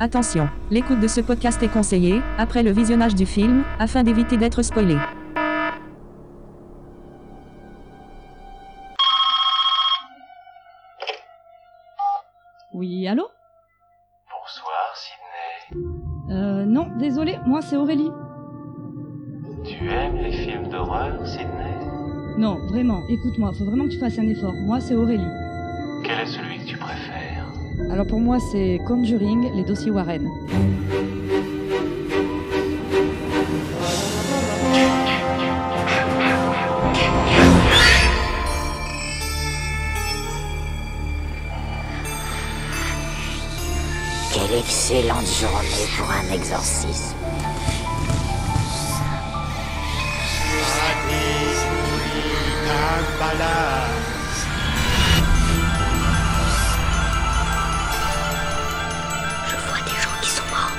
Attention, l'écoute de ce podcast est conseillée, après le visionnage du film, afin d'éviter d'être spoilé. Oui, allô Bonsoir, Sydney. Euh, non, désolé, moi c'est Aurélie. Tu aimes les films d'horreur, Sydney Non, vraiment, écoute-moi, faut vraiment que tu fasses un effort. Moi c'est Aurélie. Quel est celui que tu préfères Alors pour moi, c'est Conjuring, les dossiers Warren. Quelle excellente journée pour un exorcisme. Je vois des gens qui sont morts.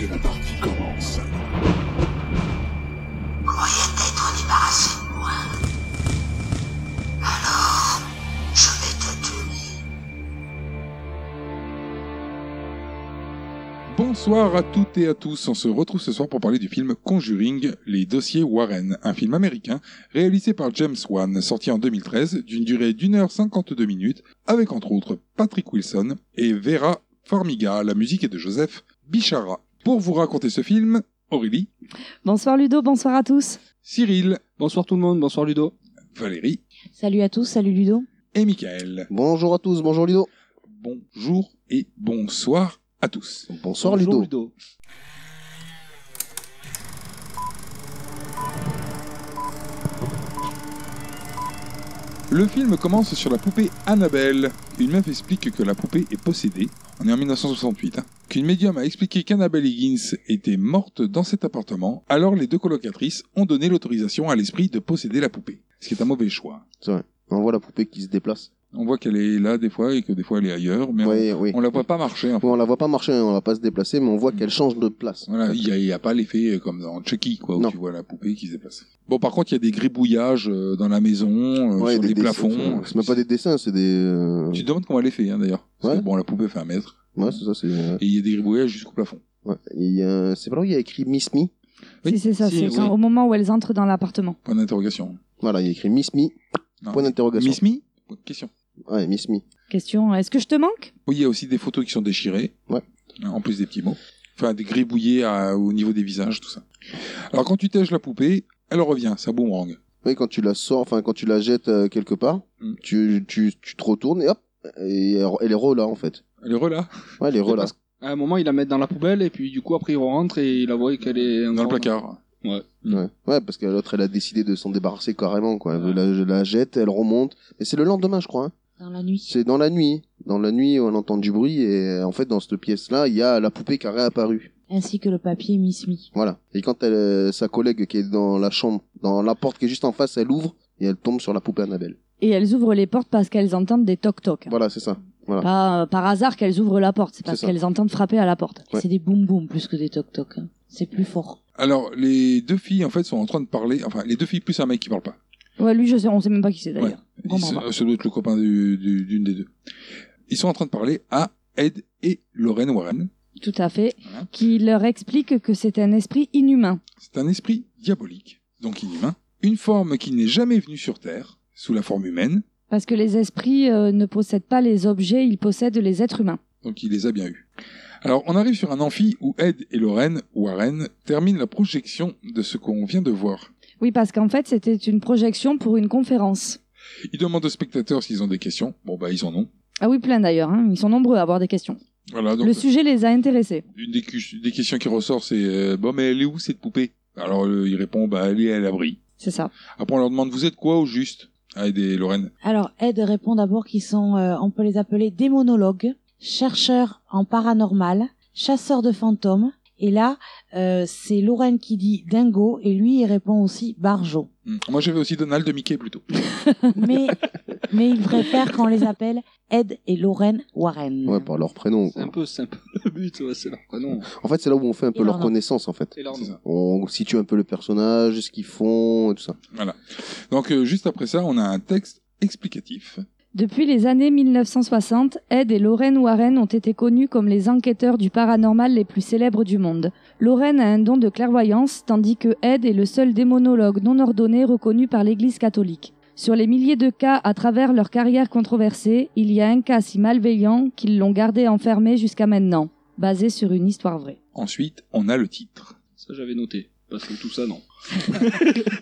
Et la partie commence. Croyez être débarrassé de moi. Alors, je vais te tuer. Bonsoir à toutes et à tous. On se retrouve ce soir pour parler du film Conjuring, les dossiers Warren, un film américain réalisé par James Wan, sorti en 2013, d'une durée d'une heure 52 minutes, avec entre autres Patrick Wilson et Vera Farmiga. La musique est de Joseph Bichara. Pour vous raconter ce film, Aurélie, Bonsoir Ludo, bonsoir à tous. Cyril, Bonsoir tout le monde, bonsoir Ludo. Valérie Salut à tous, salut Ludo. et Michael. Bonjour à tous, bonjour Ludo. Bonjour et bonsoir à tous. Bonsoir Bonjour, Ludo. Ludo. Le film commence sur la poupée Annabelle. Une meuf explique que la poupée est possédée. On est en 1968. hein. Qu'une médium a expliqué qu'Annabelle Higgins était morte dans cet appartement. Alors les deux colocatrices ont donné l'autorisation à l'esprit de posséder la poupée. Ce qui est un mauvais choix. C'est vrai. On voit la poupée qui se déplace. On voit qu'elle est là des fois et que des fois elle est ailleurs, mais Oui, oui. on, on la voit pas marcher. hein. en fait. On la voit pas marcher, hein. on la voit pas se déplacer, mais on voit qu'elle change de place. Voilà, il n'y a, pas l'effet euh, comme dans Chucky, quoi, où Non. tu vois la poupée qui se déplace. Bon, par contre, il y a des gribouillages euh, dans la maison, euh, Ouais, sur les dessins. plafonds. C'est même pas des dessins, c'est des. euh, Tu te demandes comment elle est faite, hein, d'ailleurs. Parce que, Ouais. bon, la poupée fait un mètre, Ouais, c'est ça, c'est. euh, et il y a des gribouillages jusqu'au plafond. ouais. Et, euh, C'est pas là où il y a écrit Miss Me. Oui. Si, c'est ça, Si, c'est oui. quand- au moment où elles entrent dans l'appartement. Point d'interrogation. Voilà, il y a écrit Miss Me. Non. Point d'interrogation. Miss Me Question. Ouais, Miss Me. Question, est-ce que je te manque Oui, il y a aussi des photos qui sont déchirées. Ouais. En plus des petits mots. Enfin, des gribouillés à- au niveau des visages, tout ça. Alors, quand tu tèches la poupée, elle revient, ça boomerang. Oui, quand tu la sors, enfin, quand tu la jettes euh, quelque part, Mm. tu, tu, tu te retournes et hop. Et elle elle est re là, en fait. Elle est hein. relâche Ouais, elle est re là. Parce qu'à un moment, ils la mettent dans la poubelle et puis du coup, après, ils rentrent et ils la voient qu'elle est dans le encore- placard. Ouais. ouais, parce que l'autre, elle a décidé de s'en débarrasser carrément, quoi. Elle la, je la jette, elle remonte. Et c'est le lendemain, je crois. hein. Dans la nuit. C'est dans la nuit. Dans la nuit, on entend du bruit et euh, en fait, dans cette pièce-là, il y a la poupée qui a réapparu. ainsi que le papier Miss Me. Voilà. Et quand elle, euh, sa collègue qui est dans la chambre, dans la porte qui est juste en face, elle ouvre et elle tombe sur la poupée Annabelle. Et elles ouvrent les portes parce qu'elles entendent des toc-toc. Voilà, c'est ça. Pas euh, par hasard qu'elles ouvrent la porte, c'est parce Ah. ça. qu'elles entendent frapper à la porte. Ouais. C'est des boum boum plus que des toc toc. hein. C'est plus fort. Alors, les deux filles, en fait, sont en train de parler. Enfin, les deux filles plus un mec qui parle pas. Ouais, lui, je sais, on sait même pas qui c'est d'ailleurs. Ils Vraiment se- pas. Ça doit être le copain du- du- d'une des deux. Ils sont en train de parler à Ed et Lorraine Warren. Tout à fait. Voilà. Qui leur explique que c'est un esprit inhumain. C'est un esprit diabolique, donc inhumain. Une forme qui n'est jamais venue sur Terre, sous la forme humaine, Parce que les esprits euh, ne possèdent pas les objets, ils possèdent les êtres humains. Donc il les a bien eus. Alors on arrive sur un amphi où Ed et Lorraine, Warren, terminent la projection de ce qu'on vient de voir. Oui, parce qu'en fait, c'était une projection pour une conférence. Ils demandent aux spectateurs s'ils ont des questions. Bon bah ils en ont. Ah oui, plein d'ailleurs. hein. Ils sont nombreux à avoir des questions. Voilà, Ah, donc Le sujet les a intéressés. une des, cu- des questions qui ressort c'est euh, bon mais elle est où cette poupée Alors euh, il répond bah elle est à l'abri. C'est ça. Après on leur demande vous êtes quoi au juste Ed et Lorraine. Alors Ed répond d'abord qu'ils sont, euh, on peut les appeler démonologues, chercheurs en paranormal, chasseurs de fantômes Et là, euh, c'est Lorraine qui dit Dingo et lui, il répond aussi Barjo. Hmm. Moi, j'avais aussi Donald de Mickey plutôt. Mais, mais il préfère qu'on les appelle Ed et Lorraine Warren. Ouais, par leur prénom. C'est un peu, c'est un peu le but, ouais, c'est leur prénom. En fait, c'est là où on fait un peu Et leur leur nom. connaissance, en fait. Et leur nom. C'est ça. On situe un peu le personnage, ce qu'ils font, et tout ça. Donc, euh, juste après ça, on a un texte explicatif. Depuis les années 1960, Ed et Lorraine Warren ont été connus comme les enquêteurs du paranormal les plus célèbres du monde. Lorraine a un don de clairvoyance, tandis que Ed est le seul démonologue non ordonné reconnu par l'Église catholique. Sur les milliers de cas à travers leur carrière controversée, il y a un cas si malveillant qu'ils l'ont gardé enfermé jusqu'à maintenant, basé sur une histoire vraie. Ensuite, on a le titre. Ça, j'avais noté. Parce que tout ça, non.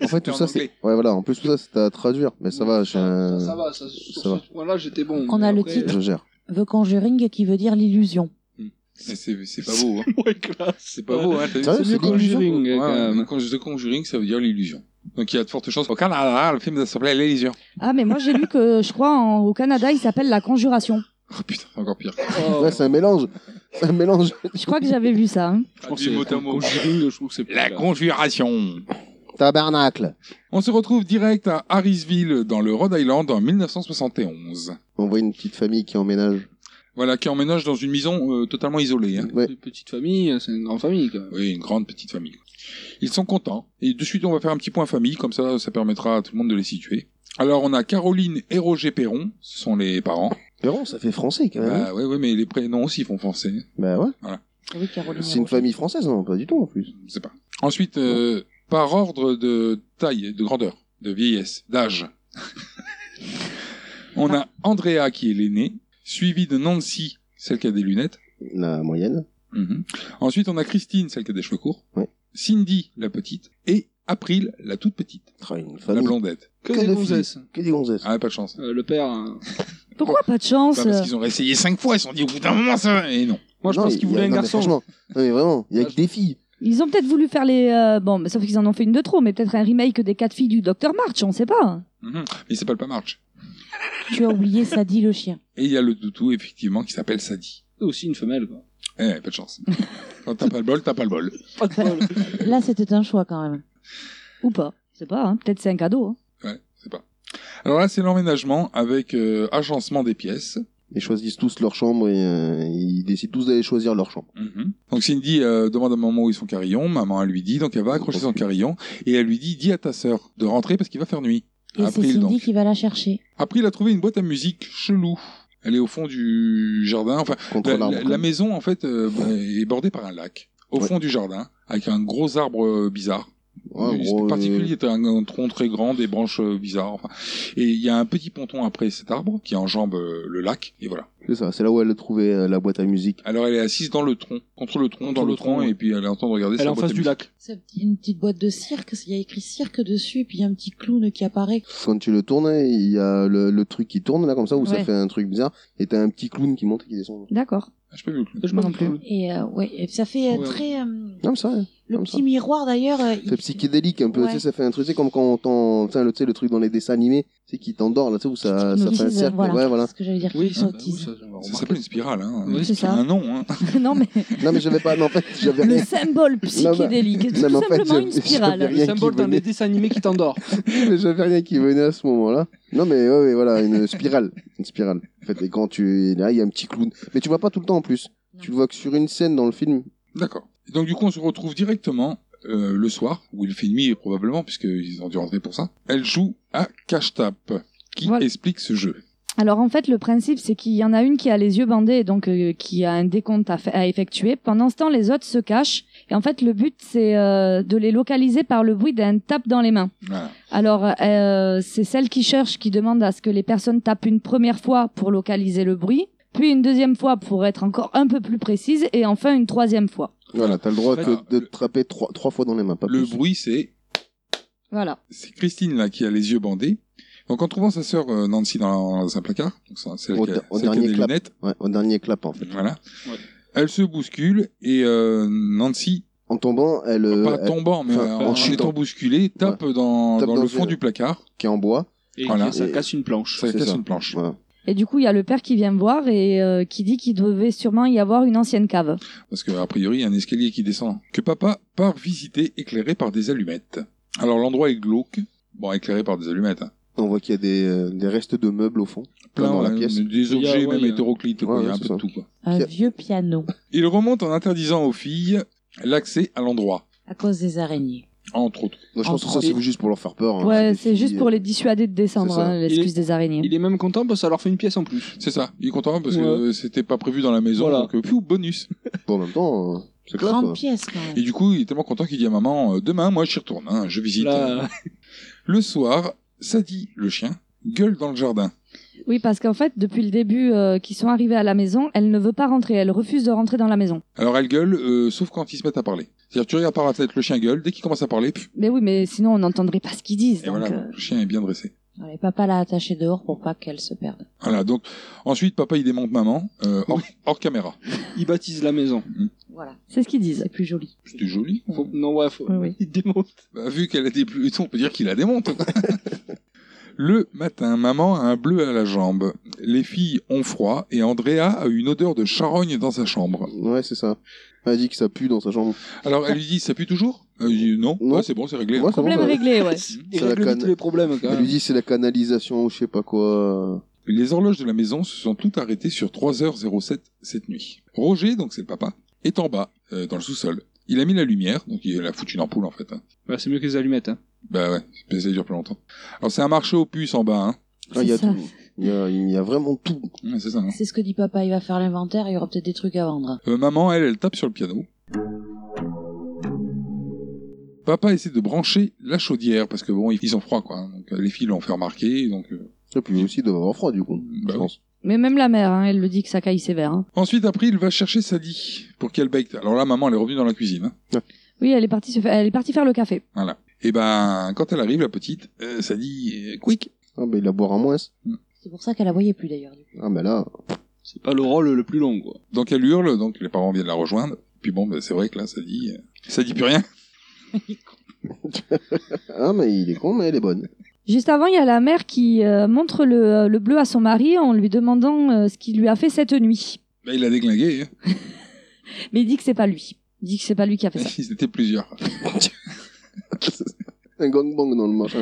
En fait, tout en ça, c'est. anglais. Ouais, voilà. En plus, tout ça, c'est à traduire. Mais ça va, j'ai Ça, un- ça va, ça, sur ça va. ce point-là, j'étais bon. On mais a Ah, le après- titre. je gère. The Conjuring qui veut dire l'illusion. Mais C'est c'est pas beau, hein. Ouais, classe. C'est pas beau, hein. t'as vu, Sérieux, c'est c'est beau. Conjuring, euh, Ouais, quand même. Quand je dis Conjuring, ça veut dire l'illusion. Donc, il y a de fortes chances. Oh, Au Canada, le film s'appelait L'illusion. Ah, mais moi j'ai lu que, je crois, en- au Canada, il s'appelle La Conjuration. Oh putain, encore pire. Oh, Ouais, c'est un mélange. C'est un mélange. Je crois que j'avais vu ça. hein. je pense que c'est mot à mot. Conjuring, je trouve que c'est plus La clair. conjuration. Tabernacle. On se retrouve direct à Harrisville, dans le Rhode Island, en 1971. On voit une petite famille qui emménage. Voilà, qui emménage dans une maison euh, totalement isolée. hein. Ouais. Une petite famille, c'est une grande famille, quand même. Oui, une grande petite famille. Ils sont contents. Et de suite, on va faire un petit point famille, comme ça, ça permettra à tout le monde de les situer. Alors, on a Caroline et Roger Perron, ce sont les parents. Perron, ça fait français quand même. hein. Bah, ouais, ouais, mais les prénoms aussi font français. Bah, ouais. Oui, Caroline. C'est une Rocher. famille française, non Pas du tout en plus. Je sais pas. Ensuite, euh, par ordre de taille, de grandeur, de vieillesse, d'âge, on a Andrea qui est l'aînée, suivie de Nancy, celle qui a des lunettes. La moyenne. Mhm. Ensuite, on a Christine, celle qui a des cheveux courts. Ouais. Cindy, la petite. Et April, la toute petite, Ah, Une la famille. blondette. Que, Que des de gonzesses. Que des gonzesses. Ah, pas de chance. Euh, le père. hein. Pourquoi pas de chance euh, Pas Bah, parce qu'ils ont essayé cinq fois, ils se sont dit au bout d'un moment ça va. Et non. Moi, je Non, pense il- qu'il il y a- voulait un non, mais garçon. franchement, non, mais vraiment, il y a Ah, que je- des filles. Ils ont peut-être voulu faire les. euh, bon, mais sauf qu'ils en ont fait une de trop, mais peut-être un remake des quatre filles du Dr. March, on sait pas. hein. Mhm. Mais il s'appelle pas March. Tu as oublié Sadie le chien. Et il y a le toutou, effectivement, qui s'appelle Sadie. C'est aussi une femelle, quoi. Eh, pas de chance. Quand t'as pas le bol, t'as pas le bol. Pas de bol. Là, c'était un choix quand même. Ou pas. Je sais pas, hein, peut-être c'est un cadeau. hein. Je sais pas. Alors là, c'est l'emménagement avec euh, agencement des pièces. Ils choisissent tous leur chambre et euh, ils décident tous d'aller choisir leur chambre. Donc Cindy euh, demande à maman où est son carillon. Maman, elle lui dit. Donc elle va accrocher son carillon et elle lui dit dis à ta sœur de rentrer parce qu'il va faire nuit. Et c'est April, Cindy donc. qui va la chercher. Après, il a trouvé une boîte à musique chelou. Elle est au fond du jardin. Enfin, Contre la, l'arbre. la- la maison en fait euh, est bordée par un lac au Ouais. fond du jardin avec un gros arbre euh, bizarre. Ouais, Il- gros, c'est particulier, euh, il y a un, un tronc très grand, des branches euh, bizarres. Enfin, et il y a un petit ponton après cet arbre qui enjambe euh, le lac. Et voilà. C'est ça, c'est là où elle a trouvé euh, la boîte à musique. Alors elle est assise dans le tronc, contre le tronc, Contre dans le, le tronc, tronc, ouais. et puis elle est en train de regarder Elle est sa en boîte face à du musique. lac. C'est une petite boîte de cirque, il y a écrit cirque dessus, et puis il y a un petit clown qui apparaît. Quand tu le tournes, il y a le, le truc qui tourne là comme ça où ça Ouais. fait un truc bizarre et t'as un petit clown qui monte et qui descend. D'accord. Ah, Je peux plus. Je Moi me non plus. Et euh, ouais, et ça fait euh, Ouais. très. euh, Non mais ça, le comme petit ça. miroir d'ailleurs. euh, il- c'est psychédélique un peu, Ouais. tu sais, ça fait un truc, c'est comme quand on t'en, tu sais, le, tu sais, le truc dans les dessins animés, tu sais, qui t'endort là, tu sais, où ça, Petite ça fait un nourrice, cercle. Voilà, Ouais, voilà. C'est ce que j'allais dire. Oui, qui ça, bah, oui, sautise. ça, on va Ça remarquer. s'appelle une spirale, hein. Oui, Oh, c'est Un ça. nom, hein. non, mais Non mais j'avais pas, mais en fait, j'avais le rien. symbole psychédélique, Non, tout mais en fait, simplement j'avais- une j'avais spirale. rien Le qui symbole dans venait. les dessins animés qui t'endort. Mais j'avais rien qui venait à ce moment-là. Non, mais ouais, ouais, voilà, une spirale. Une spirale. En fait, et quand tu es là, il y a un petit clown. Mais tu le vois pas tout le temps en plus. Tu le vois que sur une scène dans le film. D'accord. Et Donc du coup, on se retrouve directement euh, le soir, où il fait nuit probablement, puisqu'ils ont dû rentrer pour ça. Elle joue à Cash Tap, qui Voilà. explique ce jeu. Alors en fait, le principe, c'est qu'il y en a une qui a les yeux bandés et donc euh, qui a un décompte à, fa- à effectuer. Pendant ce temps, les autres se cachent. Et en fait, le but, c'est euh, de les localiser par le bruit d'un tape dans les mains. Voilà. Alors, euh, c'est celle qui cherche qui demande à ce que les personnes tapent une première fois pour localiser le bruit, puis une deuxième fois pour être encore un peu plus précise, et enfin une troisième fois. Voilà, t'as le droit Ouais. que Ah, de le- te taper trois, trois fois dans les mains, pas Le plus. bruit, c'est Voilà. c'est Christine là qui a les yeux bandés. Donc en trouvant sa sœur euh, Nancy dans, dans un placard, donc ça, celle Au qui a, de- au celle qui a dernier des clap. lunettes, Ouais, au dernier clap, en fait. voilà. Ouais. Elle se bouscule et euh, Nancy Ah, En tombant, elle, euh, pas elle- tombant, mais enfin, en, en étant chutant. bousculé, tape dans, Tape dans dans le le- fond du placard, qui est en bois. Et Voilà. ça Et- casse une planche. ça C'est casse ça. une planche. Voilà. Et du coup, il y a le père qui vient me voir et euh, qui dit qu'il devait sûrement y avoir une ancienne cave. Parce que, a priori, il y a un escalier qui descend. Que papa part visiter, éclairé par des allumettes. Alors, l'endroit est glauque. Bon, éclairé par des allumettes. hein. On voit qu'il y a des, euh, des restes de meubles au fond, plein dans la ouais, pièce. Ah Des Il y a- objets, ouais, même il y a- hétéroclites, quoi. Ouais, il y a un c'est peu ça. de tout, quoi. Un Pierre- vieux piano Il remonte en interdisant aux filles l'accès à l'endroit. à cause des araignées. Entre autres. Non, je pense que ça, Entre- c'est juste pour leur faire Oh, peur. hein. ouais, des c'est juste filles, pour euh, les dissuader de descendre, c'est ça. hein, l'excuse Il des araignées. Il est même content parce que ça leur fait une pièce en plus. C'est ça. Il est content parce Ouais. que euh, c'était pas prévu dans la maison. Voilà. Donc, euh, pfiou, bonus. Bon, en même temps, euh, c'est classe, hein. Grande quoi. pièce quand même. Et du coup, il est tellement content qu'il dit à maman, euh, demain, moi, j'y retourne, hein, je visite. Là, Le soir, Sadie, le chien, gueule dans le jardin. Oui, parce qu'en fait, depuis le début euh, qu'ils sont arrivés à la maison, elle ne veut pas rentrer, elle refuse de rentrer dans la maison. Alors elle gueule, euh, sauf quand ils se mettent à parler. C'est-à-dire tu regardes par la tête, le chien gueule, dès qu'il commence à parler, pff, Mais oui, mais sinon on n'entendrait pas ce qu'ils disent. et Donc, voilà, euh, le chien est bien dressé. Allez, papa l'a attachée dehors pour pas qu'elle se perde. Voilà, donc ensuite papa il démonte maman, euh, hors, hors caméra. Hum, ils baptisent la maison. Voilà, c'est ce qu'ils disent. c'est plus joli. C'était joli. Faut- Non, ouais, faut... Oui, oui. ils démontent. Bah, vu qu'elle a des plutons, on peut dire qu'il la démonte. le matin, maman a un bleu à la jambe. Les filles ont froid et Andrea a une odeur de charogne dans sa chambre. Ouais, c'est ça. Elle a dit que ça pue dans sa chambre. Alors elle lui dit ça pue toujours Elle lui dit non, Non. Ouais, c'est bon, c'est réglé. hein. Ouais, c'est bon, Problème ça va. réglé, ouais. Ils la règlent vite conne. les problèmes quand Elle lui même. dit c'est la canalisation ou je sais pas quoi. Les horloges de la maison se sont toutes arrêtées sur 3h07 cette nuit. Roger, donc c'est le papa, est en bas, euh, dans le sous-sol. Il a mis la lumière, donc il a foutu une ampoule en fait. hein. Bah, c'est mieux que les allumettes. Hein. Bah ouais, mais ça dure plus longtemps. Alors c'est un marché aux puces en bas, hein. Ah, il y a C'est ça. tout. Il y a, il y a vraiment tout. Ouais, c'est ça. hein. C'est ce que dit papa, il va faire l'inventaire, il y aura peut-être des trucs à vendre. Euh, maman, elle, elle tape sur le piano. Papa essaie de brancher la chaudière, parce que bon, ils ont froid quoi. hein. Donc, euh, les filles l'ont fait remarquer, donc... euh, Et puis aussi de avoir froid du coup. Bah je oui. pense. Mais même la mère, hein, elle le dit que ça caille sévère. hein. Ensuite, après, il va chercher Sadie pour qu'elle bake. Alors là, maman, elle est revenue dans la cuisine. hein. Oui, elle est partie, se fa- elle est partie faire le café. Voilà. Et ben, quand elle arrive, la petite, euh, Sadie, euh, quick, Ah bah il a boire à moins. C'est pour ça qu'elle la voyait plus d'ailleurs. du coup. Ah bah là. C'est pas le rôle le plus long, quoi. Donc elle hurle, donc les parents viennent la rejoindre. Puis bon, ben, c'est vrai que là, ça dit, euh, ça dit plus rien. Ah mais il est con mais elle est bonne. Juste avant, il y a la mère qui euh, montre le, le bleu à son mari en lui demandant euh, ce qu'il lui a fait cette nuit. Ben, il a déglingué. Hein. Mais il dit que c'est pas lui. Il dit que c'est pas lui qui a fait ça. Ils étaient plusieurs. Un gangbang dans le machin.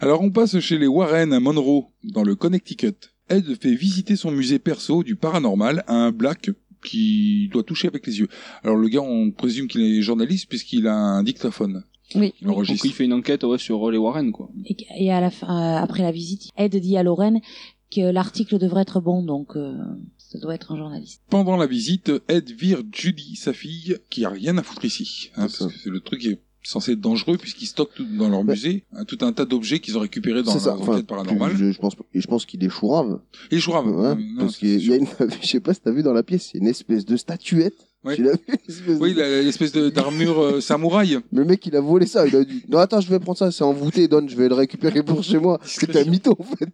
Alors on passe chez les Warren à Monroe, dans le Connecticut. Ed fait visiter son musée perso du paranormal à un black qui doit toucher avec les yeux. Alors le gars, on présume qu'il est journaliste puisqu'il a un dictaphone. Oui. Il Donc enregistre. il fait une enquête ouais, sur euh, les Warren, quoi. Et, et à la fin, euh, après la visite, Ed dit à Lorraine que l'article devrait être bon, donc euh, ça doit être un journaliste. Pendant la visite, Ed vire Judy, sa fille, qui a rien à foutre ici. hein, parce C'est ça. que c'est le truc qui est censé être dangereux puisqu'ils stockent tout dans leur Ouais. musée hein, tout un tas d'objets qu'ils ont récupérés dans C'est leur ça. Enfin, enquête paranormale. plus, je, je pense et je pense qu'il est chourave. Et je vous ramène. Ouais, Non, parce c'est qu'il y a sûr. une je sais pas si t'as vu dans la pièce, il y a une espèce de statuette. Ouais. Tu l'as vu une espèce Oui, de... la- l'espèce de- d'armure euh, samouraï. Mais le mec il a volé ça, il a dit Non attends je vais prendre ça, c'est envoûté, donne, je vais le récupérer pour chez moi. C'est un mytho en fait.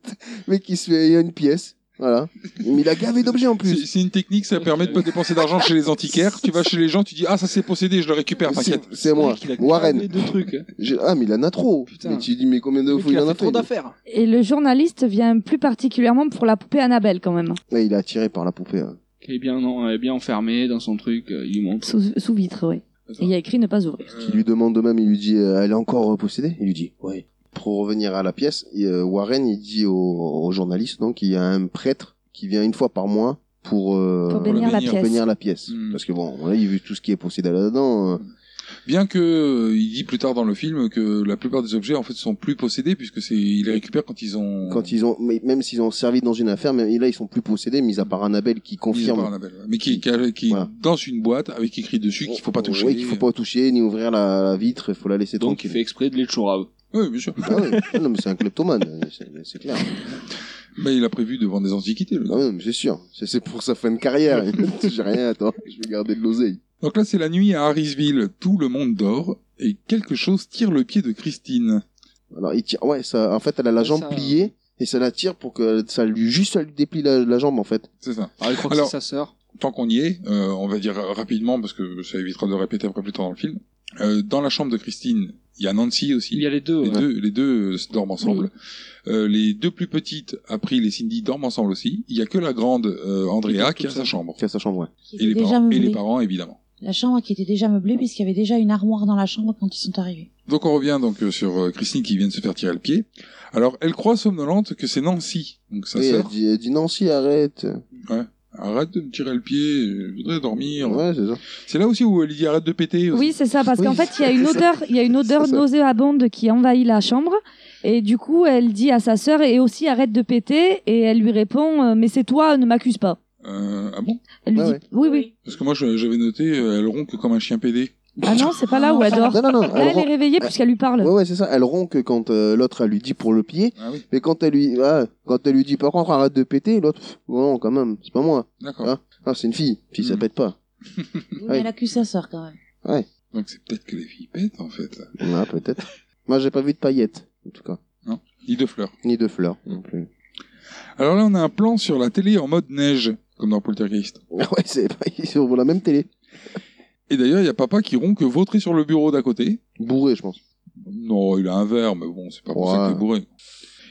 Le mec il se fait il y a une pièce. Voilà. Mais il a gavé d'objets en C'est plus. c'est une technique, ça permet de pas dépenser d'argent chez les antiquaires. Tu vas chez les gens, tu dis ah ça c'est possédé, je le récupère, C'est t'inquiète. c'est moi, Il a cramé Warren. deux trucs. hein. J'ai- Ah mais il en a trop. Putain. Mais tu dis mais combien de Le mec, fois il il a en fait a fait trop lui d'affaires. Et le journaliste vient plus particulièrement pour la poupée Annabelle quand même, Ouais, il est attiré par la poupée. hein. Qui est bien, non, elle est bien enfermée dans son truc. euh, Il lui montre. sous, sous vitre, oui. Et il y a écrit ne pas ouvrir. Euh, Qui lui demande de même, il lui dit euh, Elle est encore euh, possédée Il lui dit Oui. Pour revenir à la pièce, il- euh, Warren il dit au, au journaliste donc il y a un prêtre qui vient une fois par mois pour, euh, Pour bénir la pour pièce. bénir la pièce. Hmm. Parce que bon, là il vu tout ce qui est possédé là-dedans. euh, Bien que euh, il dit plus tard dans le film que la plupart des objets en fait sont plus possédés puisque c'est ils les récupèrent quand ils ont Quand ils ont, mais même s'ils ont servi dans une affaire, mais là ils sont plus possédés, mis à part Annabelle qui Ils ont pas confirme. un label, ouais. mais qui, qui, a- qui Voilà. dans une boîte avec écrit dessus qu'il faut pas toucher. Oui, qu'il faut pas toucher, ni ouvrir la, la vitre, il faut la laisser Donc il tranquille. fait exprès de l'échourave. Oui, bien sûr. Ah ouais. Ah non, mais c'est un kleptomane, c'est c'est clair. Mais il a prévu de vendre des antiquités. le gars. Ah ouais, mais c'est sûr. C'est- C'est pour sa fin de carrière. J'ai rien, attends, je vais garder de l'oseille. Donc là, c'est la nuit à Harrisville. Tout le monde dort et quelque chose tire le pied de Christine. Alors, il tire, ouais, ça, en fait, elle a la Ouais, jambe ça- pliée et ça la tire pour que ça lui, juste, ça lui déplie la, la jambe, en fait. C'est ça. Alors il Ah, croit que Alors- c'est sa sœur. Tant qu'on y est, euh, on va dire euh, rapidement parce que ça évitera de répéter après plus tard dans le film. Euh, dans la chambre de Christine, il y a Nancy aussi. Il y a les deux. Les ouais. deux, les deux euh, se dorment ensemble. Euh, les deux plus petites, April et Cindy, dorment ensemble aussi. Il y a que la grande euh, Andrea qui a sa chambre. Qui a sa chambre, ouais. Qui Et était les, déjà parents, et les meublée. parents, évidemment. La chambre qui était déjà meublée puisqu'il y avait déjà une armoire dans la chambre quand ils sont arrivés. Donc on revient donc euh, sur euh, Christine qui vient de se faire tirer le pied. Alors elle croit somnolente que c'est Nancy, donc sa Oui, elle sœur. dit, elle dit Nancy, arrête. Arrête de me tirer le pied, je voudrais dormir. Ouais, c'est ça. C'est là aussi où elle dit arrête de péter. aussi. Oui, c'est ça, parce Oui, qu'en fait, il y a une c'est ça. odeur, il y a une odeur C'est ça. nauséabonde qui envahit la chambre. Et du coup, elle dit à sa sœur et aussi arrête de péter. Et elle lui répond, euh, mais c'est toi, ne m'accuse pas. Euh, ah bon Elle lui Ah dit, ouais. oui, oui. Parce que moi je- j'avais noté, euh, elle ronque comme un chien pédé. Ah non, c'est pas là où elle dort. Non, non, non. Là, elle est ron- réveillée puisqu'elle lui parle. Ouais, ouais, c'est ça. Elle ronque quand euh, l'autre, elle lui dit pour le pied. Ah oui, Mais quand elle lui, ah, quand elle lui dit, par contre, arrête de péter, l'autre, pff, non, quand même, c'est pas moi. d'accord. Ah. Ah, c'est une fille. Fille, ça Hmm. pète pas. Oui, mais Oui. Elle accuse sa sœur quand même. Donc c'est peut-être que les filles pètent en fait. Ouais, peut-être. Moi, j'ai pas vu de paillettes, en tout cas. Ni de fleurs. Ni de fleurs, non plus. Alors là on a un plan sur la télé en mode neige, comme dans Poltergeist. Ah ouais, c'est ils sont sur la même télé. Et d'ailleurs il y a papa qui ronque vautré sur le bureau d'à côté. Bourré, je pense. Non, il a un verre, mais bon, c'est pas pour Ouais. ça qu'il est bourré.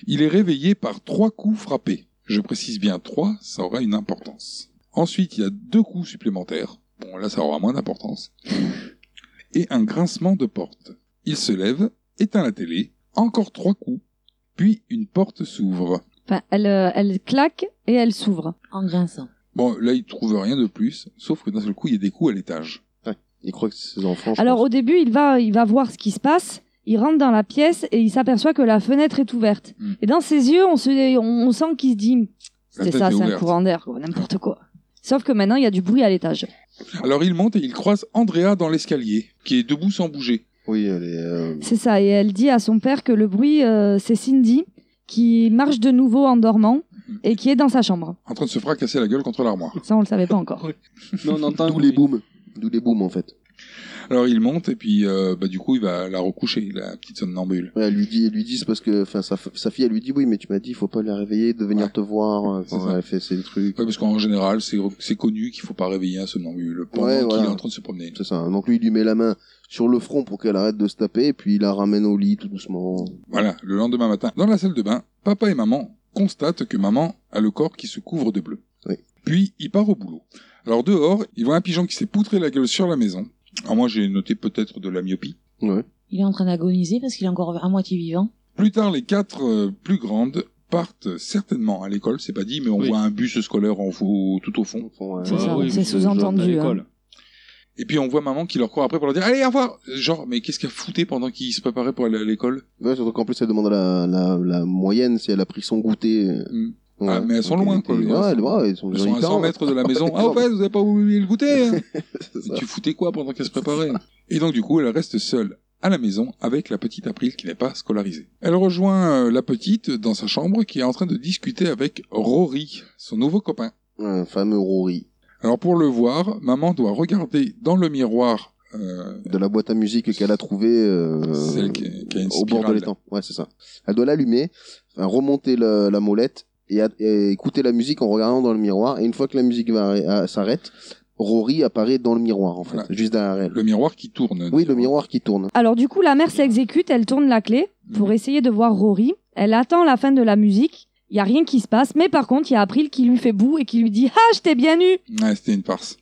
Il est réveillé par trois coups frappés. Je précise bien trois, ça aura une importance. Ensuite, il y a deux coups supplémentaires. Bon, là, ça aura moins d'importance. Et un grincement de porte. Il se lève, éteint la télé, encore trois coups, puis une porte s'ouvre. Enfin, elle, euh, elle claque et elle s'ouvre. En grinçant. Bon, là, il trouve rien de plus, sauf que d'un seul coup, il y a des coups à l'étage. Il croit que c'est ses enfants. je Alors pense. au début, il va, il va voir ce qui se passe. Il rentre dans la pièce et il s'aperçoit que la fenêtre est ouverte. Mm. Et dans ses yeux, on, se, on, on sent qu'il se dit, La c'était tête ça, est c'est un ouverte. courant d'air, quoi, n'importe quoi. Sauf que maintenant, il y a du bruit à l'étage. Alors, il monte et il croise Andrea dans l'escalier, qui est debout sans bouger. Oui, elle est. euh, C'est ça, et elle dit à son père que le bruit, euh, c'est Cindy qui marche de nouveau en dormant et qui est dans sa chambre. En train de se fracasser la gueule contre l'armoire. Ça, on le savait pas encore. Non, on entend un D'où les bruit. booms. D'où les booms, en fait. Alors il monte et puis euh, bah, du coup il va la recoucher, la petite somnambule. Ouais, elle lui dit, elle lui dit, c'est parce que, enfin, sa, f- sa fille, elle lui dit, oui, mais tu m'as dit, il faut pas la réveiller, de venir Ouais. te voir euh, C'est quand ça. elle fait ses trucs. Ouais, parce qu'en général c'est c'est connu qu'il faut pas réveiller un somnambule pendant Ouais, qu'il voilà. est en train de se promener. C'est ça. Donc lui, il lui met la main sur le front pour qu'elle arrête de se taper, et puis il la ramène au lit tout doucement. Voilà, le lendemain matin, dans la salle de bain, papa et maman constatent que maman a le corps qui se couvre de bleu. Oui. Puis il part au boulot. Alors dehors, il voit un pigeon qui s'est poutré la gueule sur la maison. Alors moi j'ai noté peut-être de la myopie. Ouais. Il est en train d'agoniser parce qu'il est encore à moitié vivant. Plus tard, les quatre euh, plus grandes partent certainement à l'école, c'est pas dit, mais on Oui. voit un bus scolaire en faux- tout au fond. Bon, ouais. C'est ça, oui, c'est mais sous-entendu, hein. à l'école. Et puis on voit maman qui leur court après pour leur dire allez au revoir. Genre mais qu'est-ce qu'elle foutait pendant qu'ils se préparaient pour aller à l'école Ouais, surtout qu'en plus, elle demande à la, la, la moyenne si elle a pris son goûter. euh, Mm. ouais. Ah, mais elles sont loin, quoi, les Ouais, gars. elles- ouais, elles sont, Ils sont à hyper- 100 mètres de la maison. Ah au fait vous avez pas oublié le goûter hein C'est ça. Tu foutais quoi pendant qu'elle se préparait Et donc du coup elle reste seule à la maison avec la petite April qui n'est pas scolarisée. Elle rejoint euh, la petite dans sa chambre qui est en train de discuter avec Rory, son nouveau copain. Un fameux Rory. Alors pour le voir, maman doit regarder dans le miroir euh, De la boîte à musique qu'elle a trouvée euh, Celle qui- qui a une au bord de spirale. l'étang. Ouais, c'est ça. Elle doit l'allumer, enfin, remonter la, la molette et, a- et écouter la musique en regardant dans le miroir. Et une fois que la musique va arrê- à- s'arrête, Rory apparaît dans le miroir, en fait, Voilà. juste derrière elle. le miroir qui tourne. Oui, le miroir qui tourne. Ah, Alors du coup, la mère s'exécute, elle tourne la clé Mhm. pour essayer de voir Rory. Elle attend la fin de la musique. Il y a rien qui se passe, mais par contre, il y a April qui lui fait boue et qui lui dit "Ah, je t'ai bien eu." Ouais, c'était une farce.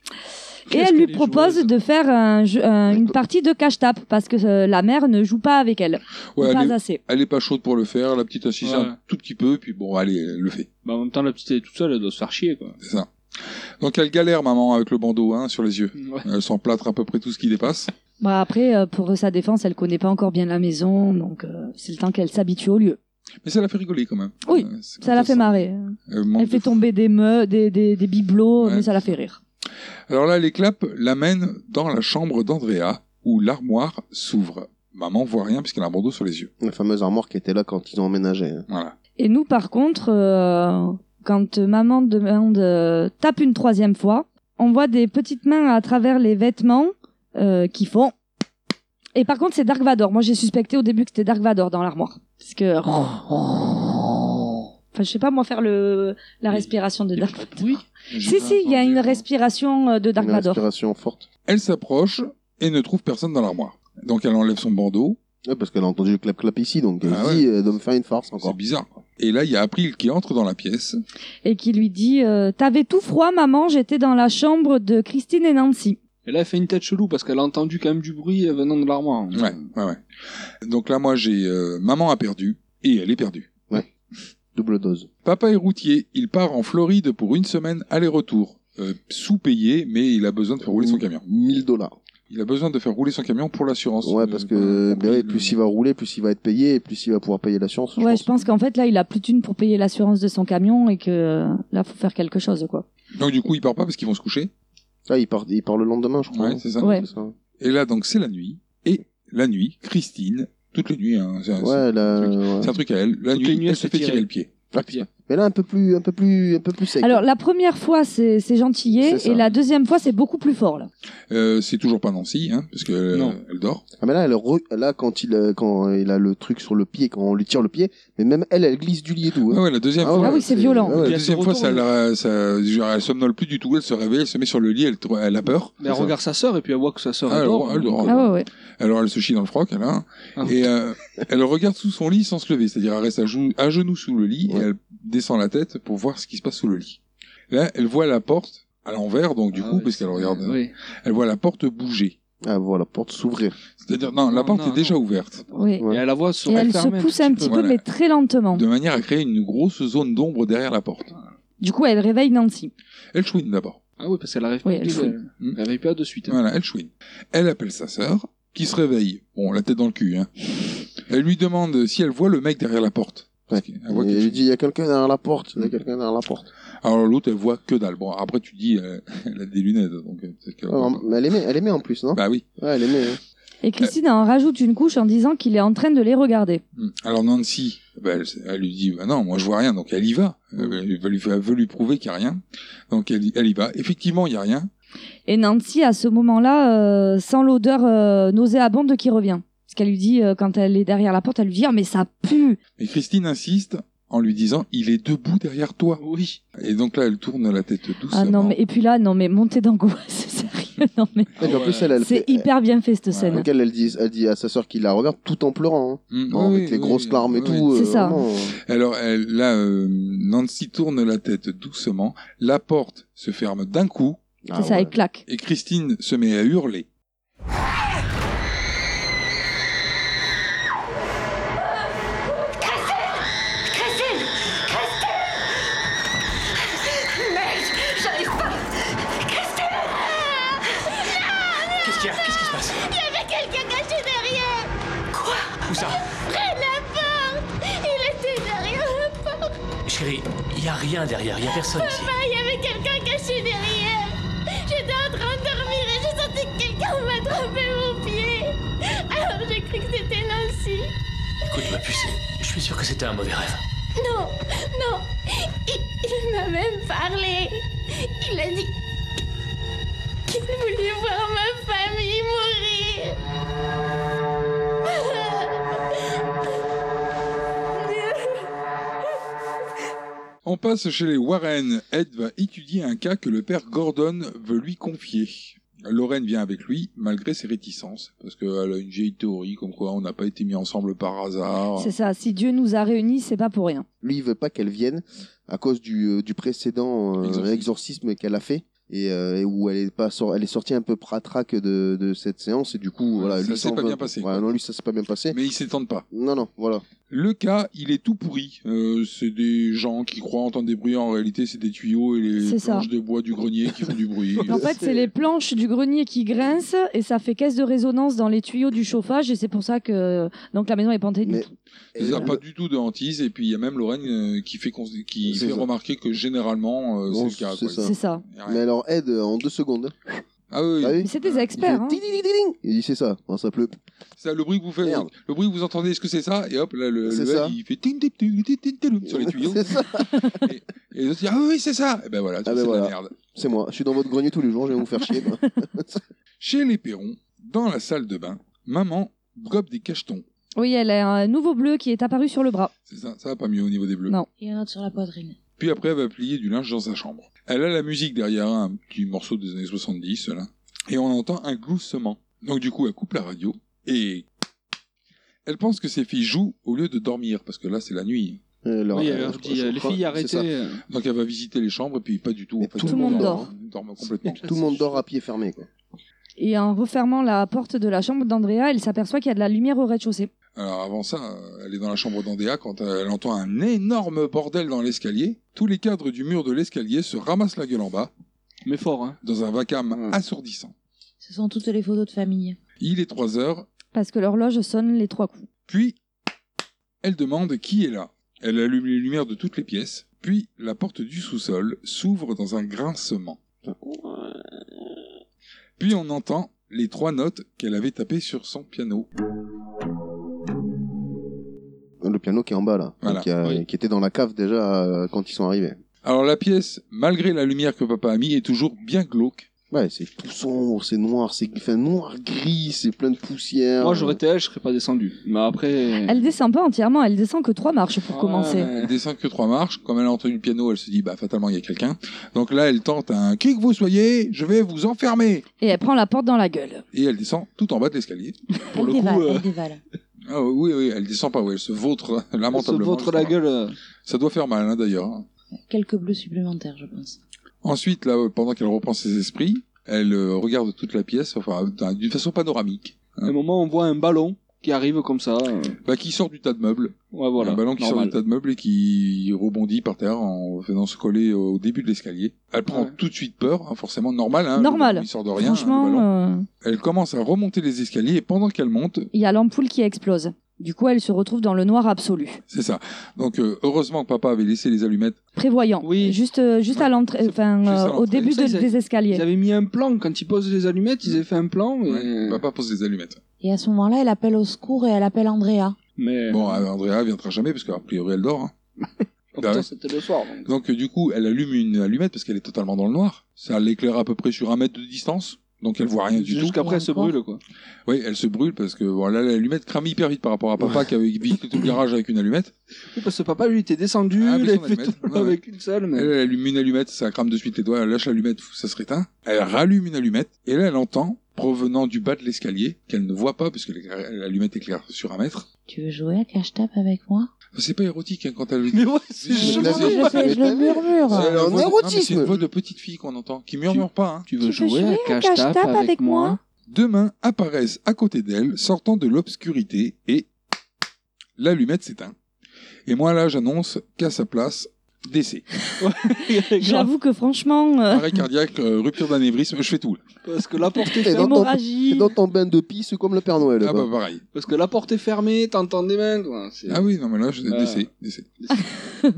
Et Qu'est-ce elle que lui les propose joueuses- de faire un jeu- un- bah. une partie de cache tape parce que euh, la mère ne joue pas avec elle, Ou Ouais, pas elle est- assez. elle est pas chaude pour le faire, la petite insiste Ouais. un tout petit peu, puis bon, allez, elle le fait, Bah, en même temps, la petite elle est toute seule, elle doit se faire chier, quoi. c'est ça. Donc elle galère, maman, avec le bandeau hein, sur les yeux. Ouais. Elle s'emplâtre à peu près tout ce qui dépasse. Bah après, euh, pour sa défense, elle connaît pas encore bien la maison, donc euh, c'est le temps qu'elle s'habitue au lieu. Mais ça la fait rigoler quand même. Oui, Euh, c'est Ça la fait intéressant. marrer. hein. Euh, manque Elle fait de- tomber des meux, des, des, des bibelots, Ouais. mais ça la fait rire. Alors là, les claps l'amènent dans la chambre d'Andrea, où l'armoire s'ouvre. Maman voit rien puisqu'elle a un bandeau sur les yeux. La fameuse armoire qui était là quand ils ont emménagé. hein. Voilà. Et nous, par contre, euh, quand maman demande euh, tape une troisième fois, on voit des petites mains à travers les vêtements euh, qui font. Et par contre, c'est Dark Vador. Moi, j'ai suspecté au début que c'était Dark Vador dans l'armoire, parce que. Enfin, je sais pas moi faire le la respiration de Dark Vador. Oui. Si si, il y a une respiration euh, de Dark Une Vador. respiration forte. Elle s'approche et ne trouve personne dans l'armoire. Donc elle enlève son bandeau. Ouais, parce qu'elle a entendu le clap-clap ici, donc elle Ah se dit euh, de me faire une farce encore. C'est bizarre. quoi. Et là, il y a April qui entre dans la pièce. et qui lui dit euh, T'avais tout froid, maman, j'étais dans la chambre de Christine et Nancy. Et là, elle fait une tête chelou parce qu'elle a entendu quand même du bruit euh, venant de l'armoire. hein. Ouais, ouais, ouais. Donc là, moi, j'ai euh, maman a perdu et elle est perdue. Double dose. Papa est routier. Il part en Floride pour une semaine aller-retour. Euh, sous-payé, mais il a besoin de faire rouler son camion. 1000 dollars. Il a besoin de faire rouler son camion pour l'assurance. Ouais, parce Euh, que pour ben ouais, le- plus il va rouler, plus il va être payé, et plus il va pouvoir payer l'assurance. ouais, je pense qu'en fait, là, il a plus d'une pour payer l'assurance de son camion et que euh, là, faut faire quelque chose, quoi. Donc du coup, il part pas parce qu'ils vont se coucher. Ah, il part, il part le lendemain, je crois. Ouais, c'est ça. Ouais. C'est ça. Et là, donc, c'est la nuit. Et la nuit, Christine, toute la nuit, hein, c'est un, Ouais, là, truc. ouais. c'est un truc à elle. La Toutes nuit, les nuits, elle elle se se fait fait tirer le pied. Mais là, un peu plus, un peu plus, un peu plus sec. Alors, la première fois, c'est c'est gentillet, C'est ça. et la deuxième fois, c'est beaucoup plus fort, là. Euh, c'est toujours pas Nancy, hein, parce que euh, Non. elle dort. Ah, mais là, elle re- là, quand il, euh, quand il a le truc sur le pied, quand on lui tire le pied, mais même elle, elle glisse du lit et tout. hein. Ah ouais, la deuxième Ah fois. Ah oui, c'est violent. ah ouais, la Et elle deuxième se fois, retourne. ça, la- ça, genre, elle somnole plus du tout, elle se réveille, elle se met sur le lit, elle, tr- elle a peur. Mais elle C'est ça. regarde sa sœur et puis elle voit que sa sœur Ah, elle elle dort. dort, elle dort. Ah ouais, ouais. Alors elle se chie dans le froc, elle a. Ah. Et euh, elle regarde sous son lit sans se lever, c'est-à-dire elle reste à, jou- à genoux sous le lit Ouais. et elle descend la tête pour voir ce qui se passe sous le lit. Là, elle voit la porte à l'envers, donc du Ah coup, ouais, parce qu'elle regarde, Oui. elle voit la porte bouger. Ah, voilà, porte s'ouvrir. C'est-à-dire non, la Non, porte non, est non. déjà ouverte, Oui. Ouais. Et elle la voit se Et elle se refermer pousse un petit peu, voilà. mais très lentement. de manière à créer une grosse zone d'ombre derrière la porte. Du coup, elle réveille Nancy. Elle chouine d'abord. Hmm. Ah oui, parce qu'elle arrive Oui, pas elle de- fouille. elle arrive pas de hein. suite. Voilà, elle chouine. Elle appelle sa sœur, qui se réveille. Bon, la tête dans le cul. Hein. Elle lui demande si elle voit le mec derrière la porte. Parce qu'elle voit quelque Et elle lui chose. Hmm. dit, il y a quelqu'un derrière la porte. Il y a quelqu'un derrière la porte. Alors l'autre, elle voit que dalle. Bon, après tu dis, euh, elle a des lunettes, donc euh, peut-être qu'elle Ah, voit mais elle aimait, elle aimait en plus, non pas. Bah oui. Ouais, elle aimait. hein. Et Christine en rajoute une couche en disant qu'il est en train de les regarder. Hmm. Alors Nancy, bah, elle, elle lui dit, bah non, moi je vois rien, donc elle y va. Elle, elle veut, lui, elle veut lui prouver qu'il n'y a rien. Donc elle, y- elle y va. Effectivement, il n'y a rien. Et Nancy, à ce moment-là, euh, sent l'odeur euh, nauséabonde qui revient. Ce qu'elle lui dit euh, quand elle est derrière la porte, elle lui dit Ah, mais ça pue Et Christine insiste en lui disant, il est debout derrière toi. Oui. Et donc là, elle tourne la tête doucement. Ah non, mais et puis là, non, mais montée d'angoisse, sérieux, non, mais Et puis, en plus, elle, elle c'est fait- hyper bien fait cette elle- scène. Donc elle, elle dit, elle dit à sa sœur qu'il la regarde tout en pleurant, hein. Hmm, Bon, oui, avec les oui, grosses oui, larmes et oui. tout. C'est euh, ça. vraiment, euh. Alors elle, là, euh, Nancy tourne la tête doucement, la porte se ferme d'un coup, Ah, c'est ça, ouais. elle claque. et Christine se met à hurler. Christine Christine Merde J'arrive pas Christine Qu'est-ce qu'il y a Qu'est-ce qui se passe Il y avait quelqu'un caché derrière Quoi Où ça Près de la porte Il était derrière la porte Chérie, il y a rien derrière, il y a personne ici. Ah, Il y avait quelqu'un caché derrière J'étais en train de dormir et j'ai senti que quelqu'un m'attrapait mon pied Alors j'ai cru que c'était Nancy Écoute, ma puce, je suis sûr que c'était un mauvais rêve. Non, non, il, il m'a même parlé. Il a dit qu'il voulait voir ma famille mourir. On passe chez les Warren. Ed va étudier un cas que le père Gordon veut lui confier. Lorraine vient avec lui, malgré ses réticences, parce qu'elle a une vieille théorie comme quoi on n'a pas été mis ensemble par hasard. C'est ça, si Dieu nous a réunis, c'est pas pour rien. Lui, il veut pas qu'elle vienne à cause du, euh, du précédent euh, Exorcisme. exorcisme qu'elle a fait. Et, euh, et où elle est pas sor- elle est sortie un peu pratraque de, de cette séance et du coup Ouais, voilà ça lui, s'est en pas veut. bien passé, Voilà, quoi. non lui ça s'est pas bien passé Mais ils s'étendent pas. non non voilà Le cas, il est tout pourri. Euh, c'est des gens qui croient entendre des bruits. En réalité, c'est des tuyaux et les C'est ça. planches de bois du grenier qui font du bruit. En fait, c'est les planches du grenier qui grincent et ça fait caisse de résonance dans les tuyaux du chauffage et c'est pour ça que donc la maison est pentée. Mais- Il n'y a Et- euh, pas du tout de hantise. Et puis, il y a même Lorraine euh, qui fait, cons- qui C'est fait ça. remarquer que généralement, euh, Bon, c'est le cas. c'est quoi. ça. C'est ça. Y a rien. mais alors aide en deux secondes Ah oui, T'as vu Mais c'est des il fait experts. hein. ding, ding, ding, ding. il dit c'est ça Bon, ça pleut Ça, le bruit que vous faites, Merde. le bruit que vous entendez, est-ce que c'est ça Et hop, là, le, C'est le ça. L, il fait ting, ting, ting, ting, ting, ting, sur les tuyaux. c'est ça et les autres disent Ah oui, c'est ça Et ben voilà, tu vois, Ah ben c'est de voilà. la merde. c'est moi je suis dans votre grenier tous les jours je vais vous faire chier quoi. Chez les Perrons, dans la salle de bain, maman gobe des cachetons. Oui, elle a un nouveau bleu qui est apparu sur le bras. C'est ça, ça va pas mieux au niveau des bleus. Non. Il y en a un autre sur la poitrine. Puis après, elle va plier du linge dans sa chambre. Elle a la musique derrière, un petit morceau des années 70, là. Et on entend un gloussement. Donc du coup, elle coupe la radio. et elle pense que ses filles jouent au lieu de dormir parce que là c'est la nuit. Euh, leur- Oui, euh, elle leur je- dit, je euh, les crois- filles, c'est ça. arrêtez. Donc elle va visiter les chambres et puis pas du tout. en fait, tout le monde dort. Ils dorment complètement. Tout le monde dort à pied fermé. Quoi. Et en refermant la porte de la chambre d'Andrea, elle s'aperçoit qu'il y a de la lumière au rez-de-chaussée. Alors avant ça, euh, elle est dans la chambre d'Andéa quand euh, elle entend un énorme bordel dans l'escalier. Tous les cadres du mur de l'escalier se ramassent la gueule en bas. Mais fort, hein. Dans un vacarme assourdissant. Ce sont toutes les photos de famille. Il est 3 heures, Parce que l'horloge sonne les trois coups. Puis, elle demande qui est là. Elle allume les lumières de toutes les pièces. Puis, la porte du sous-sol s'ouvre dans un grincement. Puis, on entend les trois notes qu'elle avait tapées sur son piano. Le piano qui est en bas là, Voilà, qui, a- qui était dans la cave déjà euh, quand ils sont arrivés. Alors, la pièce, malgré la lumière que papa a mis, est toujours bien glauque. Ouais, c'est tout sombre, c'est noir, c'est enfin, noir gris, c'est plein de poussière. Moi, j'aurais été elle, je serais pas descendu. Mais après. Elle descend pas entièrement, elle descend que trois marches Ah, pour commencer. Elle descend que trois marches. Comme elle a entendu le piano, elle se dit, bah, fatalement, il y a quelqu'un. Donc là, elle tente un qui que vous soyez, je vais vous enfermer. Et elle prend la porte dans la gueule. Et elle descend tout en bas de l'escalier. Pour le bah, dévale, coup, euh, elle dévale. Ah oui, oui, elle descend pas, ouais, elle se vautre lamentablement. Elle se vautre la gueule. Ça doit faire mal, hein, d'ailleurs. Quelques bleus supplémentaires, je pense. Ensuite, là, pendant qu'elle reprend ses esprits, elle euh, regarde toute la pièce, enfin, d'un- d'une façon panoramique. À un moment, on voit un ballon qui arrive comme ça. euh, Bah, qui sort du tas de meubles. Ouais, voilà. Un ballon qui sort normal. du tas de meubles et qui rebondit par terre en venant se coller au début de l'escalier. Elle prend tout de suite peur, hein, forcément normal. Hein, le Normal. ballon, Il sort de rien. hein, le ballon. Franchement, euh, Elle commence à remonter les escaliers et pendant qu'elle monte, il y a l'ampoule qui explose. Du coup, elle se retrouve dans le noir absolu. c'est ça. Donc, euh, heureusement que papa avait laissé les allumettes Prévoyant. Juste, euh, juste à l'entrée, enfin, à euh, au l'entrée. début Ça, de- ils a- des escaliers. Ils avaient mis un plan. Quand ils posent les allumettes, ils avaient fait un plan. Et... Papa pose les allumettes. Et à ce moment-là, elle appelle au secours et elle appelle Andrea. Mais... Bon, euh, Andrea viendra jamais parce qu'a priori elle dort. hein. Bah ouais. C'était le soir. donc. Donc euh, du coup, elle allume une allumette parce qu'elle est totalement dans le noir. Ça l'éclaire à peu près sur un mètre de distance. Donc elle voit rien du tout. Jusqu'après, elle se brûle, quoi. Oui, elle se brûle parce que bon, là, l'allumette crame hyper vite par rapport à papa qui avait visité tout le garage avec une allumette. Oui, parce que papa, lui, était descendu. Ah, mais il avait son fait allumette. tout le Ouais, monde avec une seule. Mais... Elle, elle allume une allumette, ça crame de suite les doigts, elle lâche l'allumette, ça se réteint. Elle rallume une allumette et là elle entend, provenant du bas de l'escalier, qu'elle ne voit pas parce que l'éclair- l'allumette éclaire sur un mètre. Tu veux jouer à cache-tape avec moi C'est pas érotique hein, quand elle... Mais ouais, c'est Je le fais, je le murmure. C'est la voix de- non, un mais C'est érotisme. une voix de petite fille qu'on entend, qui murmure pas. hein. Tu veux jouer à cache-tape cache-tape avec avec moi Deux mains apparaissent à côté d'elle, sortant de l'obscurité, et l'allumette s'éteint. Et moi là, j'annonce qu'à sa place, décès. J'avoue que franchement, euh, Arrêt cardiaque, euh, rupture d'anévrisme, je fais tout. là. Parce que la porte est Et fermée. dans, ton, Hémorragie. et dans ton bain de pisse comme le Père Noël. Ah quoi. bah pareil. Parce que la porte est fermée, t'entends des mains. quoi. C'est- Ah oui, non mais là, je... Ah. décès, décès.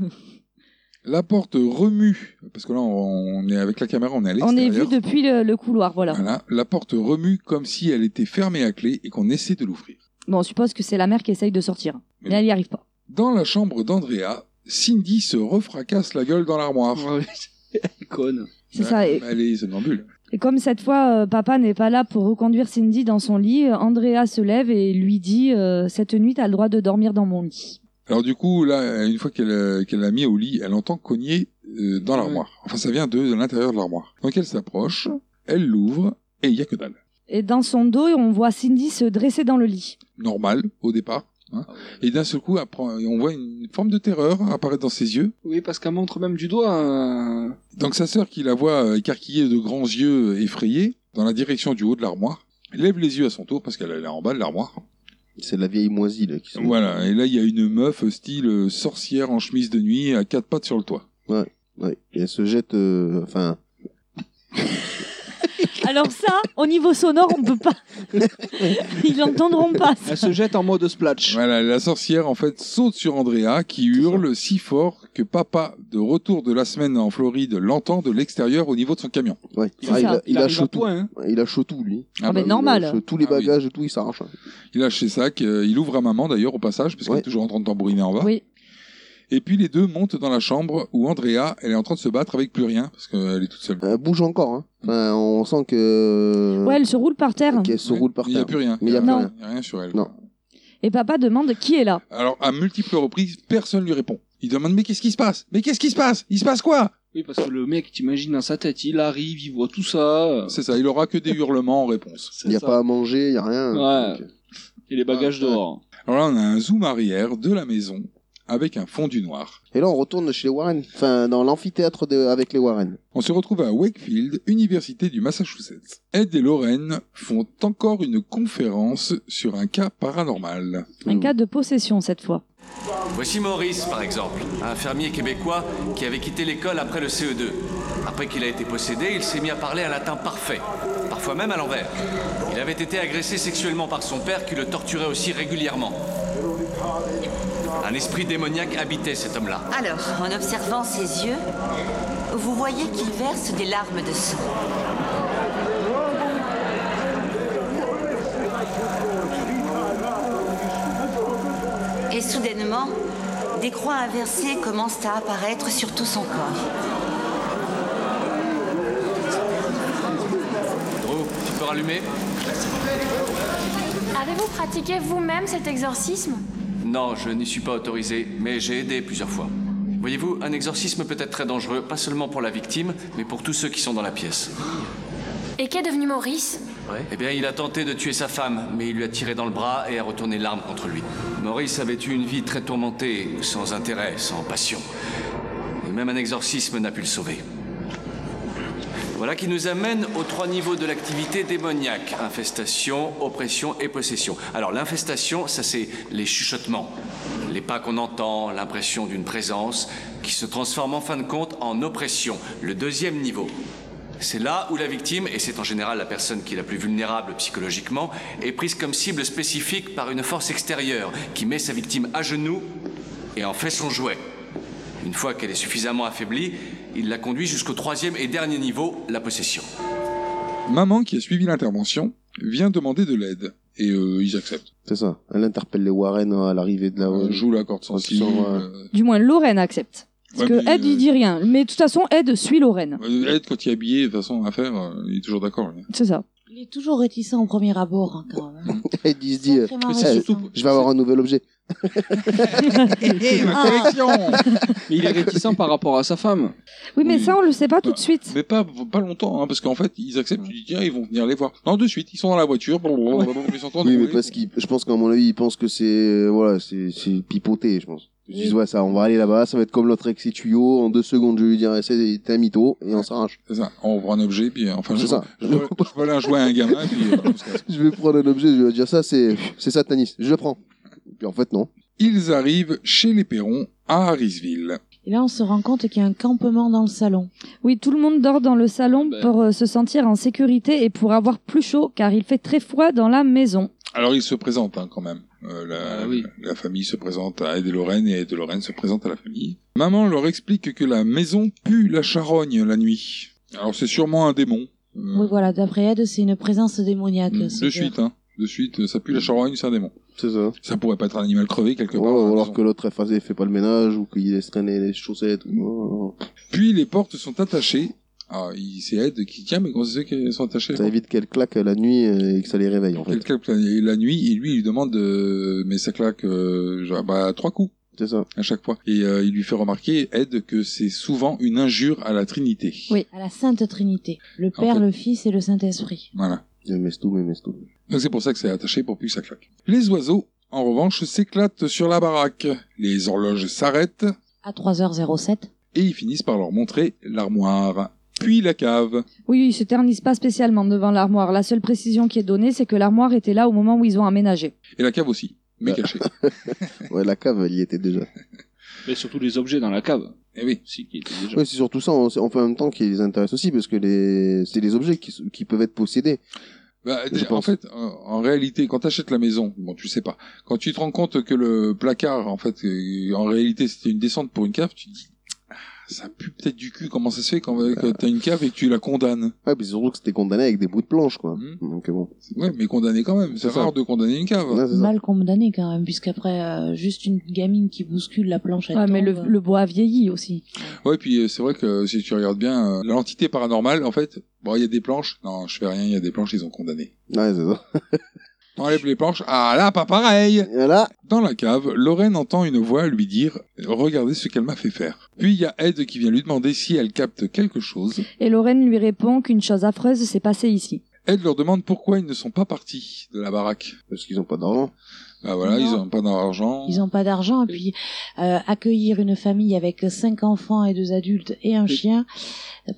La porte remue, parce que là, on on est avec la caméra, on est à on est l'extérieur. vu depuis le, le couloir, voilà. Voilà, la porte remue comme si elle était fermée à clé et qu'on essaie de l'ouvrir. Bon, on suppose que c'est la mère qui essaye de sortir. Mais Mais, bon. elle n'y arrive pas. Dans la chambre d'Andrea, Cindy se refracasse la gueule dans l'armoire. Ouais, ouais, c'est- Conne. C'est ça. Et, Elle est somnambule. et comme cette fois, euh, papa n'est pas là pour reconduire Cindy dans son lit, euh, Andrea se lève et lui dit euh, Cette nuit, t'as le droit de dormir dans mon lit. Alors du coup, là, une fois qu'elle euh, qu'elle l'a mis au lit, elle entend cogner euh, dans l'armoire. Enfin, ça vient de, de l'intérieur de l'armoire. Donc elle s'approche, elle l'ouvre, et il y a que dalle. Et dans son dos, on voit Cindy se dresser dans le lit. Normal, au départ. hein. Ah Et d'un seul coup, elle prend- on voit une forme de terreur apparaître dans ses yeux. Oui, parce qu'elle montre même du doigt. euh, Donc sa sœur, qui la voit euh, écarquiller de grands yeux effrayés, dans la direction du haut de l'armoire, lève les yeux à son tour, parce qu'elle elle est en bas de l'armoire. C'est la vieille moisie là, qui se- Voilà, et là, il y a une meuf style euh, sorcière en chemise de nuit, à quatre pattes sur le toit. Ouais. Et elle se jette. euh, Enfin. Alors, ça, au niveau sonore, on peut pas. Ils l'entendront pas. ça. Ah, Elle se jette en mode splash. Voilà, la sorcière en fait saute sur Andrea qui hurle si fort que papa, de retour de la semaine en Floride, l'entend de l'extérieur au niveau de son camion. Ouais. Il Ah, arrive- il, a, il arrive lâche à tout. point, hein. Ouais, Il lâche tout lui. Ah mais bah, non. Normal. Il lâche tous les Ah oui. bagages, et tout, il s'arrache. hein. Il lâche ses sacs, euh, il ouvre à maman d'ailleurs au passage parce qu'elle Ouais. est toujours en train de tambouriner en bas. Oui. Et puis les deux montent dans la chambre où Andrea, elle est en train de se battre avec plus rien parce qu'elle est toute seule. Elle bouge encore. Hein. Enfin, on sent que. euh, Ouais, elle se roule par terre. Qu'elle se roule par Il n'y a terre. plus rien. Mais il y a Non. plus rien. Il y a rien sur elle. Non. Et papa demande Qui est là Alors à multiples reprises, personne lui répond. Il demande mais qu'est-ce qui se passe Mais qu'est-ce qui se passe Il se passe quoi Oui, parce que le mec, t'imagines dans sa tête, il arrive, il voit tout ça. C'est ça, il aura que des hurlements en réponse. Il n'y a ça. pas à manger, il n'y a rien. Ouais. Donc, Et les bagages dehors. Alors là, on a un zoom arrière de la maison avec un fond du noir. Et là, on retourne chez les Warren, enfin dans l'amphithéâtre de... avec les Warren. On se retrouve à Wakefield, Université du Massachusetts. Ed et Lorraine font encore une conférence sur un cas paranormal. Mmh. Un cas de possession cette fois. Voici Maurice, par exemple, un fermier québécois qui avait quitté l'école après le CE2. Après qu'il a été possédé, il s'est mis à parler un latin parfait, parfois même à l'envers. Il avait été agressé sexuellement par son père qui le torturait aussi régulièrement. Un esprit démoniaque habitait cet homme-là. Alors, en observant ses yeux, vous voyez qu'il verse des larmes de sang. Et soudainement, des croix inversées commencent à apparaître sur tout son corps. Drew, tu peux rallumer Avez-vous pratiqué vous-même cet exorcisme Non, je n'y suis pas autorisé, mais j'ai aidé plusieurs fois. Voyez-vous, un exorcisme peut être très dangereux, pas seulement pour la victime, mais pour tous ceux qui sont dans la pièce. Et qu'est devenu Maurice Eh bien, il a tenté de tuer sa femme, mais il lui a tiré dans le bras et a retourné l'arme contre lui. Maurice avait eu une vie très tourmentée, sans intérêt, sans passion. Et même un exorcisme n'a pu le sauver. Voilà qui nous amène aux trois niveaux de l'activité démoniaque. Infestation, oppression et possession. Alors l'infestation, ça c'est les chuchotements, les pas qu'on entend, l'impression d'une présence, qui se transforme en fin de compte en oppression, le deuxième niveau. C'est là où la victime, et c'est en général la personne qui est la plus vulnérable psychologiquement, est prise comme cible spécifique par une force extérieure qui met sa victime à genoux et en fait son jouet. Une fois qu'elle est suffisamment affaiblie, il la conduit jusqu'au troisième et dernier niveau, la possession. Maman, qui a suivi l'intervention, vient demander de l'aide. Et euh, ils acceptent. C'est ça. Elle interpelle les Warren euh, à l'arrivée de la. Elle joue la corde sensible. euh, Du moins, Lorraine accepte. Parce Ouais, euh, que mais, Ed, il dit rien. Mais de toute façon, Ed suit Lorraine. euh, Ed, quand il est habillé, de toute façon, à faire, euh, il est toujours d'accord. lui. C'est ça. Il est toujours réticent au premier abord, hein, quand même. Et il se dit, euh, Sacrément eh, réticent. je vais avoir un nouvel objet. Eh, Ah. ma collection Mais il est réticent par rapport à sa femme. Oui, mais ça, on le sait pas Bah. tout de suite. Mais pas, pas longtemps, hein, parce qu'en fait, ils acceptent, tu dis, tiens, ils vont venir les voir. Non, de suite, ils sont dans la voiture, blablabla, ils s'entendent. Oui, mais parce qu'il, je pense qu'à mon avis, il pense que c'est, euh, voilà, c'est, c'est pipoté, je pense. Ils se disent, ouais, ça, on va aller là-bas, ça va être comme l'autre avec ses tuyaux, en deux secondes, je vais lui dirai, c'est, t'es un mytho, et on s'arrache. C'est ça, on prend un objet, puis euh, enfin, C'est je, ça. je, vole- je vole un jouet à un gamin, puis euh, on se casse. Je vais prendre un objet, je vais lui dire, ça, c'est, c'est sataniste, je le prends. Et puis en fait, non. Ils arrivent chez les Perrons à Harrisville. Et là, on se rend compte qu'il y a un campement dans le salon. Oui, tout le monde dort dans le salon Bah. pour euh, se sentir en sécurité et pour avoir plus chaud, car il fait très froid dans la maison. Alors ils se présentent hein, quand même. Euh, Ah la, la famille se présente à Ed et Lorraine et Ed et Lorraine se présente à la famille. Maman leur explique que la maison pue la charogne la nuit. Alors c'est sûrement un démon. Euh, Oui, voilà, d'après Ed, c'est une présence démoniaque. de c'est suite, clair. hein. De suite, euh, ça pue la charogne, c'est un démon. Mm. C'est ça. Ça pourrait pas être un animal crevé quelque part. Ouais, hein, ou alors disons. que l'autre, elle faisait- fait pas le ménage, ou qu'il laisse traîner les chaussettes, ou, Puis les portes sont attachées. Alors il- c'est Ed qui tient, mais comment c'est qu'elles sont attachées Ça évite qu'elle claque la nuit euh, et que ça les réveille, en fait. Quelqu'un claque la nuit et lui il lui demande euh, mais ça claque euh, genre, bah, trois coups c'est ça à chaque fois et euh, il lui fait remarquer Ed que c'est souvent une injure à la Trinité Oui, à la Sainte Trinité. Le En Père, fait- le Fils et le Saint-Esprit. voilà tout, mais tout. donc c'est pour ça que c'est attaché pour plus que ça claque les oiseaux en revanche s'éclatent sur la baraque les horloges s'arrêtent À 3h07. et ils finissent par leur montrer l'armoire puis la cave Oui, ils se ternissent pas spécialement devant l'armoire. La seule précision qui est donnée, c'est que l'armoire était là au moment où ils ont aménagé. et la cave aussi mais cachée Euh. Ouais, la cave, elle y était déjà. Mais surtout les objets dans la cave. Eh oui. Si, qui étaient déjà. Ouais, c'est surtout ça, on, on fait en même temps qui les intéresse aussi, parce que les, c'est les objets qui, qui peuvent être possédés. Bah, Je déjà, en pense. fait, en- en réalité, quand t'achètes la maison, bon, tu sais pas. Quand tu te rends compte que le placard, en fait, euh, en réalité, c'était une descente pour une cave, tu te dis, Ah, ça pue peut-être du cul. Comment ça se fait quand euh, que t'as une cave et que tu la condamnes Mmh. Ouais, puis surtout que c'était condamné avec des bouts de planche, quoi. Donc bon. Ouais, mais condamner quand même. C'est C'est ça. rare de condamner une cave. Ouais, c'est ça. Mal condamné quand même, puisqu'après, euh, juste une gamine qui bouscule la planche à Ouais, mais le, tombe. le bois a vieilli aussi. Ouais, puis euh, c'est vrai que si tu regardes bien, euh, l'entité paranormale, en fait, bon, il y a des planches. Non, je fais rien. Il y a des planches, ils ont condamné. Ouais, c'est ça. T'enlèves les planches. Ah là, pas pareil. Voilà. Dans la cave, Lorraine entend une voix lui dire Regardez ce qu'elle m'a fait faire. Puis il y a Ed qui vient lui demander si elle capte quelque chose. Et Lorraine lui répond qu'une chose affreuse s'est passée ici. Ed leur demande pourquoi ils ne sont pas partis de la baraque. Parce qu'ils n'ont pas d'argent. Bah voilà, Non. ils n'ont pas d'argent. Ils n'ont pas d'argent. Et puis, euh, accueillir une famille avec cinq enfants et deux adultes et un chien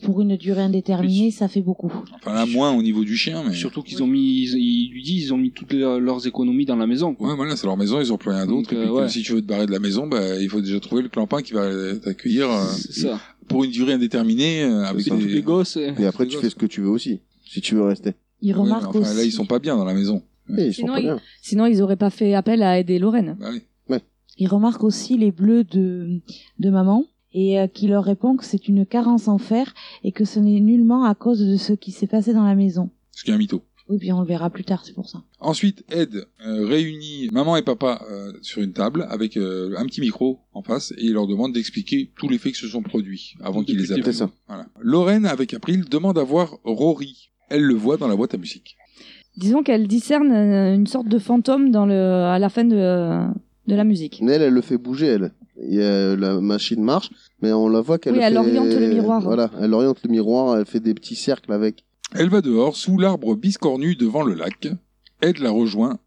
pour une durée indéterminée, ça fait beaucoup. Enfin là, moins au niveau du chien, mais... Surtout qu'ils ont mis, ils, ils lui disent, ils ont mis toutes leurs- leurs économies dans la maison. Quoi. Ouais, voilà, c'est leur maison, ils ont plus rien d'autre. Donc, Et puis, euh, ouais. comme si tu veux te barrer de la maison, bah, il faut déjà trouver le clampin qui va t'accueillir euh, ça. pour une durée indéterminée. euh, Avec Tous des... les gosses. euh, Et après, tu fais ce que tu veux aussi, si tu veux rester. Ils Ouais, mais remarquent enfin, aussi. Là, ils sont pas bien dans la maison. Et ils sont sinon, pas ils, bien. sinon, ils auraient pas fait appel à Ed et Lorraine. Bah oui. Ils remarquent aussi les bleus de, de maman et euh, qui leur répond que c'est une carence en fer et que ce n'est nullement à cause de ce qui s'est passé dans la maison. Ce qui est un mytho. Oui, puis on le verra plus tard, c'est pour ça. Ensuite, Ed euh, réunit maman et papa euh, sur une table avec euh, un petit micro en face et il leur demande d'expliquer tous les faits qui se sont produits avant qu'il les appelle. C'est ça. Voilà. Lorraine, avec April, demande à voir Rory. Elle le voit dans la boîte à musique. Disons qu'elle discerne euh, une sorte de fantôme dans le, à la fin de, de la musique. Mais elle, elle le fait bouger, elle. Et euh, la machine marche, mais on la voit qu'elle Oui, fait... elle oriente le miroir. Voilà, elle oriente le miroir, elle fait des petits cercles avec. Elle va dehors, sous l'arbre biscornu devant le lac. Ed la rejoint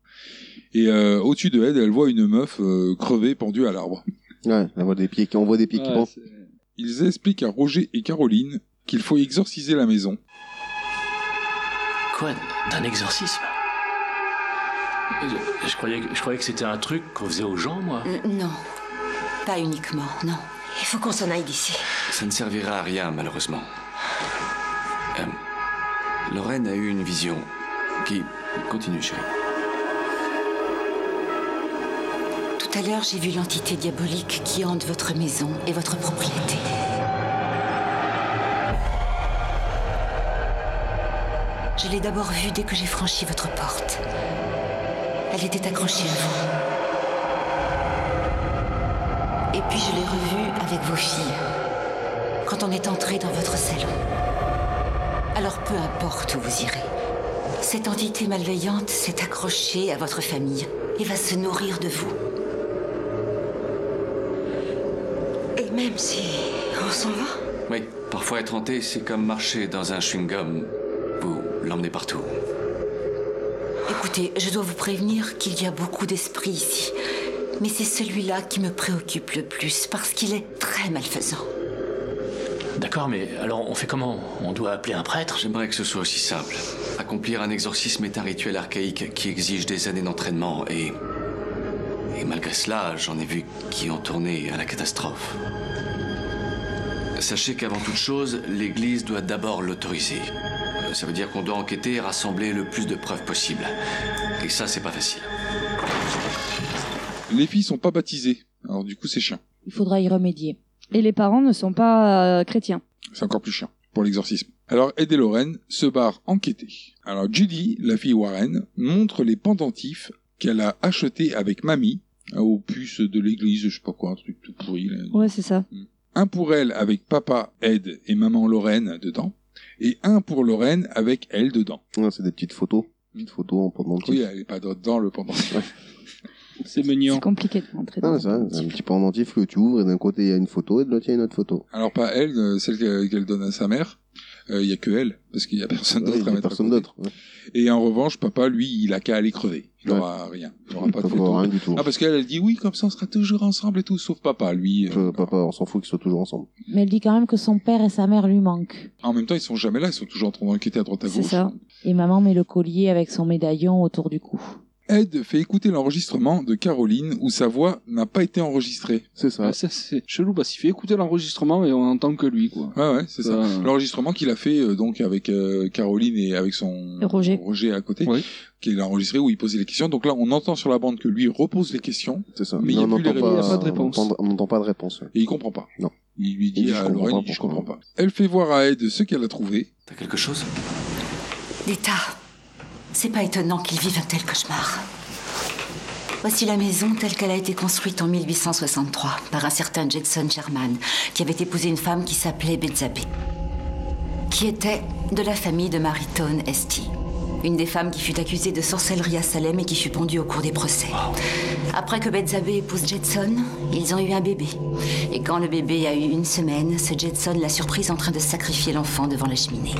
et euh, au-dessus de Ed, elle voit une meuf euh, crevée pendue à l'arbre. Ouais, elle voit des pieds qui... on voit des pieds qui ouais, pendent. c'est- Ils expliquent à Roger et Caroline qu'il faut exorciser la maison. Quoi D'un exorcisme je, je croyais, que- je croyais que c'était un truc qu'on faisait aux gens, moi. N- Non, pas uniquement, non. Il faut qu'on s'en aille d'ici. Ça ne servira à rien, malheureusement. Euh, Lorraine a eu une vision qui... Continue, chérie. Tout à l'heure, j'ai vu l'entité diabolique qui hante votre maison et votre propriété. Je l'ai d'abord vue dès que j'ai franchi votre porte. Elle était accrochée à vous. Et puis je l'ai revue avec vos filles, quand on est entré dans votre salon. Alors peu importe où vous irez, cette entité malveillante s'est accrochée à votre famille et va se nourrir de vous. Et même si on s'en va, Oui, parfois être hanté, c'est comme marcher dans un chewing-gum. Vous l'emmenez partout. écoutez, je dois vous prévenir qu'il y a beaucoup d'esprits ici. Mais c'est celui-là qui me préoccupe le plus parce qu'il est très malfaisant. D'accord, mais alors on fait comment On doit appeler un prêtre J'aimerais que ce soit aussi simple. Accomplir un exorcisme est un rituel archaïque qui exige des années d'entraînement et... Et malgré cela, j'en ai vu qui ont tourné à la catastrophe. Sachez qu'avant toute chose, l'Église doit d'abord l'autoriser. Euh, Ça veut dire qu'on doit enquêter et rassembler le plus de preuves possible. Et ça, c'est pas facile. Les filles sont pas baptisées, alors du coup c'est chiant. Il faudra y remédier. Et les parents ne sont pas euh, chrétiens. C'est encore plus chiant pour l'exorcisme. Alors Ed et Lorraine se barrent enquêter. Alors Judy, la fille Warren, montre les pendentifs qu'elle a achetés avec mamie euh, aux puces de l'église, je sais pas quoi, un truc tout pourri. là. Ouais, c'est ça. Mm. Un pour elle avec papa Ed et maman Lorraine dedans, et un pour Lorraine avec elle dedans. Ouais, c'est des petites photos. Des petites photos en pendentif. Oui, elle est pas dedans le pendentif. C'est mignon. C'est compliqué de rentrer Ah, dans ouais, c'est vrai, c'est un petit pendentif que tu ouvres et d'un côté il y a une photo et de l'autre il y a une autre photo. Alors pas elle, euh, celle que- qu'elle donne à sa mère. Euh, Il y a que elle, parce qu'il y a personne Ouais, d'autre il y à a mettre à personne côté. d'autre. ouais. Et en revanche, papa, lui, il a qu'à aller crever. Il Ouais. aura rien. Il aura pas de Pas photo. rien du tout. Ah, parce qu'elle, elle dit oui, comme ça on sera toujours ensemble et tout, sauf papa, lui. euh, Euh, papa, on s'en fout qu'ils soient toujours ensemble. Mais elle dit quand même que son père et sa mère lui manquent. En même temps, ils sont jamais là, ils sont toujours en train d'enquêter à droite à C'est gauche. ça. Et maman met le collier avec son médaillon autour du cou. Ed fait écouter l'enregistrement de Caroline où sa voix n'a pas été enregistrée. C'est ça. Ah, ça, c'est chelou parce qu'il fait écouter l'enregistrement et on entend que lui, quoi. Ouais, ouais, c'est ça. Euh, L'enregistrement qu'il a fait euh, donc avec euh, Caroline et avec son Et Roger. à côté, Oui. qu'il a enregistré où il posait les questions. Donc là, on entend sur la bande que lui repose les questions C'est ça. Mais il y a on plus les n'entend réponses. Il y a pas de réponse. on entend- On n'entend pas de réponse. ouais. et il comprend pas. Non. Il lui Il dit dit, je à comprends Lorraine, pas il dit, je pourquoi. comprends pas. Elle fait voir à Ed ce qu'elle a trouvé. T'as quelque chose Des tas. C'est pas étonnant qu'ils vivent un tel cauchemar. Voici la maison telle qu'elle a été construite en 1863 par un certain Jetson Sherman, qui avait épousé une femme qui s'appelait Bezzabé, qui était de la famille de Maritone Esti. une des femmes qui fut accusée de sorcellerie à Salem et qui fut pendue au cours des procès. Après que Bethzabée épouse Jetson, ils ont eu un bébé. Et quand le bébé a eu une semaine, ce Jetson l'a surprise en train de sacrifier l'enfant devant la cheminée.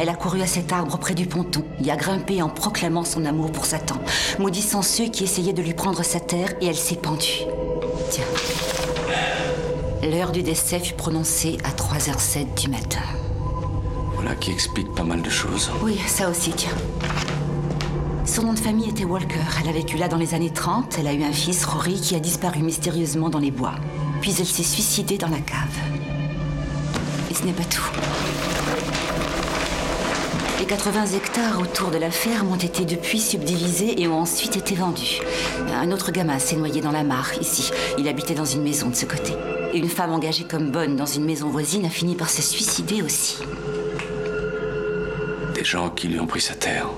Elle a couru à cet arbre près du ponton, y a grimpé en proclamant son amour pour Satan, maudissant ceux qui essayaient de lui prendre sa terre et elle s'est pendue. Tiens. L'heure du décès fut prononcée à 3h07 du matin. Voilà qui explique pas mal de choses. Oui, ça aussi, tiens. Son nom de famille était Walker. Elle a vécu là dans les années 30. Elle a eu un fils, Rory, qui a disparu mystérieusement dans les bois. Puis elle s'est suicidée dans la cave. Et ce n'est pas tout. Les 80 hectares autour de la ferme ont été depuis subdivisés et ont ensuite été vendus. Un autre gamin s'est noyé dans la mare, ici. Il habitait dans une maison de ce côté. Et une femme engagée comme bonne dans une maison voisine a fini par se suicider aussi. Des gens qui lui ont pris sa terre.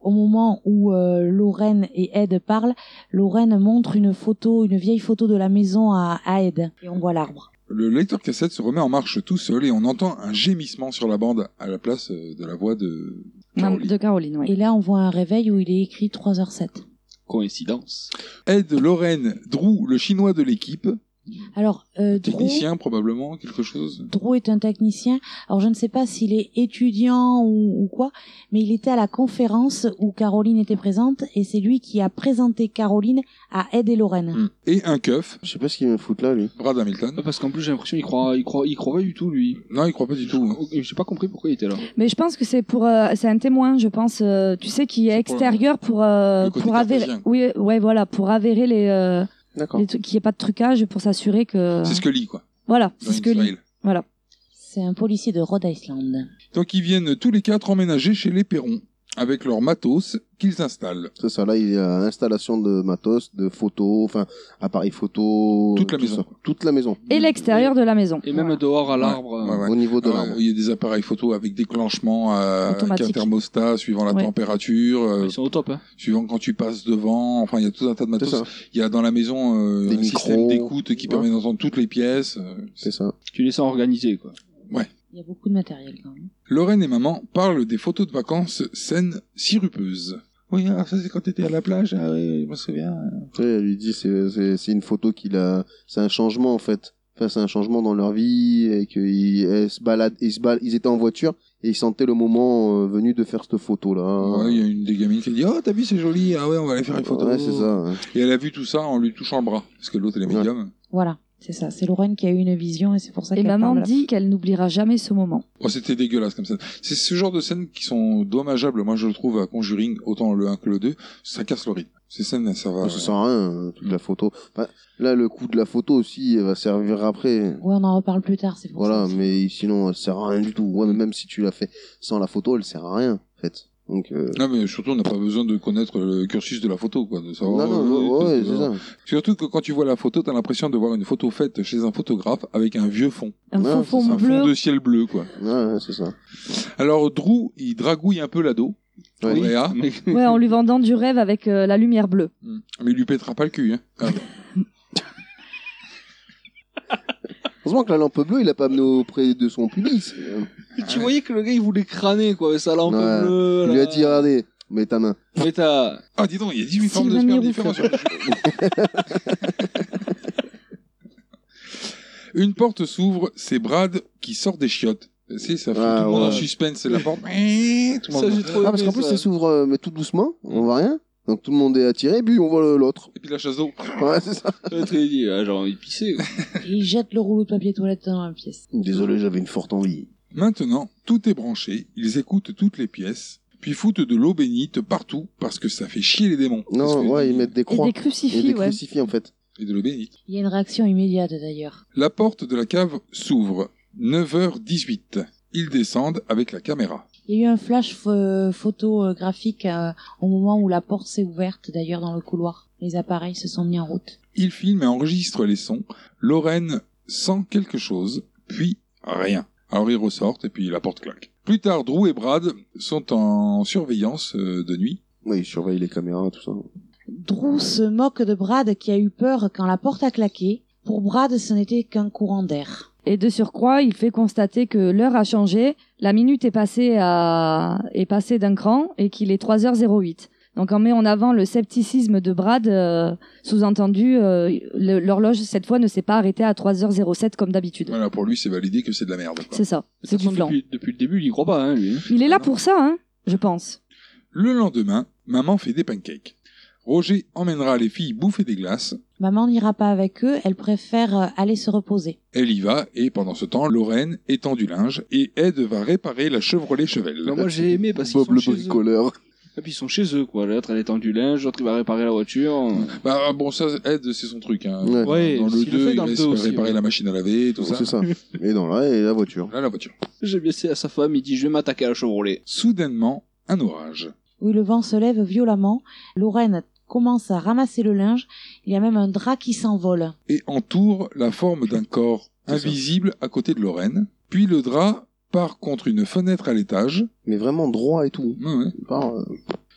Au moment où euh, Lorraine et Ed parlent, Lorraine montre une photo, une vieille photo de la maison à, à Ed. Et on voit l'arbre. Le lecteur cassette se remet en marche tout seul et on entend un gémissement sur la bande à la place euh, de la voix de... De Caroline, oui. Et là, on voit un réveil où il est écrit 3h07. Coïncidence. Ed, Lorraine, Drew, le chinois de l'équipe, Alors, euh, Drew- technicien probablement, quelque chose. Euh. Drew est un technicien. Alors je ne sais pas s'il est étudiant ou, ou quoi, mais il était à la conférence où Caroline était présente et c'est lui qui a présenté Caroline à Ed et Lorraine. Et un keuf. Je sais pas ce qu'il me fout là, lui. Brad Hamilton. parce qu'en plus, j'ai l'impression qu'il croit, il croit, il croit pas du tout, lui. Non, il croit pas du tout. J'ai pas compris pourquoi il était là. Mais je pense que c'est pour, euh, c'est un témoin, je pense, euh, tu sais, qui est pour extérieur pour euh, le côté pour avérer, cartésien. oui, ouais, voilà, pour avérer les, euh, D'accord. les trucs- qu'il n'y ait pas de trucage pour s'assurer que. C'est ce que lit, quoi. Voilà, Dans c'est ce que X-Files. lit. Voilà. C'est un policier de Rhode Island. Donc ils viennent tous les quatre emménager chez les Perrons avec leur matos qu'ils installent. C'est ça, là, il y a installation de matos, de photos, enfin, appareil photo. Toute la tout maison, ça. Toute la maison. Et l'extérieur de la maison. Et même dehors à l'arbre. euh, Ouais, ouais. Au niveau de Ah ouais, l'arbre. Il y a des appareils photo avec déclenchement, euh, avec un Automatique. thermostat suivant la Ouais. température, euh, Ils sont au top, hein. suivant quand tu passes devant. Enfin, il y a tout un tas de C'est ça. matos. Il y a dans la maison euh, Des un système micros. d'écoute qui permet Ouais. d'entendre toutes les pièces. euh, C'est ça. Tu les sens organisés, quoi. ouais. Il y a beaucoup de matériel quand même. Lorraine et maman parlent des photos de vacances scènes sirupeuses. Oui, alors ça c'est quand t'étais à la plage, ah oui, je me souviens. Tu sais, elle lui dit, c'est- c'est c'est une photo qu'il a. C'est un changement, en fait. Enfin, c'est un changement dans leur vie, et qu'ils se baladent, ils se baladent, ils étaient en voiture, et ils sentaient le moment euh, venu de faire cette photo-là. Ouais, il y a une des gamines qui dit Oh, t'as vu, c'est joli, ah ouais, on va aller faire une photo. Ouais, c'est ça. ouais. Et elle a vu tout ça en lui touchant le bras, parce que l'autre elle est médium. Voilà, c'est ça. C'est Lorraine qui a eu une vision et c'est pour ça Et qu'elle maman parle. dit qu'elle n'oubliera jamais ce moment. Oh, c'était dégueulasse comme scène. C'est ce genre de scènes qui sont dommageables, moi je le trouve à Conjuring, autant le 1 que le 2, ça casse le rythme. Ces scènes, ça va. Ça sert à rien, euh, toute Mm. la photo. Enfin, là, le coup de la photo aussi, elle va servir après. Ouais, on en reparle plus tard, c'est pour Voilà, ça. mais sinon, elle sert à rien du tout. Ouais, mais même si tu l'as fait sans la photo, elle sert à rien, en fait. Donc, euh, Non, mais surtout, on n'a pas besoin de connaître le cursus de la photo, quoi, de non, savoir. non, euh, ouais, tout, c'est euh, ça. Surtout que quand tu vois la photo, t'as l'impression de voir une photo faite chez un photographe avec un vieux fond. Un Ouais, faux c'est fond Un fond bleu. de ciel bleu, quoi. Ouais, ouais, c'est ça. Alors, Drew, il dragouille un peu l'ado. Ouais. Léa, Mais- Ouais, en lui vendant du rêve avec euh, la lumière bleue. mais il lui pètera pas le cul, hein. Ah, Heureusement que la lampe bleue, il l'a pas amené auprès de son public. euh, Tu voyais que le gars, il voulait crâner, quoi, avec sa lampe Ouais. bleue. Il lui là. a dit, regardez, mets ta main. Mais t'as. Ah, dis donc, il y a 18 formes de Sylvain sperme Mirouf. différentes. sur le jeu. Une porte s'ouvre, c'est Brad qui sort des chiottes. Si, ça fout Ah, tout le monde en ouais. suspense, c'est la porte. tout le monde- Ça, j'ai trop Ah, parce aimé, qu'en plus, ça. ça s'ouvre, euh, mais tout doucement, on voit rien. Donc tout le monde est attiré, puis on voit le- l'autre. Et puis la chasse d'eau. Ouais, c'est ça. Ouais, t'as dit, ah, j'ai envie de pisser. quoi. Et il jette le rouleau de papier toilette dans la pièce. Désolé, j'avais une forte envie. Maintenant, tout est branché, ils écoutent toutes les pièces, puis foutent de l'eau bénite partout parce que ça fait chier les démons. Parce Non, que- ouais, ils mettent des Et croix. des Et crucifix, des ouais. crucifix, en fait. Et de l'eau bénite. Il y a une réaction immédiate d'ailleurs. La porte de la cave s'ouvre, 9h18. Ils descendent avec la caméra. Il y a eu un flash pho- photographique euh, au moment où la porte s'est ouverte d'ailleurs dans le couloir. Les appareils se sont mis en route. Il filme et enregistre les sons. Lorraine sent quelque chose, puis rien. Alors ils ressortent et puis la porte claque. Plus tard, Drew et Brad sont en surveillance euh, de nuit. Ouais, ils surveillent les caméras, tout ça. Drew se moque de Brad qui a eu peur quand la porte a claqué. Pour Brad, ce n'était qu'un courant d'air. Et de surcroît, il fait constater que l'heure a changé, la minute est passée, à... est passée d'un cran et qu'il est 3h08. Donc on met en avant le scepticisme de Brad, euh, sous-entendu, euh, le- l'horloge cette fois ne s'est pas arrêtée à 3h07 comme d'habitude. Voilà, pour lui, c'est validé que c'est de la merde. quoi. C'est ça, c'est du blanc. Depuis, le début, il y croit pas, hein, lui. Il est là pour ça, hein, je pense. Le lendemain, maman fait des pancakes. Roger emmènera les filles bouffer des glaces. Maman n'ira pas avec eux, elle préfère euh, aller se reposer. Elle y va, et pendant ce temps, Lorraine étend du linge, et Ed va réparer la Chevrolet Chevelle. Alors moi j'ai aimé parce qu'ils sont chez eux. Et puis ils sont chez eux quoi. L'autre elle étend du linge, l'autre il va réparer la voiture. Bah bon ça aide c'est son truc. Hein. Ouais. Ouais, dans le s'il le 2, fait il dans le laisse deux aussi, réparer ouais. la machine à laver, tout ça. C'est ça. Et dans là, et la voiture. Là, la voiture. J'ai blessé à sa femme, il dit je vais m'attaquer à la Chevrolet. Soudainement, un orage. Oui, le vent se lève violemment. Lorraine commence à ramasser le linge. Il y a même un drap qui s'envole. et entoure la forme d'un corps invisible à côté de Lorraine. Puis le drap part contre une fenêtre à l'étage. Mais vraiment droit et tout. euh,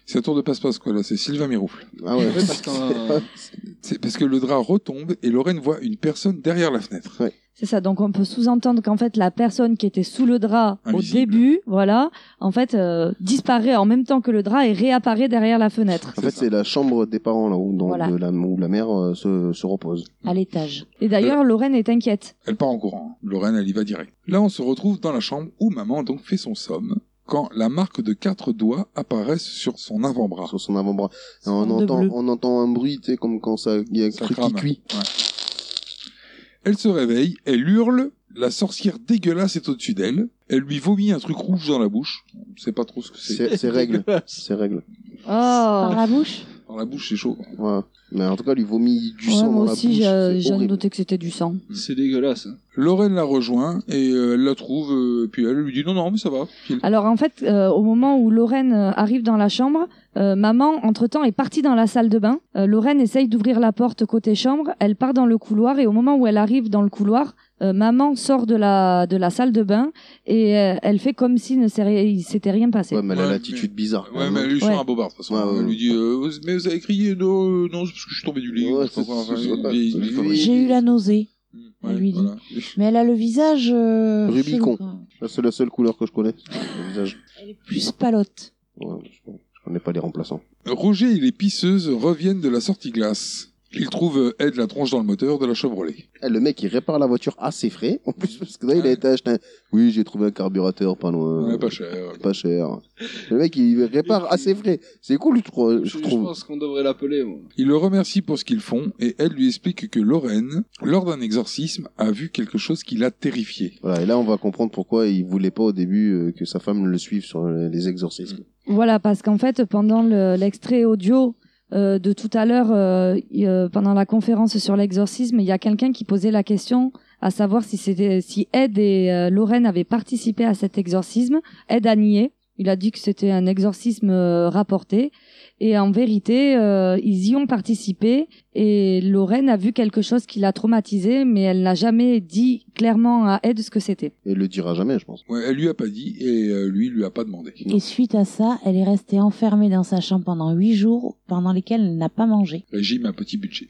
C'est un tour de passe-passe, quoi, là, c'est Sylvain Miroufle. Ah ouais. parce, c'est parce que le drap retombe et Lorraine voit une personne derrière la fenêtre. C'est ça, donc on peut sous-entendre qu'en fait la personne qui était sous le drap au début, voilà, en fait euh, disparaît en même temps que le drap et réapparaît derrière la fenêtre. En fait, c'est la chambre des parents là où, dans- Voilà. de la, où la mère euh, se, se repose. À l'étage. Et Euh, d'ailleurs, Lorraine est inquiète. Elle part en courant. hein. Lorraine, elle y va direct. Là, on se retrouve dans la chambre où maman donc fait son somme quand la marque de quatre doigts apparaît sur son avant-bras. Sur son avant-bras. Et On Bande entend, bleue. on entend un bruit, tu sais, comme quand ça, il y a un Ça truc qui crame. cuit. Ouais. Elle se réveille, elle hurle, la sorcière dégueulasse est au-dessus d'elle, elle lui vomit un truc rouge dans la bouche, on sait pas trop ce que c'est. C'est c'est règle. C'est règle. Oh. Par la bouche Dans la bouche, c'est chaud. Ouais. Mais en tout cas, il lui vomit du Ouais, sang moi dans aussi, la j'ai bouche. j'ai C'est horrible. noté que c'était du sang. C'est dégueulasse. hein. Lorraine la rejoint et euh, elle la trouve, euh, puis elle lui dit non, non, mais ça va. Puis elle- Alors en fait, euh, au moment où Lorraine euh, arrive dans la chambre, euh, maman, entre-temps, est partie dans la salle de bain. Euh, Lorraine essaye d'ouvrir la porte côté chambre, elle part dans le couloir et au moment où elle arrive dans le couloir, euh, maman sort de la, de la salle de bain et euh, elle fait comme si ne s'est ri- il s'était rien passé. Ouais, mais elle a l'attitude bizarre. hein. Ouais, mais elle lui sort un bobard, de toute façon. Ouais, ouais, elle lui dit, euh, vous- mais vous avez crié, non, euh, non, c'est parce que je suis tombé du lit. ou je sais pas quoi, enfin, une vieille- une vieille- J'ai eu la nausée. elle lui dit. Mais elle a le visage. euh, Rubicon. chelou, quoi. Ça, C'est la seule couleur que je connais. Le visage. Plus palote. Ouais, je je connais pas les remplaçants. Roger et les pisseuses reviennent de la sortie glace. Ils trouvent euh, Ed la tronche dans le moteur de la Chevrolet. Eh, Le mec, il répare la voiture assez frais. En plus, parce que là, il a été acheté un... Oui, j'ai trouvé un carburateur pas loin. Ouais, pas cher. Pas cher. Le mec, il répare assez frais. C'est cool, je trouve. Je Je trouve. pense qu'on devrait l'appeler. moi. Il le remercie pour ce qu'ils font et elle lui explique que Lorraine, lors d'un exorcisme, a vu quelque chose qui l'a terrifié. Voilà, et là, on va comprendre pourquoi il voulait pas au début euh, que sa femme le suive sur euh, les exorcismes. Voilà, parce qu'en fait, pendant le- l'extrait audio euh, de tout à l'heure, euh, il- euh, pendant la conférence sur l'exorcisme, il y a quelqu'un qui posait la question à savoir si, c'était- si Ed et euh, Lorraine avaient participé à cet exorcisme. Ed a nié. Il a dit que c'était un exorcisme euh, rapporté. Et en vérité, euh, ils y ont participé. Et Lorraine a vu quelque chose qui l'a traumatisée, mais elle n'a jamais dit clairement à Ed ce que c'était. Et il le dira jamais, je pense. Ouais, elle lui a pas dit et euh, lui lui a pas demandé. Et suite à ça, elle est restée enfermée dans sa chambre pendant huit jours, pendant lesquels elle n'a pas mangé. Régime à petit budget.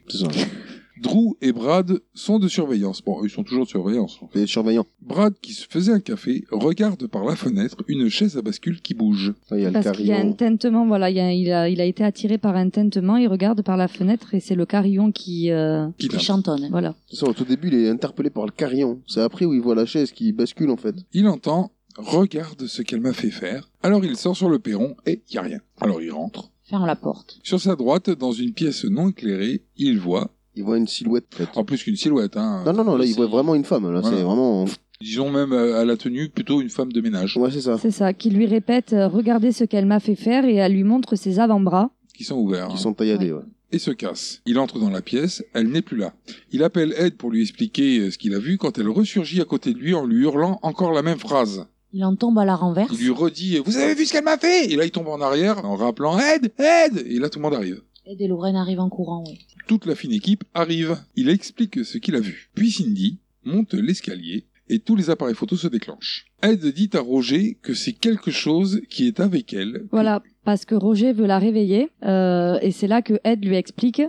Drew et Brad sont de surveillance. Bon, ils sont toujours de surveillance. Les surveillants. Brad, qui se faisait un café, regarde par la fenêtre une chaise à bascule qui bouge. il y a Parce qu'il y a un tintement, voilà, il, y a, il, a, il a été attiré par un tintement, il regarde par la fenêtre et c'est le carillon qui, euh, Qui tape. hein. chantonne. Voilà. C'est ça, au tout début, il est interpellé par le carillon. C'est après où il voit la chaise qui bascule, en fait. Il entend Regarde ce qu'elle m'a fait faire. Alors il sort sur le perron et il y a rien. Alors il rentre. Ferme la porte. Sur sa droite, dans une pièce non éclairée, il voit. Il voit une silhouette. En plus qu'une silhouette. Hein. Non, non, non, là, il C'est- voit vraiment une femme. Là, Voilà. c'est vraiment. Disons même euh, à la tenue, plutôt une femme de ménage. Ouais, c'est ça. c'est ça, qui lui répète euh, Regardez ce qu'elle m'a fait faire et elle lui montre ses avant-bras. Qui sont ouverts. Qui sont tailladés, ouais. Et se casse. Il entre dans la pièce, elle n'est plus là. Il appelle Ed pour lui expliquer euh, ce qu'il a vu quand elle ressurgit à côté de lui en lui hurlant encore la même phrase. Il en tombe à la renverse. Il lui redit Vous avez vu ce qu'elle m'a fait Et là, il tombe en arrière en rappelant Aide Aide Et là, tout le monde arrive. Ed et Lorraine arrivent en courant, oui. Toute la fine équipe arrive. Il explique ce qu'il a vu. Puis Cindy monte l'escalier et tous les appareils photos se déclenchent. Ed dit à Roger que c'est quelque chose qui est avec elle. Voilà, parce que Roger veut la réveiller euh, et c'est là que Ed lui explique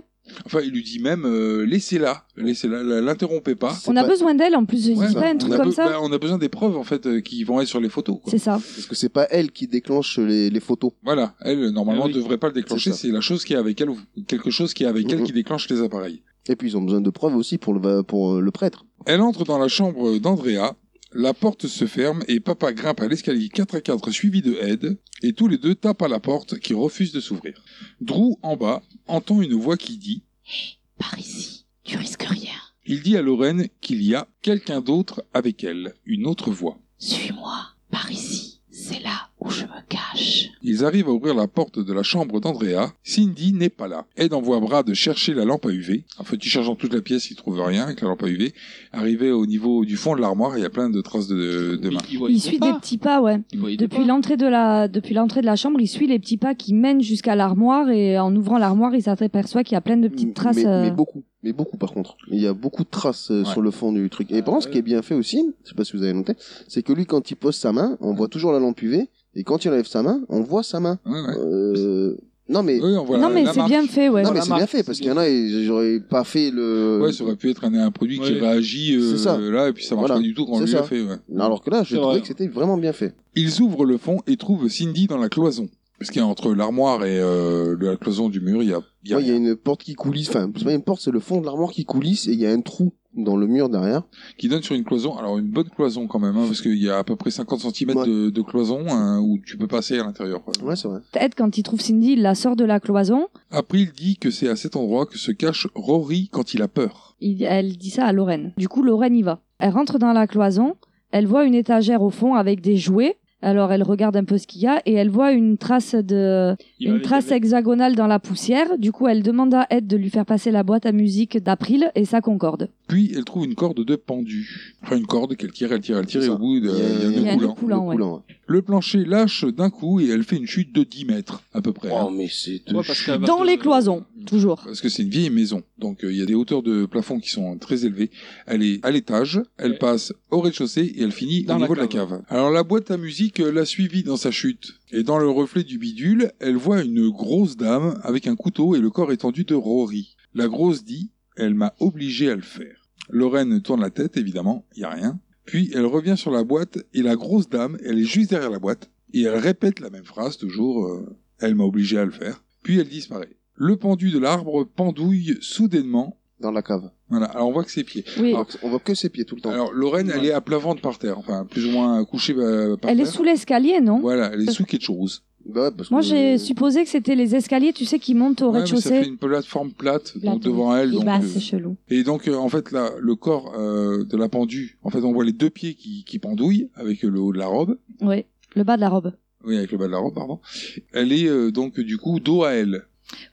Enfin, il lui dit même euh, laissez-la, laissez-la, la- l'interrompez pas. Bah, On a besoin d'elle en plus, je dis pas un on truc a comme be- ça. bah, on a besoin des preuves en fait euh, qui vont être sur les photos. quoi. C'est ça. Parce que c'est pas elle qui déclenche les, les photos. Voilà, elle normalement Ah oui. devrait pas le déclencher. C'est ça. C'est la chose qui est avec elle ou quelque chose qui est avec elle Mhm. qui déclenche les appareils. Et puis ils ont besoin de preuves aussi pour le, va- pour euh, le prêtre. Elle entre dans la chambre d'Andrea, la porte se ferme et papa grimpe à l'escalier 4 à 4 suivi de Ed et tous les deux tapent à la porte qui refuse de s'ouvrir. Drew, en bas, entend une voix qui dit Par ici, tu risques rien. Il dit à Lorraine qu'il y a quelqu'un d'autre avec elle, une autre voix. Suis-moi, par ici, c'est là où je me cache. Ils arrivent à ouvrir la porte de la chambre d'Andrea. Cindy n'est pas là. Ed envoie Brad chercher la lampe à UV. En fait, il cherche dans toute la pièce, il trouve rien avec la lampe à UV. Arrivé au niveau du fond de l'armoire, il y a plein de traces de, de mains. Il suit des petits pas, ouais. Depuis l'entrée de la, depuis l'entrée de la chambre, il suit les petits pas qui mènent jusqu'à l'armoire et en ouvrant l'armoire, il s'aperçoit qu'il y a plein de petites traces. mais, euh, mais beaucoup, mais beaucoup par contre. Il y a beaucoup de traces euh, Ouais. sur le fond du truc. Et par contre, ce qui est bien fait aussi, je sais pas si vous avez noté, c'est que lui, quand il pose sa main, on voit toujours la lampe UV, et quand il enlève sa main, on voit sa main. Euh, Non mais voit Non, la- mais la c'est marque. bien fait, ouais. Non mais La c'est marque, bien fait parce qu'il y en a, ils- j'aurais pas fait le. Ouais, ça aurait pu être un, un produit qui Ouais. réagit euh, C'est ça. là et puis ça marche Voilà. pas du tout quand on C'est lui ça. a fait. ouais. Alors que là, je C'est trouvais vrai. que c'était vraiment bien fait. Ils ouvrent le fond et trouvent Cindy dans la cloison. Parce qu'il y a entre l'armoire et euh, la cloison du mur, il y a. il y a Ouais, Il y a rien. une porte qui coulisse, enfin, c'est pas une porte, c'est le fond de l'armoire qui coulisse et il y a un trou dans le mur derrière. Qui donne sur une cloison, alors une bonne cloison quand même, hein, parce qu'il y a à peu près 50 cm de, de cloison hein, où tu peux passer à l'intérieur. Ouais, c'est vrai. Ted, quand il trouve Cindy, il la sort de la cloison. Après, il dit que c'est à cet endroit que se cache Rory quand il a peur. Il- elle dit ça à Lorraine. Du coup, Lorraine y va. Elle rentre dans la cloison. Elle voit une étagère au fond avec des jouets. Alors, elle regarde un peu ce qu'il y a et elle voit une trace de, Il y avait- une trace hexagonale dans la poussière. Du coup, elle demande à Ed de lui faire passer la boîte à musique d'April et ça concorde. Puis, elle trouve une corde de pendu. Enfin, une corde qu'elle tire, elle tire, elle tire, et au bout, de- il y a, il y a un nœud nœud coulant. coulant, Nœud ouais. coulant, Le plancher lâche d'un coup et elle fait une chute de 10 mètres, à peu près. Oh, mais c'est Dans les cloisons, toujours. Parce que c'est une vieille maison, donc euh, il y a des hauteurs de plafond qui sont très élevées. Elle est à l'étage, elle passe au rez-de-chaussée et elle finit Dans au la niveau de la cave. cave. Alors la boîte à musique euh, l'a suivie dans sa chute. Et dans le reflet du bidule, elle voit une grosse dame avec un couteau et le corps étendu de Rory. La grosse dit « Elle m'a obligé à le faire ». Lorraine tourne la tête, évidemment, il y a rien. Puis elle revient sur la boîte et la grosse dame, elle est juste derrière la boîte et elle répète la même phrase toujours euh, Elle m'a obligé à le faire ». Puis elle disparaît. Le pendu de l'arbre pendouille soudainement dans la cave. Voilà, alors on voit que ses pieds. Alors, on voit que ses pieds tout le temps. Alors Lorraine, elle est à plat ventre par terre, enfin plus ou moins couchée euh, par Elle est terre. sous l'escalier, non Voilà, elle est sous quelque chose. Bah Moi, j'ai supposé que c'était les escaliers, tu sais, qui montent au Ouais, mais ça fait rez-de-chaussée. une plateforme plate, Plate, donc devant elle. Et donc, bah, euh, c'est chelou. Et donc, euh, en fait, là, le corps euh, de la pendue, en fait, on voit les deux pieds qui, qui pendouillent avec le haut de la robe. Ouais, le bas de la robe. Oui, avec le bas de la robe, pardon. Elle est euh, donc, du coup, dos à elle,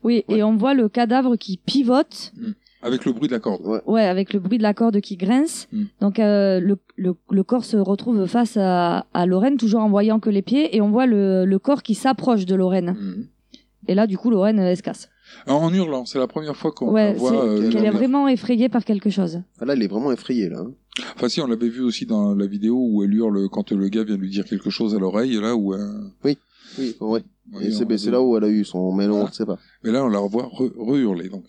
Oui, et on voit le cadavre qui pivote. Mm. avec le bruit de la corde. Ouais, avec le bruit de la corde qui grince. Mm. Donc euh, le, le, le corps se retrouve face à, à Lorraine, toujours en voyant que les pieds, et on voit le, le corps qui s'approche de Lorraine. Mm. Et là, du coup, Lorraine, euh, elle se casse. Alors, en hurlant, c'est la première fois qu'on la ouais, c'est- voit. euh, qu'elle est hurler. vraiment effrayée par quelque chose. Là, elle est vraiment effrayée, là. hein. Enfin, si, on l'avait vu aussi dans la vidéo où elle hurle quand le gars vient lui dire quelque chose à l'oreille, là où. euh, Oui, oui, ouais. Oui, et on c'est l'a ben, c'est vu. Ah. là où elle a eu son mélange, on ne sait pas. Mais là, on la revoit re- re-hurler, donc.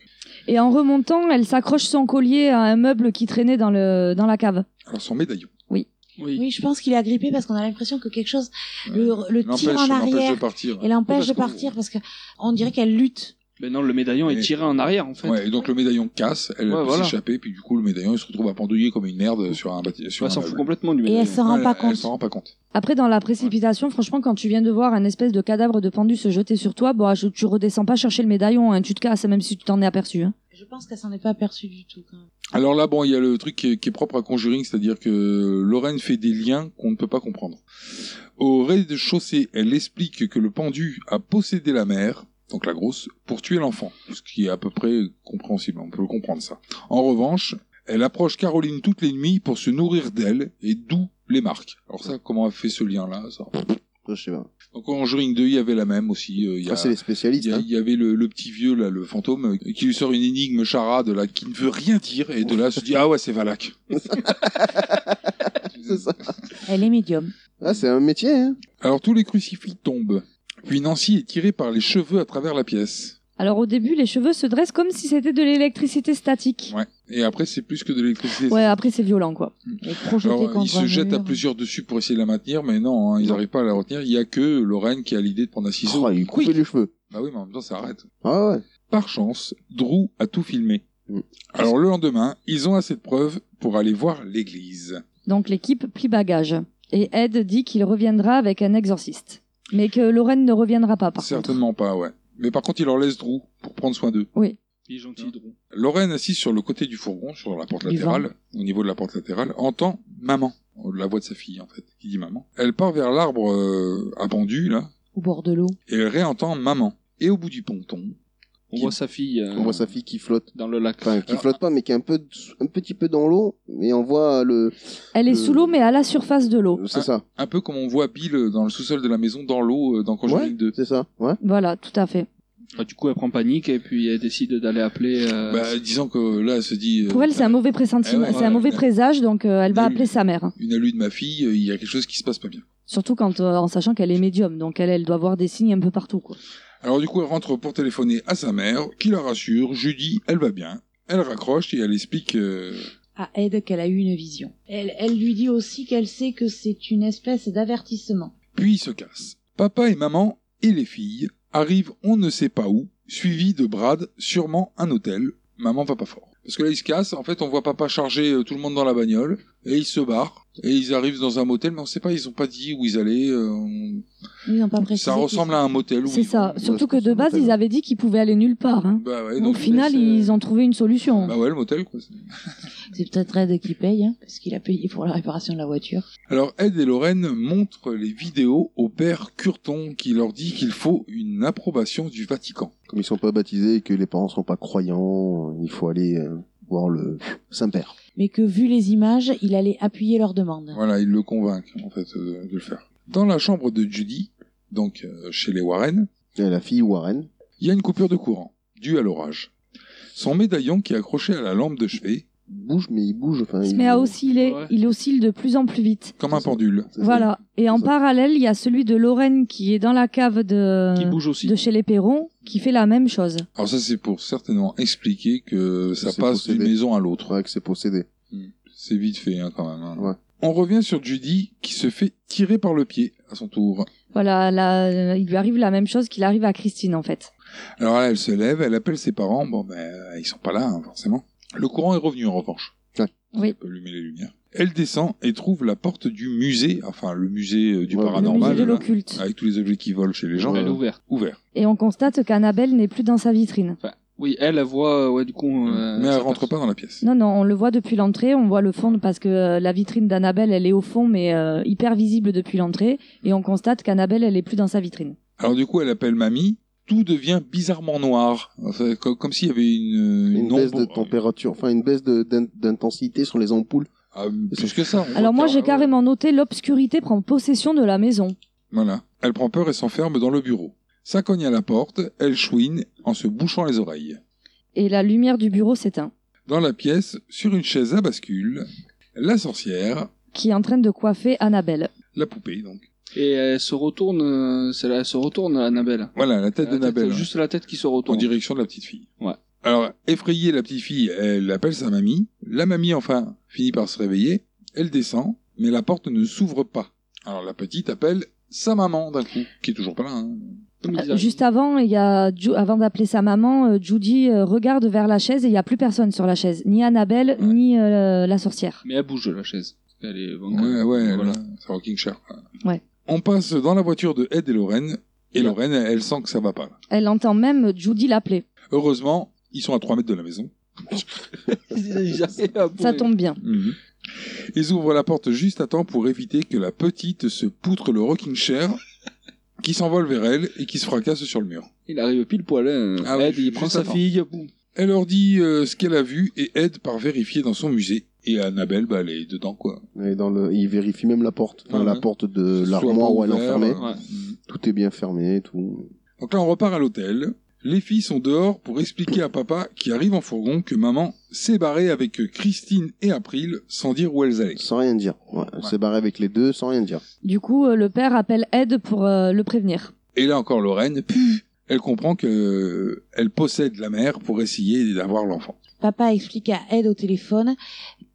Et en remontant, elle s'accroche son collier à un meuble qui traînait dans, le, dans la cave. Alors, son médaillon. Oui. Oui, je pense qu'il est agrippé parce qu'on a l'impression que quelque chose le, le l'empêche- tire en l'empêche de arrière partir. et l'empêche Parce de qu'on- partir parce que on dirait qu'elle lutte. Mais Ben non, le médaillon est tiré en arrière, en fait. Ouais, et donc le médaillon casse, elle Ouais, peut voilà. s'échapper, puis du coup le médaillon il se retrouve à pendouiller comme une merde sur un bâtiment. Elle s'en fout complètement du médaillon. elle s'en rend pas compte. Elle s'en rend pas compte. Après, dans la précipitation, franchement, quand tu viens de voir un espèce de cadavre de pendu se jeter sur toi, bon, je- tu redescends pas chercher le médaillon, hein, tu te casses, même si tu t'en es aperçu. hein. Je pense qu'elle s'en est pas aperçue du tout. Quand même. Alors là, bon, il y a le truc qui est, qui est propre à Conjuring, c'est-à-dire que Lorraine fait des liens qu'on ne peut pas comprendre. Au rez-de-chaussée, elle explique que le pendu a possédé la mère, donc la grosse, pour tuer l'enfant, ce qui est à peu près compréhensible, on peut le comprendre ça. En revanche, elle approche Caroline toutes les nuits pour se nourrir d'elle, et d'où les marques. Alors ça, comment a fait ce lien-là ça Mm. Je sais pas. Donc en Conjuring 2, il y avait la même aussi. euh, il y a- Ah, c'est les spécialistes, Il y, a- hein. il y avait le, le petit vieux, là, le fantôme, euh, qui lui sort une énigme charade, là, qui ne veut rien dire, et de là, se dit, ah ouais, c'est Valak. c'est ça. Elle est médium. Ah, c'est un métier, hein. Alors tous les crucifix tombent. Puis Nancy est tirée par les cheveux à travers la pièce. Alors au début, les cheveux se dressent comme si c'était de l'électricité statique. Ouais. Et après, c'est plus que de l'électricité. Ouais, ah, après c'est violent quoi. Alors, ils se jettent à plusieurs dessus pour essayer de la maintenir, mais non, hein, ils n'arrivent pas à la retenir. Il y a que Lorraine qui a l'idée de prendre un ciseau. Ah, il coupe les cheveux. Bah oui, mais en même temps, ça arrête. Ah ouais. Mm. Par chance, Drew a tout filmé. Alors le lendemain, ils ont assez de preuves pour aller voir l'église. Donc l'équipe plie bagage et Ed dit qu'il reviendra avec un exorciste, mais que Lorraine ne reviendra pas par contre. Certainement pas, ouais. Mais par contre, il leur laisse Drew pour prendre soin d'eux. Oui. Il est Hein. gentil, Drew. Lorraine, assise sur le côté du fourgon, sur la porte Du latérale, au niveau de la porte latérale, entend maman, euh, la voix de sa fille en fait, qui dit maman. Elle part vers l'arbre euh, à pendu, là, Au bord de l'eau. et elle réentend maman. Et au bout du ponton, On voit sa fille. euh, On voit sa fille qui flotte. Dans le lac. Enfin, qui flotte pas, mais qui est un, peu, un petit peu dans l'eau. Mais on voit le. Elle euh, est sous l'eau mais à la surface de l'eau. C'est ça. un peu comme on voit Bill dans le sous-sol de la maison dans l'eau euh, dans Conjuring 2. C'est ça, ouais. Voilà, tout à fait. ah, du coup, elle prend panique et puis elle décide d'aller appeler. euh, Bah, disons que là, elle se dit. euh, Pour elle, c'est un mauvais pressentiment, Eh ouais, c'est un mauvais ouais. présage, donc euh, elle va Oui. appeler sa mère. une allure de ma fille, euh, il y a quelque chose qui se passe pas bien. Surtout quand, euh, en sachant qu'elle est médium, donc elle, elle doit voir des signes un peu partout. Quoi. Alors du coup, elle rentre pour téléphoner à sa mère, qui la rassure. Je lui dis, elle va bien. Elle raccroche et elle explique. euh, à Ed qu'elle a eu une vision. Elle, elle lui dit aussi qu'elle sait que c'est une espèce d'avertissement. Puis ils se cassent. Papa et maman et les filles arrivent on ne sait pas où, suivis de Brad, sûrement un hôtel. Maman va pas fort. Parce que là, ils se cassent. En fait, on voit papa charger euh, tout le monde dans la bagnole et ils se barrent. Et ils arrivent dans un motel, mais on sait pas, ils ont pas dit où ils allaient. euh, on- Ils n'ont pas précisé. Ça ressemble à un motel. où C'est ils ça. vont. Surtout que de base, ils avaient dit qu'ils pouvaient aller nulle part. Hein. Bah ouais, Au donc, final, ils ont trouvé une solution. Bah ouais, le motel, quoi. C'est peut-être Ed qui paye, hein, parce qu'il a payé pour la réparation de la voiture. Alors Ed et Lorraine montrent les vidéos au père Curton qui leur dit qu'il faut une approbation du Vatican. Comme ils sont pas baptisés et que les parents sont pas croyants, il faut aller euh, voir le Saint-Père. Mais que vu les images, il allait appuyer leur demande. Voilà, ils le convainquent en fait euh, de le faire. Dans la chambre de Judy, donc euh, chez les Warren, la fille Warren, il y a une coupure de courant due à l'orage. Son médaillon qui est accroché à la lampe de chevet, Il bouge, mais il bouge. Enfin, il- Mais à osciller, il oscille de plus en plus vite. comme un pendule. Voilà. Et en parallèle, il y a celui de Lorraine qui est dans la cave de, Qui bouge aussi. de chez les Perrons, qui fait la même chose. Alors ça c'est pour certainement expliquer que ça C'est passe d'une possédé. maison à l'autre. Hmm. Ouais, que c'est possédé. C'est vite fait hein, quand même. hein. Ouais. On revient sur Judy qui se fait tirer par le pied à son tour. Voilà, là, il lui arrive la même chose qu'il arrive à Christine, en fait. Alors là, elle se lève, elle appelle ses parents. Bon, ben, euh, ils sont pas là, hein, forcément. Le courant est revenu, en revanche. Oui. Allumer les lumières. Elle descend et trouve la porte du musée, enfin, le musée euh, du Ouais, paranormal. le musée de là, l'occulte. avec tous les objets qui volent chez les gens. euh, Elle est ouverte. Ouvert. Et on constate qu'Annabelle n'est plus dans sa vitrine. Oui, elle, elle voit, euh, ouais, du coup. euh, Mais elle sa rentre pas dans la pièce. Non, non, on le voit depuis l'entrée, on voit le fond parce que euh, la vitrine d'Annabelle, elle est au fond, mais euh, hyper visible depuis l'entrée, et on constate qu'Annabelle, elle est plus dans sa vitrine. Alors, du coup, elle appelle mamie. Tout devient bizarrement noir. Enfin, co- comme s'il y avait une, Une, une baisse ombre. de température, enfin une baisse de- d'in- d'intensité sur les ampoules. Ah, plus que ça. on voit Alors moi, car- j'ai carrément noté l'obscurité prend possession de la maison. Voilà. Elle prend peur et s'enferme dans le bureau. Ça cogne à la porte, elle chouine en se bouchant les oreilles. Et la lumière du bureau s'éteint, Dans la pièce, sur une chaise à bascule, la sorcière, qui est en train de coiffer Annabelle. la poupée donc. Et elle se retourne, euh, c'est là, elle se retourne, Annabelle. Voilà, la tête La hein. tête, d'Annabelle. c'est juste la tête qui se retourne. En direction de la petite fille. Ouais. Alors, effrayée, la petite fille, elle appelle sa mamie. La mamie, enfin, finit par se réveiller. Elle descend, mais la porte ne s'ouvre pas. Alors, la petite appelle sa maman d'un coup, qui est toujours pas là. hein. Euh, Juste avant, il y a Ju- avant d'appeler sa maman, euh, Judy euh, regarde vers la chaise et il n'y a plus personne sur la chaise, ni Annabelle, ni euh, la sorcière. Mais elle bouge la chaise. Elle est Ouais, ouais, Voilà. là, c'est rocking chair. quoi. Ouais. On passe dans la voiture de Ed et Lorraine. Et Lorraine, elle, elle sent que ça va pas. là. Elle entend même Judy l'appeler. Heureusement, ils sont à 3 mètres de la maison. Ça tombe bien. Mhm. Ils ouvrent la porte juste à temps pour éviter que la petite se poutre le rocking chair qui s'envole vers elle et qui se fracasse sur le mur. Il arrive pile poil. hein. Ah ouais, Ed, il juste prend sa avant. fille. boum. Elle leur dit euh, ce qu'elle a vu et aide par vérifier dans son musée. Et Annabelle, bah, elle est dedans, quoi. Et dans le, il vérifie même la porte, enfin Ouais, la ouais. porte Soit de Euh, l'armoire pas où elle est ouvert, enfermée. ouais. Tout est bien fermé, tout. Donc là, on repart à l'hôtel. Les filles sont dehors pour expliquer à papa, qui arrive en fourgon, que maman s'est barrée avec Christine et April sans dire où elles allaient. Sans rien dire. Ouais, Elle s'est barrée avec les deux sans rien dire. Du coup, euh, le père appelle Ed pour euh, le prévenir. Et là encore Lorraine, Puh, elle comprend que euh, elle possède la mère pour essayer d'avoir l'enfant. Papa explique à Ed au téléphone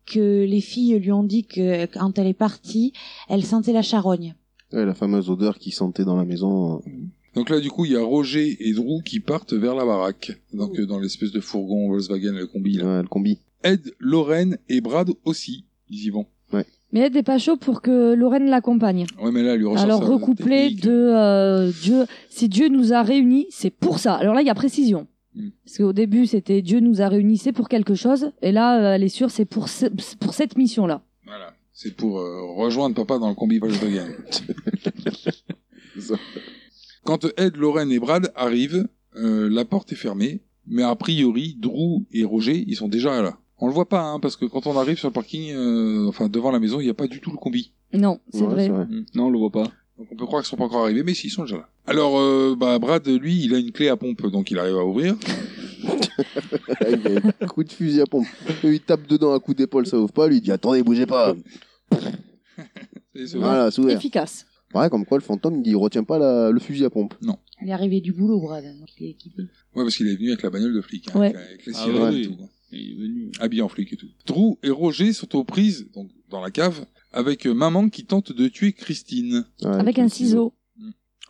que les filles lui ont dit que quand elle est partie, elle sentait la charogne. Ouais, la fameuse odeur qui sentait dans la maison. Donc là, du coup, il y a Roger et Drew qui partent vers la baraque. Donc euh, dans l'espèce de fourgon Volkswagen, le combi. Là. Ouais, le combi. Ed, Lorraine et Brad aussi, ils y vont. Ouais. Mais Ed est pas chaud pour que Lorraine l'accompagne. Ouais, mais là, elle lui ressort Alors ça. recouplé de euh, Dieu, si Dieu nous a réunis, c'est pour ça. Alors là, il y a précision. Parce qu'au début, c'était Dieu nous a réunis, c'est pour quelque chose. Et là, euh, elle est sûre, c'est pour, ce- c'est pour cette mission-là. Voilà. C'est pour euh, rejoindre papa dans le combi Volkswagen. Quand Ed, Lorraine et Brad arrivent, euh, la porte est fermée, mais a priori, Drew et Roger, ils sont déjà là. On le voit pas, hein, parce que quand on arrive sur le parking, euh, enfin devant la maison, il n'y a pas du tout le combi. Non, c'est vrai. Mm. Hmm. Non, on le voit pas. Donc on peut croire qu'ils sont pas encore arrivés, mais s'ils sont déjà là. Alors, euh, bah, Brad, lui, il a une clé à pompe, donc il arrive à ouvrir. Un euh, coup de fusil à pompe. Lui, il tape dedans un coup d'épaule, ça ouvre pas. Lui, il dit Attendez, bougez pas. Voilà, c'est ouvert. Efficace. Ouais, comme quoi le fantôme, il retient pas la- le fusil à pompe. Non. Elle est arrivée du boulot, Brad. donc il est équipé. Ouais, parce qu'il est venu avec la bagnole de flic. hein, Ouais. avec, avec les Ah sirènes ouais. et tout. quoi. Habillé en flic et tout. Drew et Roger sont aux prises, donc dans la cave, avec euh, maman qui tente de tuer Christine. Avec un ciseau.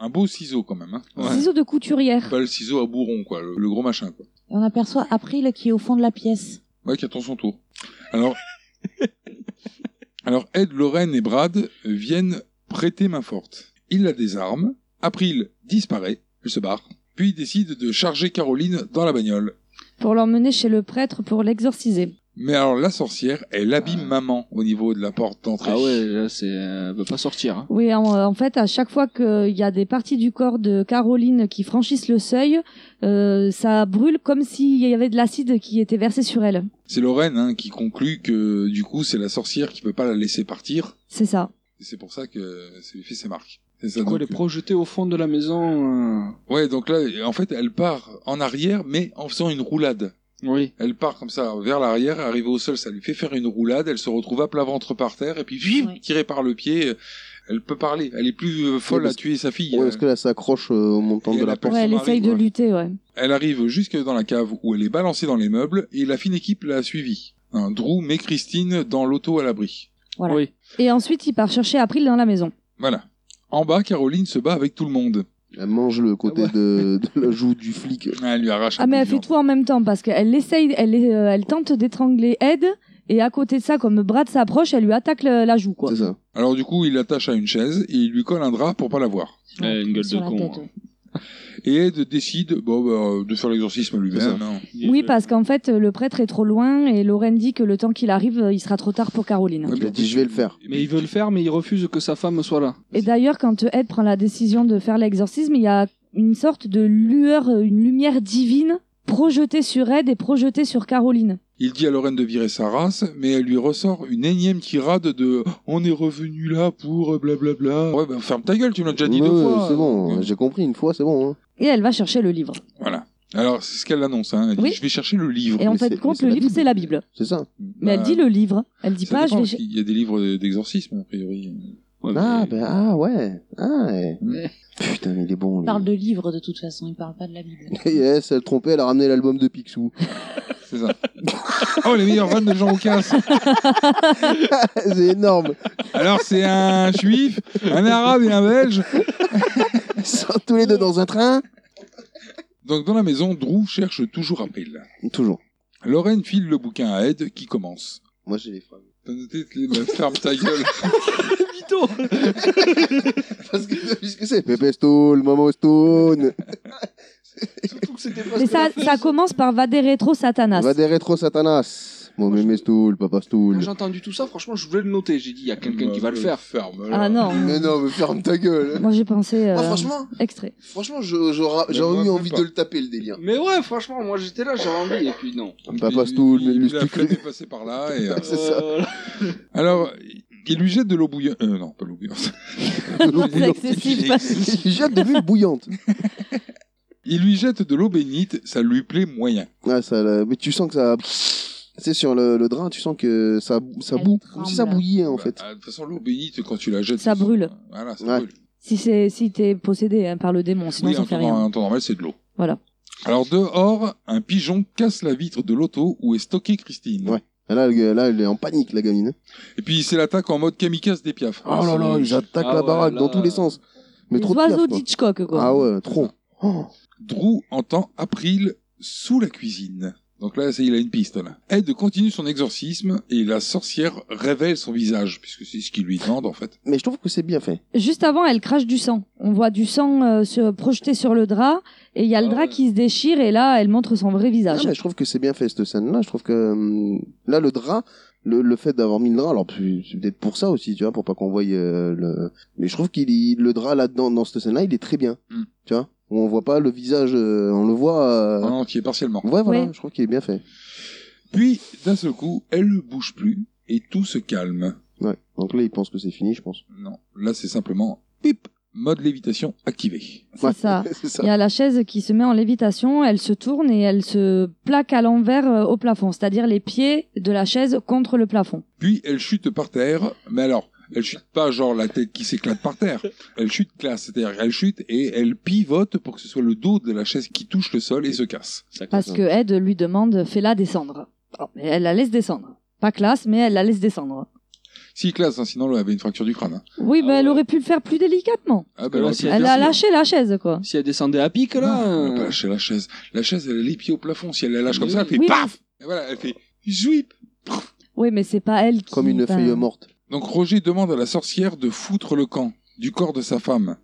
Un beau ciseau quand même. Hein. Ciseau de couturière. Pas le ciseau à bourron, quoi, le, le gros machin. Quoi. Et on aperçoit April qui est au fond de la pièce. Ouais, qui attend son tour. Alors, alors Ed, Lorraine et Brad viennent prêter main forte. Ils la désarment. April disparaît, elle se barre, puis décide de charger Caroline dans la bagnole. Pour l'emmener chez le prêtre pour l'exorciser. Mais alors la sorcière, elle abîme maman au niveau de la porte d'entrée. Ah ouais, là, c'est, euh, elle peut pas sortir. hein. Oui, en, en fait, à chaque fois qu'il y a des parties du corps de Caroline qui franchissent le seuil, euh, ça brûle comme s'il y avait de l'acide qui était versé sur elle. C'est Lorraine hein, qui conclut que du coup c'est la sorcière qui peut pas la laisser partir. C'est ça. Et c'est pour ça que c'est lui fait ses marques. C'est ça. Quoi, donc, euh, elle est projetée au fond de la maison. euh, Ouais, donc là, en fait, elle part en arrière, mais en faisant une roulade. Oui. Elle part comme ça vers l'arrière, arrivée au sol, ça lui fait faire une roulade, elle se retrouve à plat ventre par terre, et puis vif, tirée par le pied, euh, elle peut parler. Elle est plus euh, folle parce à tuer sa fille. Ouais, euh. parce que là, ça accroche euh, au montant Et de elle la appelle porte. Ouais, elle son essaye mari, de quoi. lutter, ouais. Elle arrive jusque dans la cave où elle est balancée dans les meubles, et la fine équipe l'a suivie. Hein, Drew met Christine dans l'auto à l'abri. Voilà. Oui. Et ensuite, il part chercher April dans la maison. Voilà. En bas, Caroline se bat avec tout le monde. Elle mange le côté de, de la joue du flic. Elle lui arrache un Ah, mais bout elle de fait viande. tout en même temps parce qu'elle essaye, elle, est- euh, elle tente d'étrangler Ed et à côté de ça, comme Brad s'approche, elle lui attaque le- la joue, quoi. Alors du coup, il l'attache à une chaise et il lui colle un drap pour pas la voir. Ah, une gueule de con. hein. Et Ed décide bon, bah, euh, de faire l'exorcisme lui-même. hein. Oui, parce qu'en fait, le prêtre est trop loin et Lorraine dit que le temps qu'il arrive, euh, il sera trop tard pour Caroline. Il a dit Je vais le faire. Mais il veut le faire, mais il refuse que sa femme soit là. Et d'ailleurs, quand Ed prend la décision de faire l'exorcisme, il y a une sorte de lueur, euh, une lumière divine projetée sur Ed et projetée sur Caroline. Il dit à Lorraine de virer sa race, mais elle lui ressort une énième tirade de « On est revenu là pour euh, blablabla ». Ouais, ben ferme ta gueule, tu me l'as déjà dit Ouais, deux ouais, fois. C'est bon, euh, j'ai compris une fois, c'est bon. hein. Et elle va chercher le livre. Voilà. Alors, c'est ce qu'elle annonce. Hein. Elle dit Oui. Je vais chercher le livre. Bah, Et en fait, compte, le livre, c'est la Bible. Bah. C'est ça. Mais elle dit le livre. Elle dit pas, je vais. Il y a des livres d'exorcisme, a priori. ah, ben, ah ouais. Ah, ouais. Putain, il est bon. Il lui. parle de livres de toute façon, il parle pas de la Bible. yes, elle trompait, elle a ramené l'album de Picsou. C'est ça. oh, les meilleurs vannes de Jean Roucas c'est énorme. Alors, c'est un juif, un arabe et un belge. Ils sont tous les deux dans un train. Donc, dans la maison, Drew cherche toujours April. Toujours. Lorraine file le bouquin à Ed, qui commence. Moi, j'ai les phrases. T'as noté que les meufs, Ferme ta gueule. Parce que puisque c'est Pepe Stone, Mamo Stone. Mais ça, ça commence par Va des rétro Satanas. Va des rétro Satanas. Mon mémé Stool, Papa Quand Stool. j'ai entendu tout ça, franchement, je voulais le noter. J'ai dit, il y a quelqu'un qui va Bah, le faire. Ferme. Ah non. Mais non, mais ferme ta gueule. Moi j'ai pensé. euh, Moi, franchement Extrait. Franchement, je- j'aurais Mais j'aurais moi, eu même envie pas. de le taper le délire. Mais ouais, franchement, moi j'étais là, j'avais envie, et puis non. Papa Stool, mais lui La flemme est passée par là. Et, euh, C'est ça. Alors, il lui jette de l'eau bouillante. Euh, non, pas l'eau bouillante. C'est excessif. Il jette de l'huile bouillante. Ah, Il lui jette de l'eau bénite, ça lui plaît moyen. Ouais, ça, là, mais tu sens que ça. C'est sur le, le drain, tu sens que ça, ça boue. Comme si ça bouillait en fait. Bah, Ah, De toute façon, l'eau bénite, quand tu la jettes. Ça brûle. Voilà, ça Ouais. brûle. Si c'est si t'es possédé hein, par le démon, sinon Oui, ça en fait temps- rien. en temps normal, c'est de l'eau. Voilà. Alors dehors, un pigeon casse la vitre de l'auto où est stockée Christine. Ouais. Là, le gars- là, elle est en panique, la gamine. hein. Et puis c'est l'attaque en mode kamikaze des piafs. Oh là là, ils attaquent ah la baraque dans tous les sens. Mais Les trop de oiseaux piaf, quoi. d'Hitchcock, quoi. Ah ouais, trop. Drew entend April sous la cuisine. Donc là, ça y est, il a une piste. Là. Ed continue son exorcisme et la sorcière révèle son visage, puisque c'est ce qu'ils lui demandent en fait. Mais je trouve que c'est bien fait. Juste avant, elle crache du sang. On voit du sang euh, se projeter sur le drap et il y a le drap qui se déchire et là, elle montre son vrai visage. Ah, mais je trouve que c'est bien fait cette scène-là. Je trouve que hum, là, le drap, le, le fait d'avoir mis le drap, alors c'est c'est peut-être pour ça aussi, tu vois, pour pas qu'on voie euh, le. Mais je trouve qu'il il- le drap là-dedans, dans cette scène-là, il est très bien. Tu vois, où on voit pas le visage, euh, on le voit. euh, En entier, partiellement. Ouais, voilà, Ouais. je trouve qu'il est bien fait. Puis, d'un seul coup, elle ne bouge plus et tout se calme. Ouais. Donc là, il pense que c'est fini, je pense. Non, là c'est simplement pip, mode lévitation activé. C'est ça. Il y a la chaise qui se met en lévitation, elle se tourne et elle se plaque à l'envers euh, au plafond, c'est-à-dire les pieds de la chaise contre le plafond. Puis elle chute par terre, mais alors, elle chute pas genre la tête qui s'éclate par terre. Elle chute classe, c'est-à-dire qu'elle chute et elle pivote pour que ce soit le dos de la chaise qui touche le sol et se casse. Parce que Ed lui demande, fais-la descendre. Alors, mais elle la laisse descendre. Pas classe, mais elle la laisse descendre. Si classe, hein, sinon elle avait une fracture du crâne. hein. Oui, mais elle aurait pu le faire plus délicatement. Ah bah, elle là, c'est bien a sûr. lâché la chaise, quoi. Si elle descendait à pic, là. euh. elle va pas lâcher la chaise. La chaise, elle a les pieds au plafond. Si elle la lâche comme ça, elle fait Oui, paf Et voilà, elle fait jouip Oui, mais c'est pas elle qui. ben, morte. Donc Roger demande à la sorcière de foutre le camp du corps de sa femme.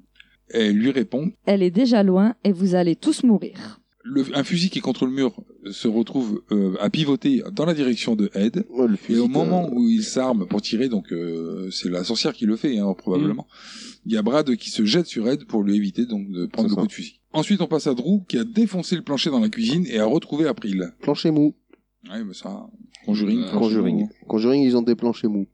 Elle lui répond Elle est déjà loin et vous allez tous mourir. le- un fusil qui est contre le mur se retrouve euh, à pivoter dans la direction de Ed. et au moment où il s'arme pour tirer, donc euh, c'est la sorcière qui le fait hein, probablement. Mm. Il y a Brad qui se jette sur Ed pour lui éviter donc de prendre le coup de fusil. Ensuite, on passe à Drew qui a défoncé le plancher dans la cuisine et a retrouvé April. Plancher mou. Ouais, mais ça, Conjuring, plancher Conjuring. mou. Conjuring, ils ont des planchers mous.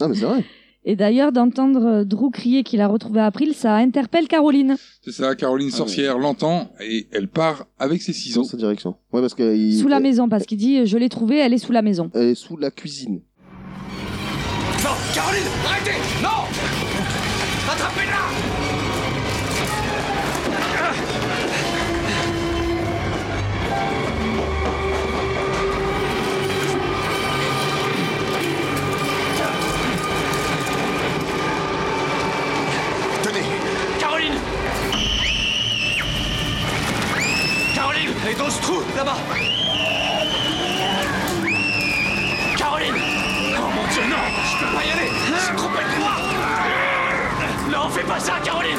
non, mais c'est vrai. Et d'ailleurs, d'entendre euh, Drew crier qu'il a retrouvé April, ça interpelle Caroline. C'est ça, Caroline sorcière l'entend et elle part avec ses ciseaux. Dans Ah sa direction. Ouais, parce que Sous la maison, parce qu'il dit, euh, je l'ai trouvée, elle est sous la maison. Elle est sous la cuisine. Non, Caroline, arrêtez Non Attrapez-la Tenez Caroline Caroline Elle est dans ce trou, là-bas Caroline Oh mon dieu, non Je peux pas y aller C'est trop bête noir Non, fais pas ça, Caroline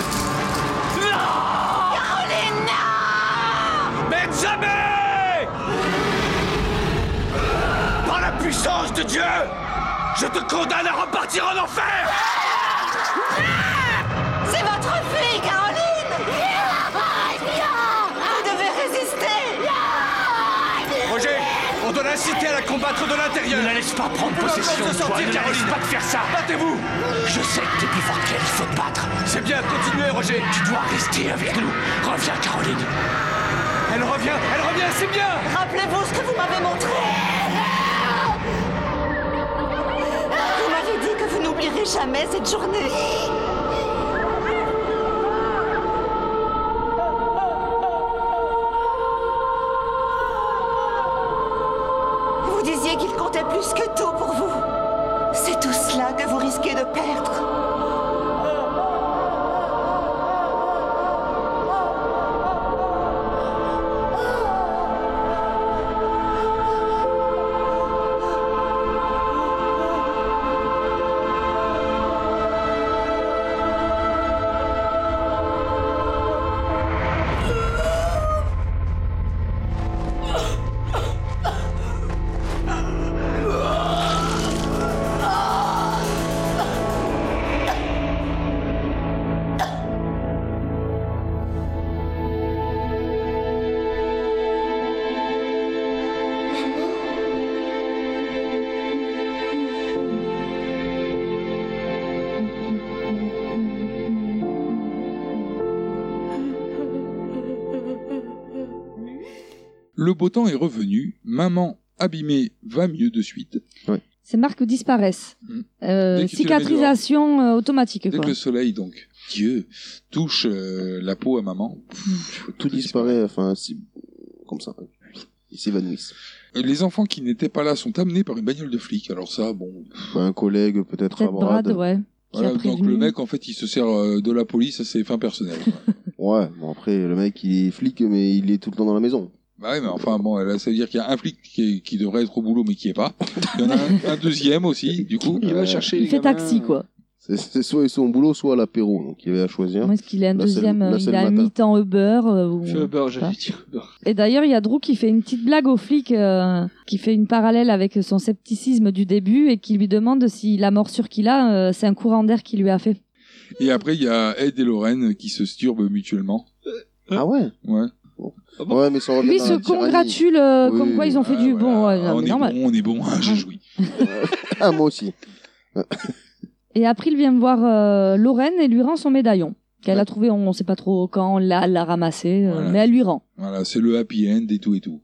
Non Caroline, non Benzabé Par la puissance de Dieu Je te condamne à repartir en enfer C'est votre fille, Caroline Vous devez résister Roger, on doit l'inciter à la combattre de l'intérieur. Ne la laisse pas prendre possession de toi, ne la laisse pas te faire ça. Battez-vous. Je sais que t'es plus fort qu'elle, il faut te battre. C'est bien, continuez, Roger. Tu dois rester avec nous. Reviens, Caroline. Elle revient, elle revient, c'est bien. Rappelez-vous ce que vous m'avez montré Vous m'avez dit que vous n'oublierez jamais cette journée Vous disiez qu'il comptait plus que tout pour vous. C'est tout cela que vous risquez de perdre. Le beau temps est revenu. Maman abîmée va mieux de suite. Ces marques disparaissent. Euh, Mm. Dès que tu le mets dehors. cicatrisation euh, automatique, Dès quoi. que le soleil donc Dieu, touche euh, la peau à maman. Tout disparaît, enfin, si- comme ça. Ils s'évanouissent. Euh, Les enfants qui n'étaient pas là sont amenés par une bagnole de flic. Alors ça, bon. Bah, un collègue, peut-être Peut-être Brad, ouais. qui Voilà, a donc prévenu. le mec, en fait, il se sert euh, de la police à ses fins personnelles. Ouais, bon après, le mec, il est flic, mais il est tout le temps dans la maison. Bah ouais, mais enfin bon, là, ça veut dire qu'il y a un flic qui, est- qui devrait être au boulot mais qui est pas. Il y en a un, un deuxième aussi, du coup. euh, Il va chercher Il fait taxi, quoi. C'est- C'est soit ils sont au boulot, soit à l'apéro, donc il avait à choisir. Moi, est-ce qu'il a un Là, c'est le- deuxième là, euh, c'est Il le a un matin. mi-temps Uber euh, ou- Uber, j'allais dire Uber. Et d'ailleurs, il y a Drew qui fait une petite blague au flic, euh, qui fait une parallèle avec son scepticisme du début et qui lui demande si la morsure qu'il a, euh, c'est un courant d'air qui lui a fait. Et après, il y a Ed et Lorraine qui se sturbent mutuellement. Ah ouais Ah Ouais. Ouais, mais ça revient Lui dans se Oh, la tyrannie. congratule euh, Oui, comme quoi ils ont fait du bon. ouais, non, Ah, on mais est normal. bon, on est bon, ah, j'ai joui. ah, moi aussi. Et après, il vient voir euh, Lorraine et lui rend son médaillon qu'elle a trouvé, on ne sait pas trop quand, là, elle l'a ramassé, euh, Voilà. mais elle lui rend. Voilà, c'est le happy end et tout et tout.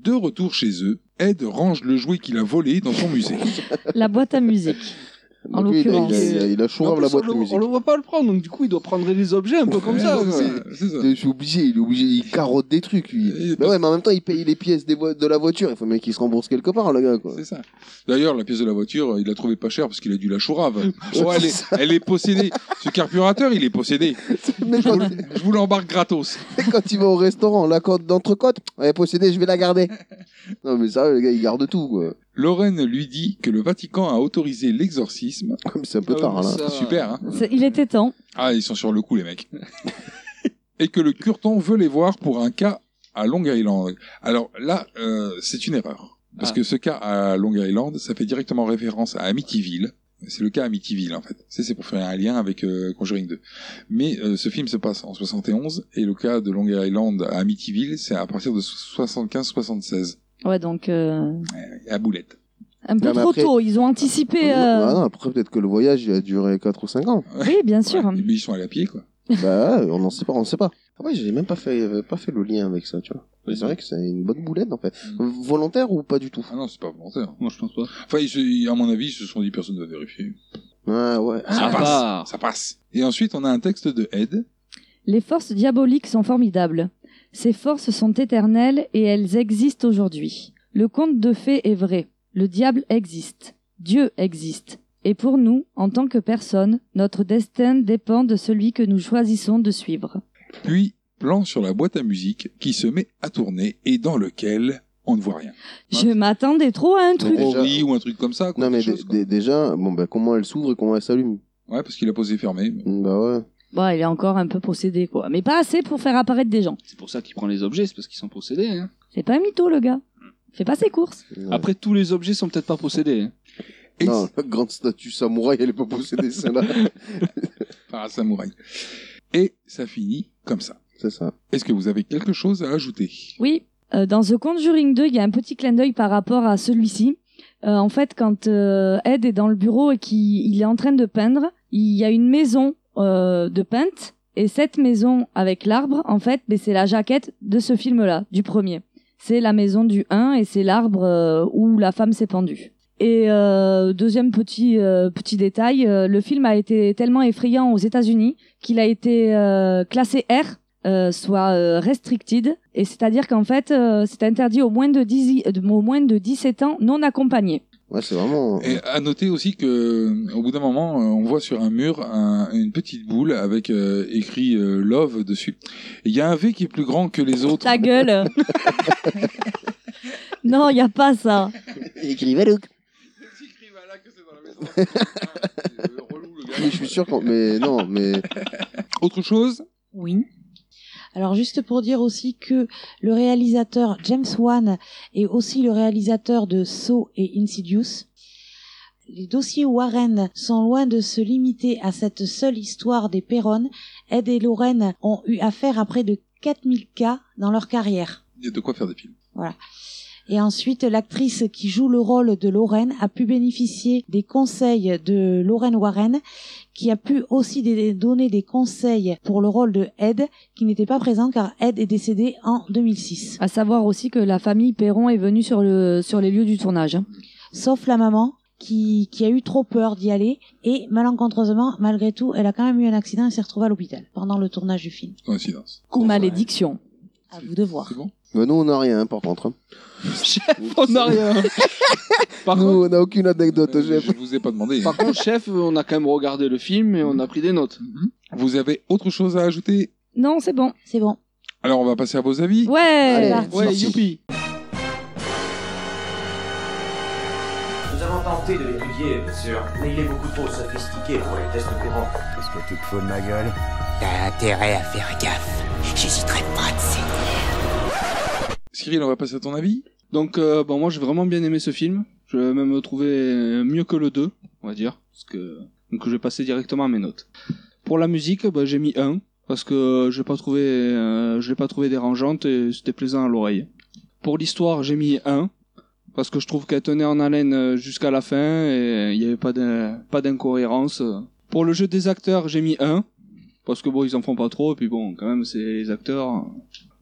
De retour chez eux, Ed range le jouet qu'il a volé dans son musée. La boîte à musique. en lui, il a- l'occurrence. il a- il a- il a chourave En plus, la boîte on de le- musique. On le voit pas le prendre, donc du coup, il doit prendre les objets un peu comme ça. quoi. Je suis obligé, il est obligé, il carotte des trucs, lui. Bah ouais, mais en même temps, il paye les pièces des vo- de la voiture, il faut bien qu'il se rembourse quelque part, le gars, quoi. C'est ça. D'ailleurs, la pièce de la voiture, il l'a trouvée pas chère parce qu'il a dû la chourave. Oh, elle, est, elle est possédée. Ce carburateur, il est possédé. Mais quand, Je vous l'embarque gratos. quand il va au restaurant, la côte d'entrecôte, elle est possédée, je vais la garder. Non, mais sérieux, le gars, il garde tout, quoi. Lorraine lui dit que le Vatican a autorisé l'exorcisme. Ah, C'est un peu tard, là. Super, hein C'est- Il était temps. Ah, ils sont sur le coup, les mecs. et que le Curton veut les voir pour un cas à Long Island. Alors là, euh, c'est une erreur. Parce Ah. que ce cas à Long Island, ça fait directement référence à Amityville. C'est le cas Amityville, en fait. C'est, c'est pour faire un lien avec euh, Conjuring 2. Mais euh, ce film se passe en 71, et le cas de Long Island à Amityville, c'est à partir de 75-76, Ouais, donc euh, à Boulette. un peu Non, mais trop après- tôt, ils ont anticipé. euh, Ah non, après, peut-être que le voyage, il a duré 4 ou 5 ans. Oui, bien sûr. hein. Mais ils sont allés à pied, quoi. Bah, on n'en sait pas, on sait pas. Ah ouais, j'ai même pas fait, euh, pas fait le lien avec ça, tu vois. Mais c'est vrai que c'est une bonne boulette, en fait. Mm. Volontaire ou pas du tout Ah non, c'est pas volontaire. Moi, je pense pas. Enfin, ils se- ils- à mon avis, ils se sont dit personne ne va vérifier. Ah ouais. Ça Ah, passe. bah. Ça passe. Et ensuite, on a un texte de Ed. Les forces diaboliques sont formidables. Ces forces sont éternelles et elles existent aujourd'hui. Le conte de fées est vrai. Le diable existe. Dieu existe. Et pour nous, en tant que personnes, notre destin dépend de celui que nous choisissons de suivre. Puis, plan sur la boîte à musique qui se met à tourner et dans lequel on ne voit rien. Je m'attendais trop à un truc. Ou ou un truc comme ça. non, mais dé- dé- déjà, bon, bah, comment elle s'ouvre et comment elle s'allume Ouais, parce qu'il a posé fermé. Bah ouais. Bon, il est encore un peu possédé, quoi. Mais pas assez pour faire apparaître des gens. C'est pour ça qu'il prend les objets, c'est parce qu'ils sont possédés. hein. C'est pas un mytho, le gars. Fait pas ses courses. Après, tous les objets sont peut-être pas possédés. hein. Non, la grande statue samouraï, elle est pas possédée, celle-là. Par un samouraï. Et ça finit comme ça. C'est ça. Est-ce que vous avez quelque chose à ajouter Oui, euh, dans The Conjuring 2, il y a un petit clin d'œil par rapport à celui-ci. Euh, en fait, quand euh, Ed est dans le bureau et qu'il il est en train de peindre, il y a une maison euh, de peinte. Et cette maison avec l'arbre, en fait, ben, c'est la jaquette de ce film-là, du premier. C'est la maison du 1 et c'est l'arbre euh, où la femme s'est pendue. Et euh, deuxième petit euh, petit détail, euh, le film a été tellement effrayant aux États-Unis qu'il a été euh, classé R, euh, soit euh, restricted, et c'est-à-dire qu'en fait euh, c'est interdit au moins de 10 euh, de- au moins de 17 ans non accompagnés. Ouais, c'est vraiment. euh, Et à noter aussi que, euh, au bout d'un moment, euh, on voit sur un mur un- une petite boule avec euh, écrit euh, Love dessus. Et Il y a un V qui est plus grand que les autres. Ta gueule. non, il y a pas ça. Écrit Valouk. Mais je suis sûr qu'on. Mais non, mais. Autre chose Oui. Alors juste pour dire aussi que le réalisateur James Wan est aussi le réalisateur de Saw et Insidious. Les dossiers Warren sont loin de se limiter à cette seule histoire des Perron. Ed et Lorraine ont eu affaire à près de 4000 cas dans leur carrière. Il y a de quoi faire des films. Voilà. Et ensuite, l'actrice qui joue le rôle de Lorraine a pu bénéficier des conseils de Lorraine Warren, qui a pu aussi dé- donner des conseils pour le rôle de Ed, qui n'était pas présent car Ed est décédé en 2006. À savoir aussi que la famille Perron est venue sur le sur les lieux du tournage. hein. Sauf la maman, qui, qui a eu trop peur d'y aller. Et malencontreusement, malgré tout, elle a quand même eu un accident et s'est retrouvée à l'hôpital pendant le tournage du film. Coïncidence. Malédiction. À vous de voir. Bah, nous, on n'a rien, hein, par contre. hein. on n'a rien. Par nous, on n'a aucune anecdote, chef. Euh, Je vous ai pas demandé. Par contre, chef, euh, on a quand même regardé le film et on a pris des notes. Mhm. Vous avez autre chose à ajouter Non, c'est bon. C'est bon. Alors, on va passer à vos avis. Euh, Ouais. Allez, c'est parti. Ouais, youpi. Nous avons tenté de l'étudier, bien sûr, mais il est beaucoup trop sophistiqué pour les tests courants. Qu'est-ce que tu te fous de ma gueule T'as intérêt à faire gaffe. J'hésiterai pas de Cyril, on va passer à ton avis Donc, euh, bon, moi, j'ai vraiment bien aimé ce film. Je l'ai même trouvé mieux que le 2, on va dire. Parce que... Donc, je vais passer directement à mes notes. Pour la musique, bah, j'ai mis 1, parce que je l'ai pas trouvé, euh, je l'ai pas trouvé dérangeante et c'était plaisant à l'oreille. Pour l'histoire, j'ai mis 1, parce que je trouve qu'elle tenait en haleine euh, jusqu'à la fin et il n'y avait pas d'in- pas d'incohérence. Pour le jeu des acteurs, j'ai mis 1, parce que bon, ils en font pas trop, et puis bon, quand même, c'est les acteurs.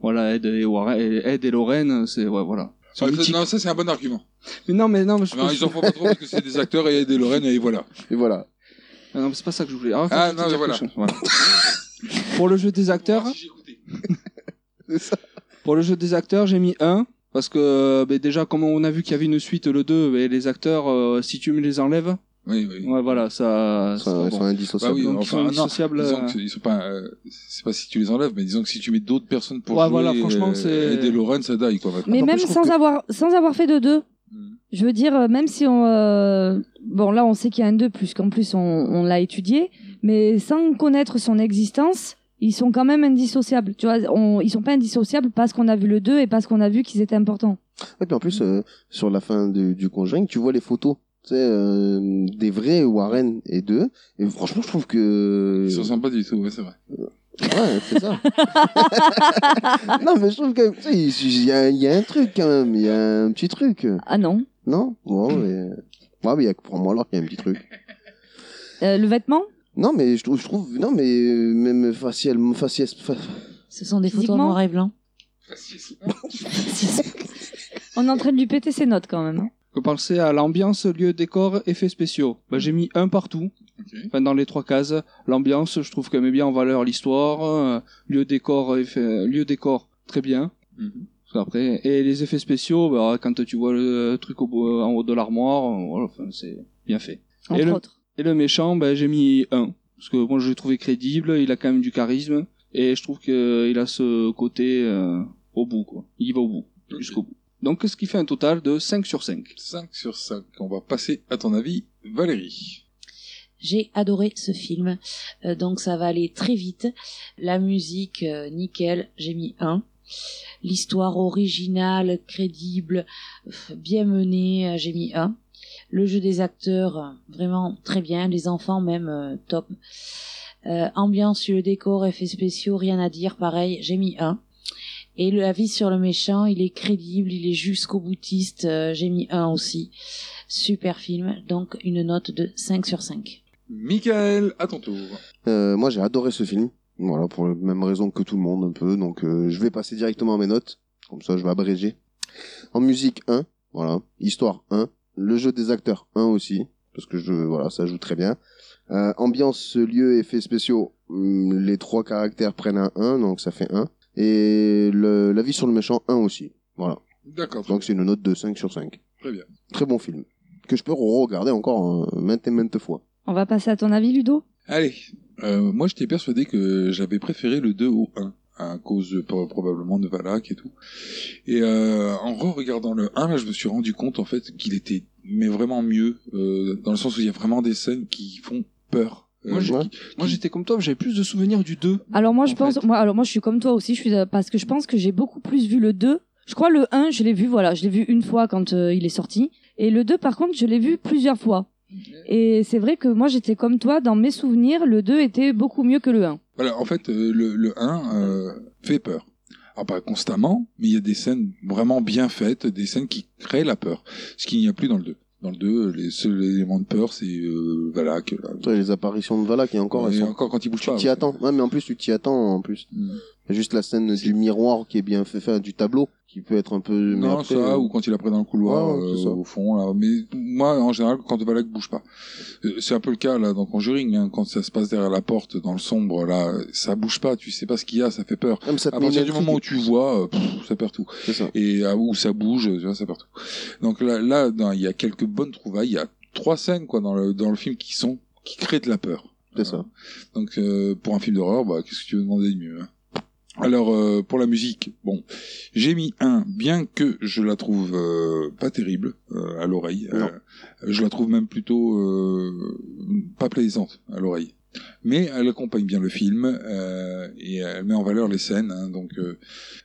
Voilà, Ed et, Warren- Ed et Lorraine, c'est, ouais, voilà. Ils sont Ouais, ça- mythiques. non, ça, c'est un bon argument. Mais non, mais non, mais je Ah, Non, ils en font pas trop parce que c'est des acteurs et des Lorraine et voilà. Et voilà. Ah non, mais c'est pas ça que je voulais. Ah, faut Ah, que je te non, dise mais voilà. quelque chose, Pour le jeu des acteurs. Pour le jeu des acteurs, j'ai mis 1. Parce que euh, ben, déjà, comme on a vu qu'il y avait une suite, le 2, ben, les acteurs, euh, si tu me les enlèves. Oui, oui. Ouais, voilà, ça. Ils sont- ils sont indissociables. Bah oui, Donc, ils enfin, sont non, indissociables. disons euh, que ils sont pas, euh, c'est pas si tu les enlèves, mais disons que si tu mets d'autres personnes pour Ouais, jouer, voilà, franchement, euh, c'est- et des Lorraine, ça daille quoi. maintenant. Mais même sans avoir sans avoir fait de deux. Je veux dire, euh, même si on euh, bon là on sait qu'il y a un deux plus qu'en plus on, on l'a étudié, mais sans connaître son existence, ils sont quand même indissociables. Tu vois, on, ils sont pas indissociables parce qu'on a vu le 2 et parce qu'on a vu qu'ils étaient importants. Et puis en plus, euh, sur la fin du, du Conjuring, tu vois les photos tu sais, euh, des vrais Warren et d'eux. Et franchement, je trouve que... Ils sont sympas du tout, ouais, c'est vrai. Ouais, c'est ça. non, mais je trouve quand même, tu sais, il y, a- il y a un truc quand même, il y a un petit truc. Ah non Mm. Non Ouais, mais. Ouais, mais il y a que pour moi alors qu'il y a un petit truc. Euh, le vêtement Non, mais je trouve, je trouve non, mais euh, même facialement, faciès. fa- Ce sont des photos en Physiquement noir et blanc. On est en train de lui péter ses notes quand même. hein. Que penser à l'ambiance, lieu, décor, effets spéciaux. Bah, j'ai mis un partout. Enfin, dans les trois cases. L'ambiance, je trouve qu'elle met bien en valeur l'histoire. euh, lieu, décor, effet, lieu, décor, très bien. Parce qu'après- et les effets spéciaux, bah, quand tu vois le truc au bo- en haut de l'armoire, euh, voilà, enfin, c'est bien fait. Entre et, le, autres. et le méchant, bah, j'ai mis un. Parce que moi, je l'ai trouvé crédible, il a quand même du charisme. Et je trouve qu'il a ce côté euh, au bout, quoi. Il va au bout, jusqu'au bout. Donc, ce qui fait un total de 5 sur 5. 5 sur 5. On va passer à ton avis, Valérie. J'ai adoré ce film, Euh, donc ça va aller très vite. La musique, euh, nickel, j'ai mis 1. L'histoire originale, crédible, euh, bien menée, euh, j'ai mis 1. Le jeu des acteurs, euh, vraiment très bien. Les enfants même, euh, top. Euh, ambiance, le décor, effets spéciaux, rien à dire, pareil, j'ai mis 1. Et le avis sur le méchant, il est crédible, il est jusqu'au boutiste, euh, j'ai mis 1 aussi. Super film, donc une note de 5 sur 5. Michael, à ton tour. Euh, moi, j'ai adoré ce film. Voilà, pour la même raison que tout le monde, un peu. Donc, euh, je vais passer directement à mes notes. Comme ça, je vais abréger. En musique, 1. Voilà. Histoire, 1. Le jeu des acteurs, 1 aussi. Parce que je, voilà, ça joue très bien. Euh, ambiance, lieu, effets spéciaux. hum, Les trois caractères prennent un 1, donc ça fait 1. Et le, la vie sur le méchant, 1 aussi. Voilà. D'accord. Donc, c'est une note de 5 sur 5. Très bien. Très bon film. Que je peux regarder encore euh, maintes et maintes fois. On va passer à ton avis, Ludo Allez, euh, moi j'étais persuadé que j'avais préféré le 2 au 1 à cause euh, pro- probablement de Valak et tout. Et euh, en re-regardant le 1, là, je me suis rendu compte en fait qu'il était mais vraiment mieux euh, dans le sens où il y a vraiment des scènes qui font peur. Euh, Moi, j'ai- qui- Moi j'étais comme toi, mais j'avais plus de souvenirs du 2. Alors moi je en pense, fait. moi alors moi je suis comme toi aussi, je suis euh, parce que je pense que j'ai beaucoup plus vu le 2. Je crois le 1, je l'ai vu voilà, je l'ai vu une fois quand euh, il est sorti et le 2 par contre, je l'ai vu plusieurs fois. Et c'est vrai que moi j'étais comme toi dans mes souvenirs, le 2 était beaucoup mieux que le 1. Voilà, en fait, euh, le, le 1 euh, fait peur. Alors pas constamment, mais il y a des scènes vraiment bien faites, des scènes qui créent la peur, ce qu'il n'y a plus dans le 2. Dans le 2, les seuls éléments de peur, c'est euh, Valak. là. Toi, les apparitions de Valak, et encore, Et elles sont- encore quand il bouge tu pas. t'y attends. Ouais, mais en plus, tu t'y attends, en plus. Juste la scène du miroir qui est bien fait, enfin, du tableau, qui peut être un peu. mais Non, après, ça, euh, ou quand il après dans le couloir, Ouais, ouais, c'est euh, ça. au fond. Là. Mais moi, en général, quand Valak bouge pas. Euh, C'est un peu le cas là dans Conjuring, hein, quand ça se passe derrière la porte, dans le sombre, là, ça bouge pas, tu sais pas ce qu'il y a, ça fait peur. Ah, mais ça te à met une partir du intrigue. moment où tu vois, euh, pff, ça perd tout. Et euh, où ça bouge, tu vois, ça perd tout. Donc là, là, dans- il y a quelques bonnes trouvailles, il y a trois scènes quoi dans le, dans le film qui sont qui créent de la peur. C'est ça. Donc euh, pour un film d'horreur, bah, qu'est-ce que tu veux demander de mieux hein alors euh, pour la musique, bon, j'ai mis un, bien que je la trouve euh, pas terrible euh, à l'oreille, euh, je la trouve même plutôt euh, pas plaisante à l'oreille. Mais elle accompagne bien le film euh, et elle met en valeur les scènes, hein, donc euh,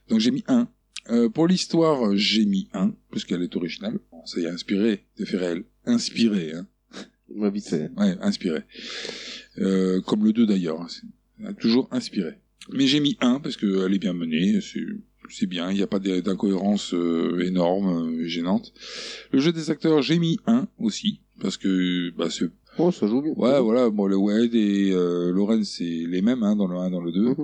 donc j'ai mis un. Euh, pour l'histoire, j'ai mis un, puisqu'elle est originale. Bon, ça y est, inspiré de faits réels, inspiré, hein. Ouais, vite fait. Ouais, inspiré. Euh, comme le 2 d'ailleurs. hein, c'est- Toujours inspiré. Mais j'ai mis 1 parce qu'elle est bien menée. C'est c'est bien. Il n'y a pas d'in- d'incohérence euh, énorme, euh, gênante. Le jeu des acteurs, j'ai mis 1 aussi. Parce que bah, c'est. Oh, ça joue bien. Ouais, voilà. Bon, le Wade et euh, Loren, c'est les mêmes hein, dans le 1 dans le 2. Mhm.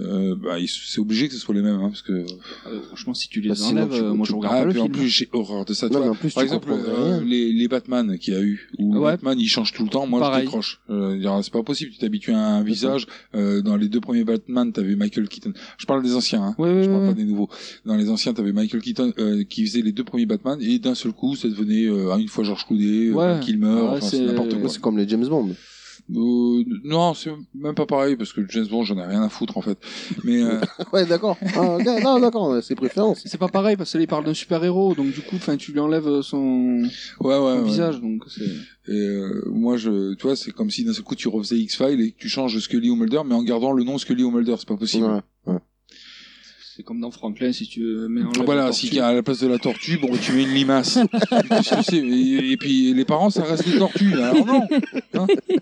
Euh, bah, ils- c'est obligé que ce soit les mêmes hein, parce que Ah, Bah, franchement si tu les enlèves euh, moi je regarde ah, pas le puis film En plus, j'ai horreur de ça. tu Non, vois. mais en plus, Par tu exemple, comprends euh, rien. les, les Batman qu'il y a eu, où Ouais. Batman il change tout le temps, moi Pareil. je décroche. Euh, genre, c'est pas possible, tu t'habitues à un visage. Euh, dans les deux premiers Batman, t'avais Michael Keaton. Je parle des anciens, hein. je parle pas des nouveaux. Dans les anciens, t'avais Michael Keaton euh, qui faisait les deux premiers Batman, et d'un seul coup, ça devenait euh, une fois George Clooney, euh, Kilmer, enfin, c'est n'importe quoi. C'est comme les James Bond. Euh, non, c'est même pas pareil parce que James Bond, j'en ai rien à foutre en fait. Mais euh, ouais, d'accord. Ah, ok, non, d'accord, c'est préférence. C'est pas pareil parce que là, il parle d'un super héros, donc du coup, enfin, tu lui enlèves son, ouais, ouais, son ouais. visage, donc c'est. Et euh, moi, je, tu vois, c'est comme si d'un seul coup tu refaisais X-Files et que tu changes Scully ou Mulder, mais en gardant le nom Scully ou Mulder, c'est pas possible. C'est comme dans Franklin, si tu euh, mets en Ah Voilà, si à la place de la tortue, bon, tu mets une limace. Mais qu'est-ce que c'est et, et puis les parents, ça reste des tortues. Bah, hein. Alors non. hein.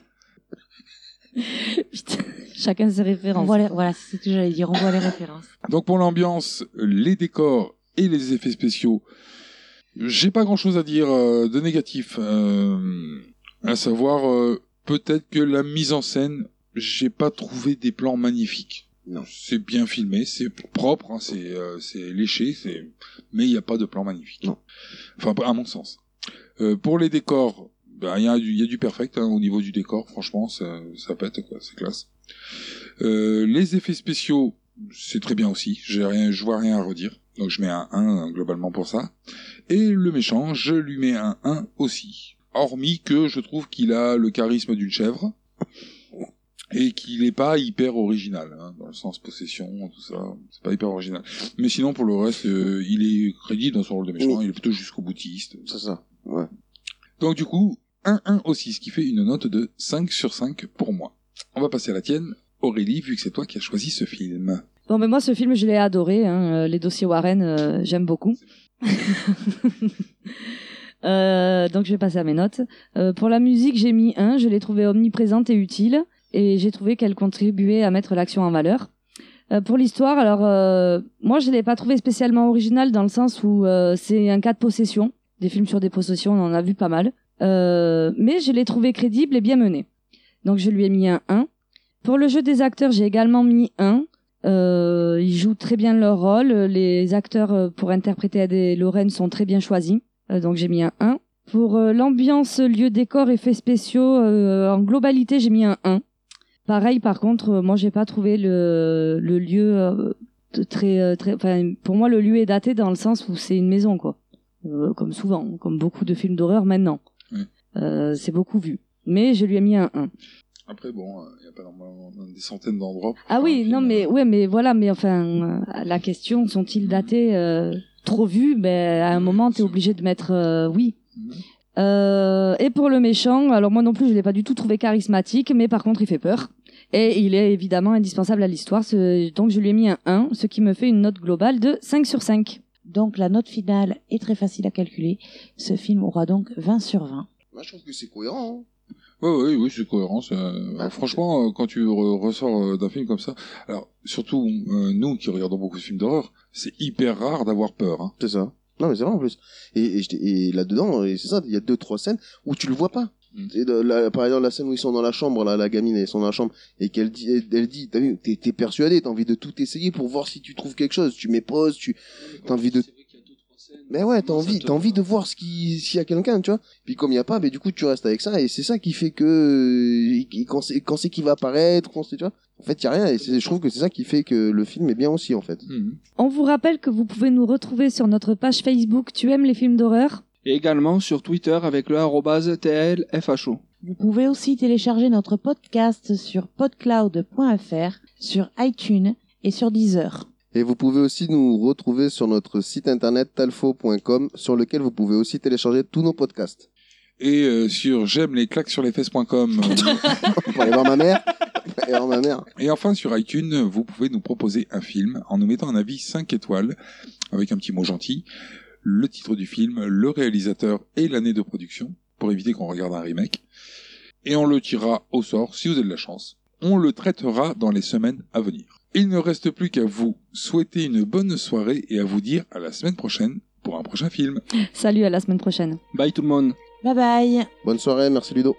Chacun ses références. Voilà, voilà c'est ce que j'allais dire. On voit les références. Donc pour l'ambiance, les décors et les effets spéciaux, j'ai pas grand-chose à dire euh, de négatif. euh, à savoir, euh, peut-être que la mise en scène, j'ai pas trouvé des plans magnifiques. C'est bien filmé, c'est propre, hein, c'est euh, c'est léché, c'est mais il n'y a pas de plan magnifique. Enfin, à mon sens. Euh, pour les décors, ben, il y, a du- il y a du perfect hein, au niveau du décor, franchement, ça, ça pète, quoi, c'est classe. Euh, les effets spéciaux, c'est très bien aussi, j'ai rien, je vois rien à redire, donc je mets un 1 globalement pour ça. Et le méchant, je lui mets un 1 aussi. Hormis que je trouve qu'il a le charisme d'une chèvre, et qu'il n'est pas hyper original, hein, dans le sens possession, tout ça, c'est pas hyper original. Mais sinon, pour le reste, euh, il est crédible dans son rôle de méchant, il est plutôt jusqu'au boutiste. C'est ça, ouais. Donc du coup, 1-1 aussi, ce qui fait une note de 5 sur 5 pour moi. On va passer à la tienne, Aurélie, vu que c'est toi qui as choisi ce film. Bon, mais moi, ce film, je l'ai adoré. hein. Euh, Les dossiers Warren, euh, j'aime beaucoup. Euh, donc, je vais passer à mes notes. Euh, pour la musique, j'ai mis 1. Je l'ai trouvée omniprésente et utile. Et j'ai trouvé qu'elle contribuait à mettre l'action en valeur. Euh, pour l'histoire, alors, euh, moi, je ne l'ai pas trouvé spécialement originale dans le sens où euh, c'est un cas de possession. Des films sur des possessions, on en a vu pas mal. Euh, mais je l'ai trouvé crédible et bien mené. Donc, je lui ai mis un 1. Pour le jeu des acteurs, j'ai également mis un. Euh, ils jouent très bien leur rôle. Les acteurs euh, pour interpréter Ed et Lorraine sont très bien choisis. Euh, donc j'ai mis un 1. Pour euh, l'ambiance, lieu, décor, effets spéciaux, euh, en globalité, j'ai mis un 1. Pareil, par contre, euh, moi, j'ai pas trouvé le, le lieu euh, de très, euh, très. Enfin, pour moi, le lieu est daté dans le sens où c'est une maison, quoi. Euh, comme souvent, comme beaucoup de films d'horreur maintenant. Ouais. Euh, c'est beaucoup vu. Mais je lui ai mis un 1. Après, bon, euh, il n'y a pas normalement des centaines d'endroits. Ah oui, non, mais ouais, mais voilà, mais enfin, euh, la question, sont-ils datés euh, trop vus Ben à un moment, t'es obligé de mettre euh, oui. Euh, et pour le méchant, alors moi non plus, je l'ai pas du tout trouvé charismatique, mais par contre, il fait peur. Et il est évidemment indispensable à l'histoire, ce- donc je lui ai mis un 1, ce qui me fait une note globale de 5 sur 5. Donc la note finale est très facile à calculer. Ce film aura donc 20 sur 20. Moi, Bah, je trouve que c'est cohérent. hein. Ah, Ouais, ouais, oui, c'est cohérent. ça. Euh, franchement, euh, quand tu re- ressors euh, d'un film comme ça, alors surtout euh, nous qui regardons beaucoup de films d'horreur, c'est hyper rare d'avoir peur. hein. euh, C'est ça. Non, mais c'est vrai en plus. Et, et, je t'ai- et là-dedans, et c'est ça, il y a deux, trois scènes où tu le vois pas. Mm. Et de- la- par exemple, la scène où ils sont dans la chambre, là, la gamine, elle est dans la chambre, et qu'elle dit, elle, elle dit, t'as vu, t'es, t'es persuadé, t'as envie de tout essayer pour voir si tu trouves quelque chose, tu mets pause, tu, t'as envie de... Mais ouais, t'as envie, t'as envie de voir ce qui, s'il y a quelqu'un, tu vois. Puis comme il y a pas, mais du coup, tu restes avec ça, et c'est ça qui fait que, euh, il- quand c'est, quand c'est qu'il va apparaître, quand c'est, tu vois. En fait, il y a rien, et c'est- je trouve que c'est ça qui fait que le film est bien aussi, en fait. Mm. On vous rappelle que vous pouvez nous retrouver sur notre page Facebook Tu aimes les films d'horreur Et également sur Twitter avec le arrobase TLFHO. Vous pouvez aussi télécharger notre podcast sur podcloud.fr, sur iTunes et sur Deezer. Et vous pouvez aussi nous retrouver sur notre site internet talfo.com, sur lequel vous pouvez aussi télécharger tous nos podcasts. Et euh, sur j'aime les claques sur les fesses.com. pour aller voir ma mère. aller voir ma mère. euh, Et enfin, sur iTunes, vous pouvez nous proposer un film en nous mettant un avis 5 étoiles, avec un petit mot gentil, le titre du film, le réalisateur et l'année de production, pour éviter qu'on regarde un remake. Et on le tirera au sort, si vous avez de la chance. On le traitera dans les semaines à venir. Il ne reste plus qu'à vous souhaiter une bonne soirée et à vous dire à la semaine prochaine pour un prochain film. Salut, à la semaine prochaine. Bye tout le monde. Bye bye Bonne soirée, merci Ludo.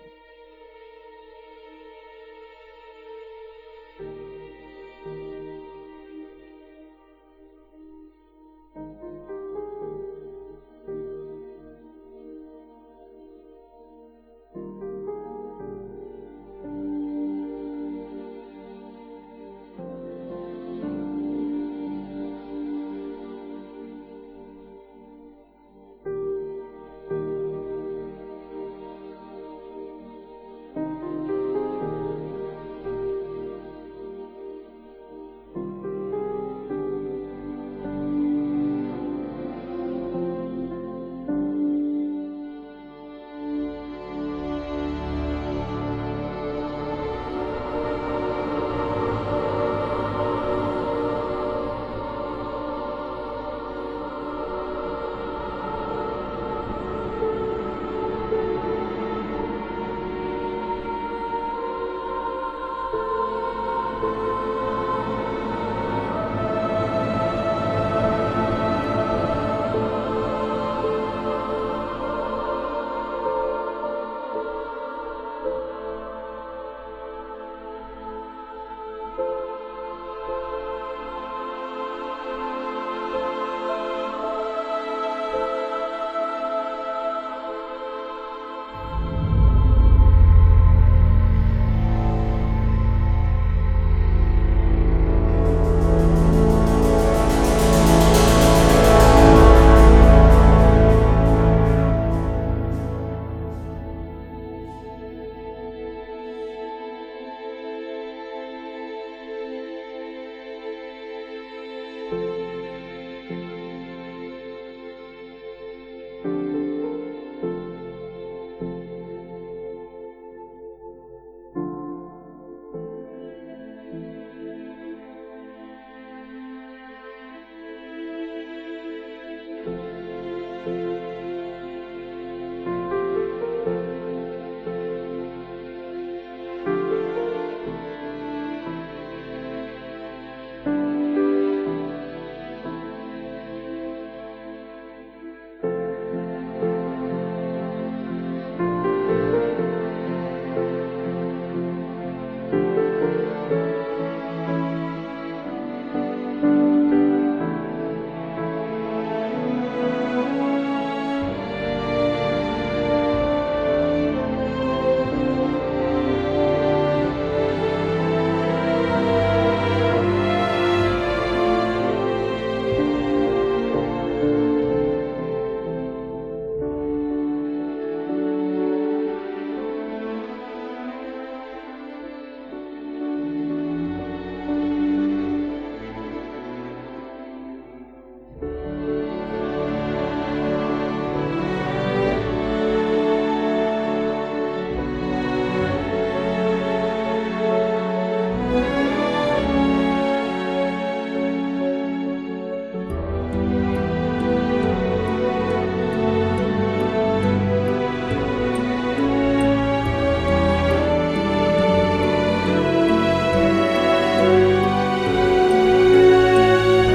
Thank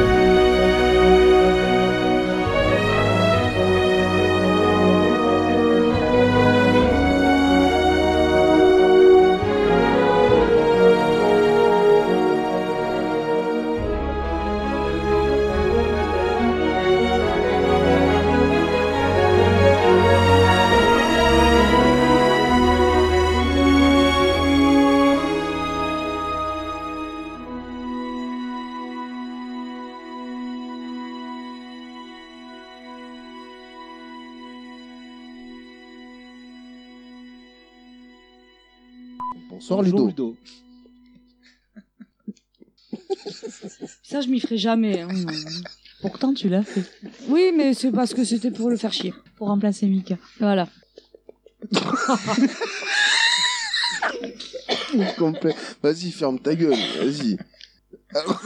Bonsoir Bonjour, Ludo. Ludo. Ça, je m'y ferai jamais. hein. Pourtant, tu l'as fait. Oui, mais c'est parce que c'était pour le faire chier. Pour remplacer Mika. Voilà. Complet. Vas-y, ferme ta gueule, vas-y. Alors-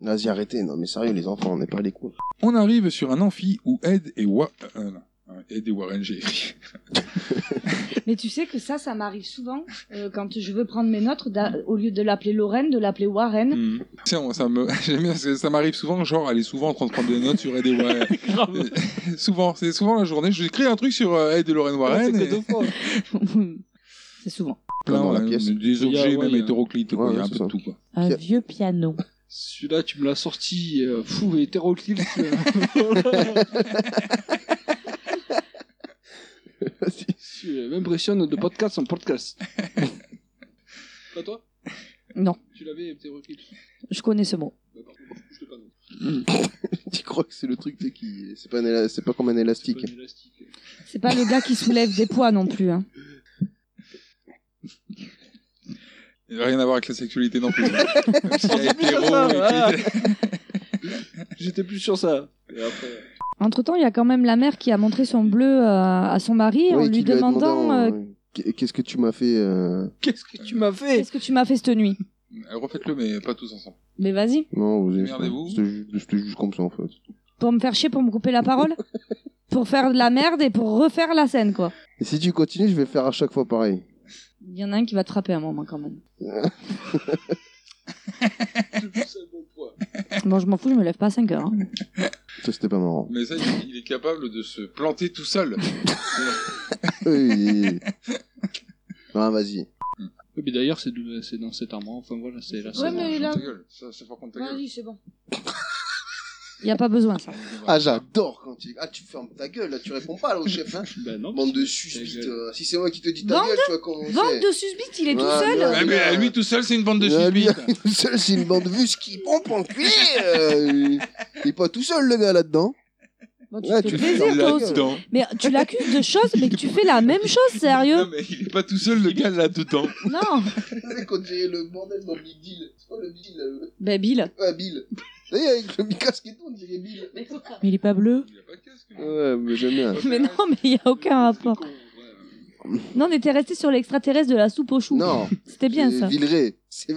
Vas-y, arrêtez. Non, mais sérieux, les enfants, on n'est pas les couilles. On arrive sur un amphi où Ed et Wa... euh, non, Ed et Warren, j'ai écrit. Mais tu sais que ça, ça m'arrive souvent euh, quand je veux prendre mes notes, d'a- au lieu de l'appeler Lorraine, de l'appeler Warren. Mm. Mhm. Tiens, moi, ça me, j'aime bien parce que ça m'arrive souvent, genre, elle est souvent en train de prendre des notes sur Ed et Warren. Euh, souvent, c'est souvent la journée. J'écris un truc sur euh, Ed et Lorraine Warren. c'est et- que deux fois. c'est souvent. Plein, Dans la ouais, pièce. Des Il y a- objets, ouais, même il y a- hétéroclites, quoi. Ouais, Il y a un c'est peu de tout, quoi. Un vieux piano. Celui-là, tu me l'as sorti, euh, fou, hétéroclite. euh. Tu m'impressionnes de podcast en podcast. Pas toi Non, Tu l'avais, hétéroclite je connais ce mot. Je l'ai pas non. tu crois que c'est le truc de qui C'est pas, un éla- c'est pas comme un élastique. C'est pas le gars qui soulève des poids non plus. hein. Rien à voir avec la sexualité non plus. J'étais plus sur Hétéro, ça. et voilà. puis- J'étais plus sur ça. Et après, Entre-temps, il y a quand même la mère qui a montré son bleu euh, à son mari en Ouais, lui qui a demandé demandant en- euh, Qu'est- Qu'est-ce que tu m'as fait euh, Qu'est-ce que tu m'as fait Qu'est-ce que tu m'as fait cette nuit Refaites-le, mais pas tous ensemble. Mais vas-y, Non, vous avez- Merdez-vous. c'était ju- c'était juste comme ça en fait. pour me faire chier, pour me couper la parole Pour faire de la merde et pour refaire la scène, quoi. Et si tu continues, je vais le faire à chaque fois pareil. Il y en a un qui va te frapper à un moment quand même. Bon, je m'en fous, je me lève pas à 5 heures. hein. Ça, c'était pas marrant. Mais ça, il il est capable de se planter tout seul. Oui. non, vas-y. Oui, mais d'ailleurs, c'est de- c'est dans cet armoire. Enfin voilà, c'est là. Ouais, mais là- Ta gueule, ça, c'est fort contre ta gueule. c'est bon. Il n'y a pas besoin, ça. Ah, j'adore quand il. Ah, tu fermes ta gueule, là, tu réponds pas là au chef, hein Ben Bande de suspites. euh, si c'est moi qui te dis ta Bande gueule, tu vas commencer. Vente de susbite, il est tout Ouais, seul ouais. Ouais, mais à lui tout seul, c'est une bande de Ah, lui, suspites. tout seul, c'est une bande vue qui prend pour enculé. Euh, il est pas tout seul, le gars, là-dedans. Bon, Ouais, tu te tu fais fais hein. plaisir, toi aussi. là-dedans. Mais tu l'accuses de choses, mais tu fais la même chose, sérieux Non, mais il est pas tout seul, le gars, là-dedans. Non C'est quand j'ai le bordel dans Big Deal. C'est pas le Bill, là, le... Ben, Bill. Ah, Bill. Ça y est, avec le casque et tout, on dirait Bill. Mais il est pas bleu. Ouais, mais j'aime bien. Mais non, mais il n'y a aucun rapport. Non, on était resté sur l'extraterrestre de la soupe aux choux. Non. C'était bien C'est ça. Villeray. C'est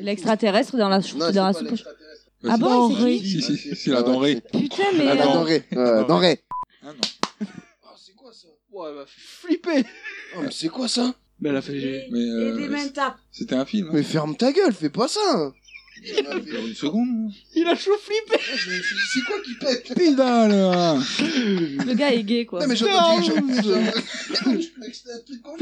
L'extraterrestre dans la, chou- Non, dans c'est la pas soupe aux choux. Ouais, Ah c'est- bon, il si, s'est dit si, si, si, si, la denrée. Putain, mais. La euh, denrée. Euh, denrée. C'est quoi ça Ouais, elle m'a fait flipper Oh, mais c'est quoi ça Mais elle a fait. Mais, euh, tapes. c'était un hein. film. Mais ferme ta gueule, fais pas ça. Dans une seconde. Il a chaud flippé C'est quoi qui pète Pédale Le gars est gay, quoi. Non, mais j'ai entendu. j'ai- j'ai- C'était un truc con.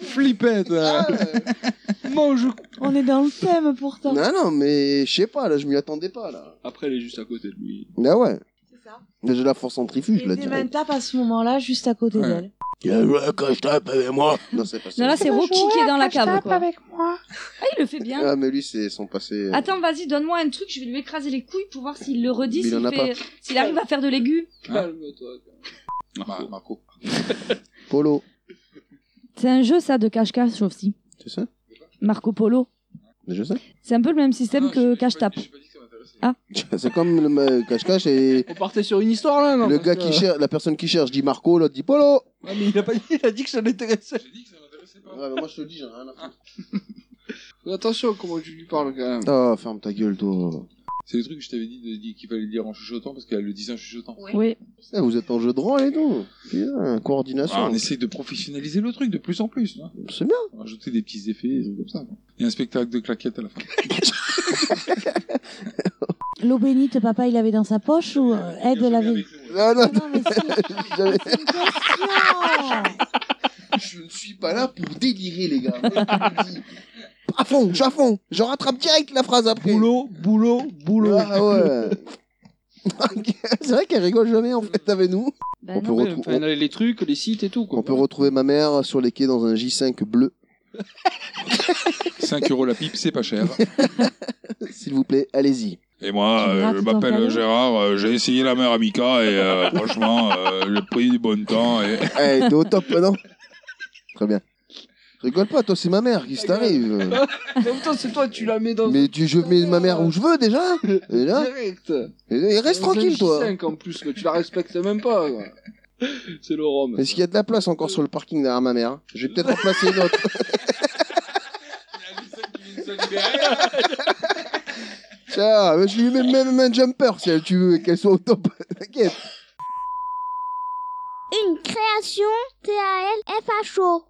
Flippette euh. Ah, Mange On est dans le thème pourtant. Non, non, mais je sais pas, là, je m'y attendais pas, là. Après, elle est juste à côté de lui. Ah ouais. C'est ça. Mais j'ai la force centrifuge, Et là, Damon direct. tape à ce moment-là juste à côté Ouais. d'elle. Il y a le que je tape avec moi. Non, c'est pas ça. Non, là, c'est Rocky qui est dans la cave, quoi. avec moi. Ah, il le fait bien. Ah, mais lui, c'est son passé. euh, Attends, vas-y, donne-moi un truc, je vais lui écraser les couilles pour voir s'il le redit, Mais il s'il en a fait- pas. Ah. s'il arrive à faire de l'aigu. Hein Calme-toi. Mar- Marco. Polo. C'est un jeu, ça, de cache-cache aussi. C'est ça Marco Polo. Mais je sais. C'est un peu le même système que cache-tape. C'est comme le me- cache-cache et On partait sur une histoire là, non le Parce gars que- qui cherche, la personne qui cherche dit Marco, l'autre dit Polo. Ouais, mais il a, pas dit, il a dit que ça l'intéressait. Ouais, mais moi je te le dis, j'ai rien à foutre. Attention comment tu lui parles quand même. Ah, ferme ta gueule, toi. C'est le truc que je t'avais dit, de- dit qu'il fallait le dire en chuchotant parce qu'elle le disait en chuchotant. Oui. Ah, vous êtes en jeu de rôle et tout. Putain, Ah, coordination. on essaye de professionnaliser le truc de plus en plus. hein. C'est bien. On va Ajouter des petits effets, des trucs comme ça. quoi. Et un spectacle de claquettes à la fin. L'eau bénite, papa, il l'avait dans sa poche ou euh, Ed l'avait Non, non, Non, mais c'est- J'avais- c'est une question. je ne suis pas là pour délirer, les gars. Moi, je vous le dis. À fond, je suis à fond. Je rattrape direct la phrase après. Boulot, boulot, boulot. Ah ouais. C'est vrai qu'elle rigole jamais en fait avec nous. Bah on, peut retrou- Enfin, les trucs, les sites et tout quoi. on peut retrouver ma mère sur les quais dans un J5 bleu. 5 euros la pipe, c'est pas cher. S'il vous plaît, allez-y. Et moi, Tu me euh, rates je tout en m'appelle cadeau Gérard, euh, j'ai essayé la mère Amica et euh, franchement, euh, le prix du bon temps est... Eh, t'es au top maintenant Très bien. Rigole pas, toi, c'est ma mère qui t'arrive. en même temps, c'est toi, tu la mets dans. Mais tu, je mets ma mère où je veux déjà. Et là, Direct. et, et reste Dans un tranquille, toi. J5 en plus, que tu la respectes même pas. quoi. C'est le rhum. Est-ce qu'il y a de la place encore sur le parking derrière ma mère Je vais peut-être en placer une autre. Tiens, mais je lui mets même un jumper si elle- tu veux qu'elle soit au top. T'inquiète. Une création TALFHO.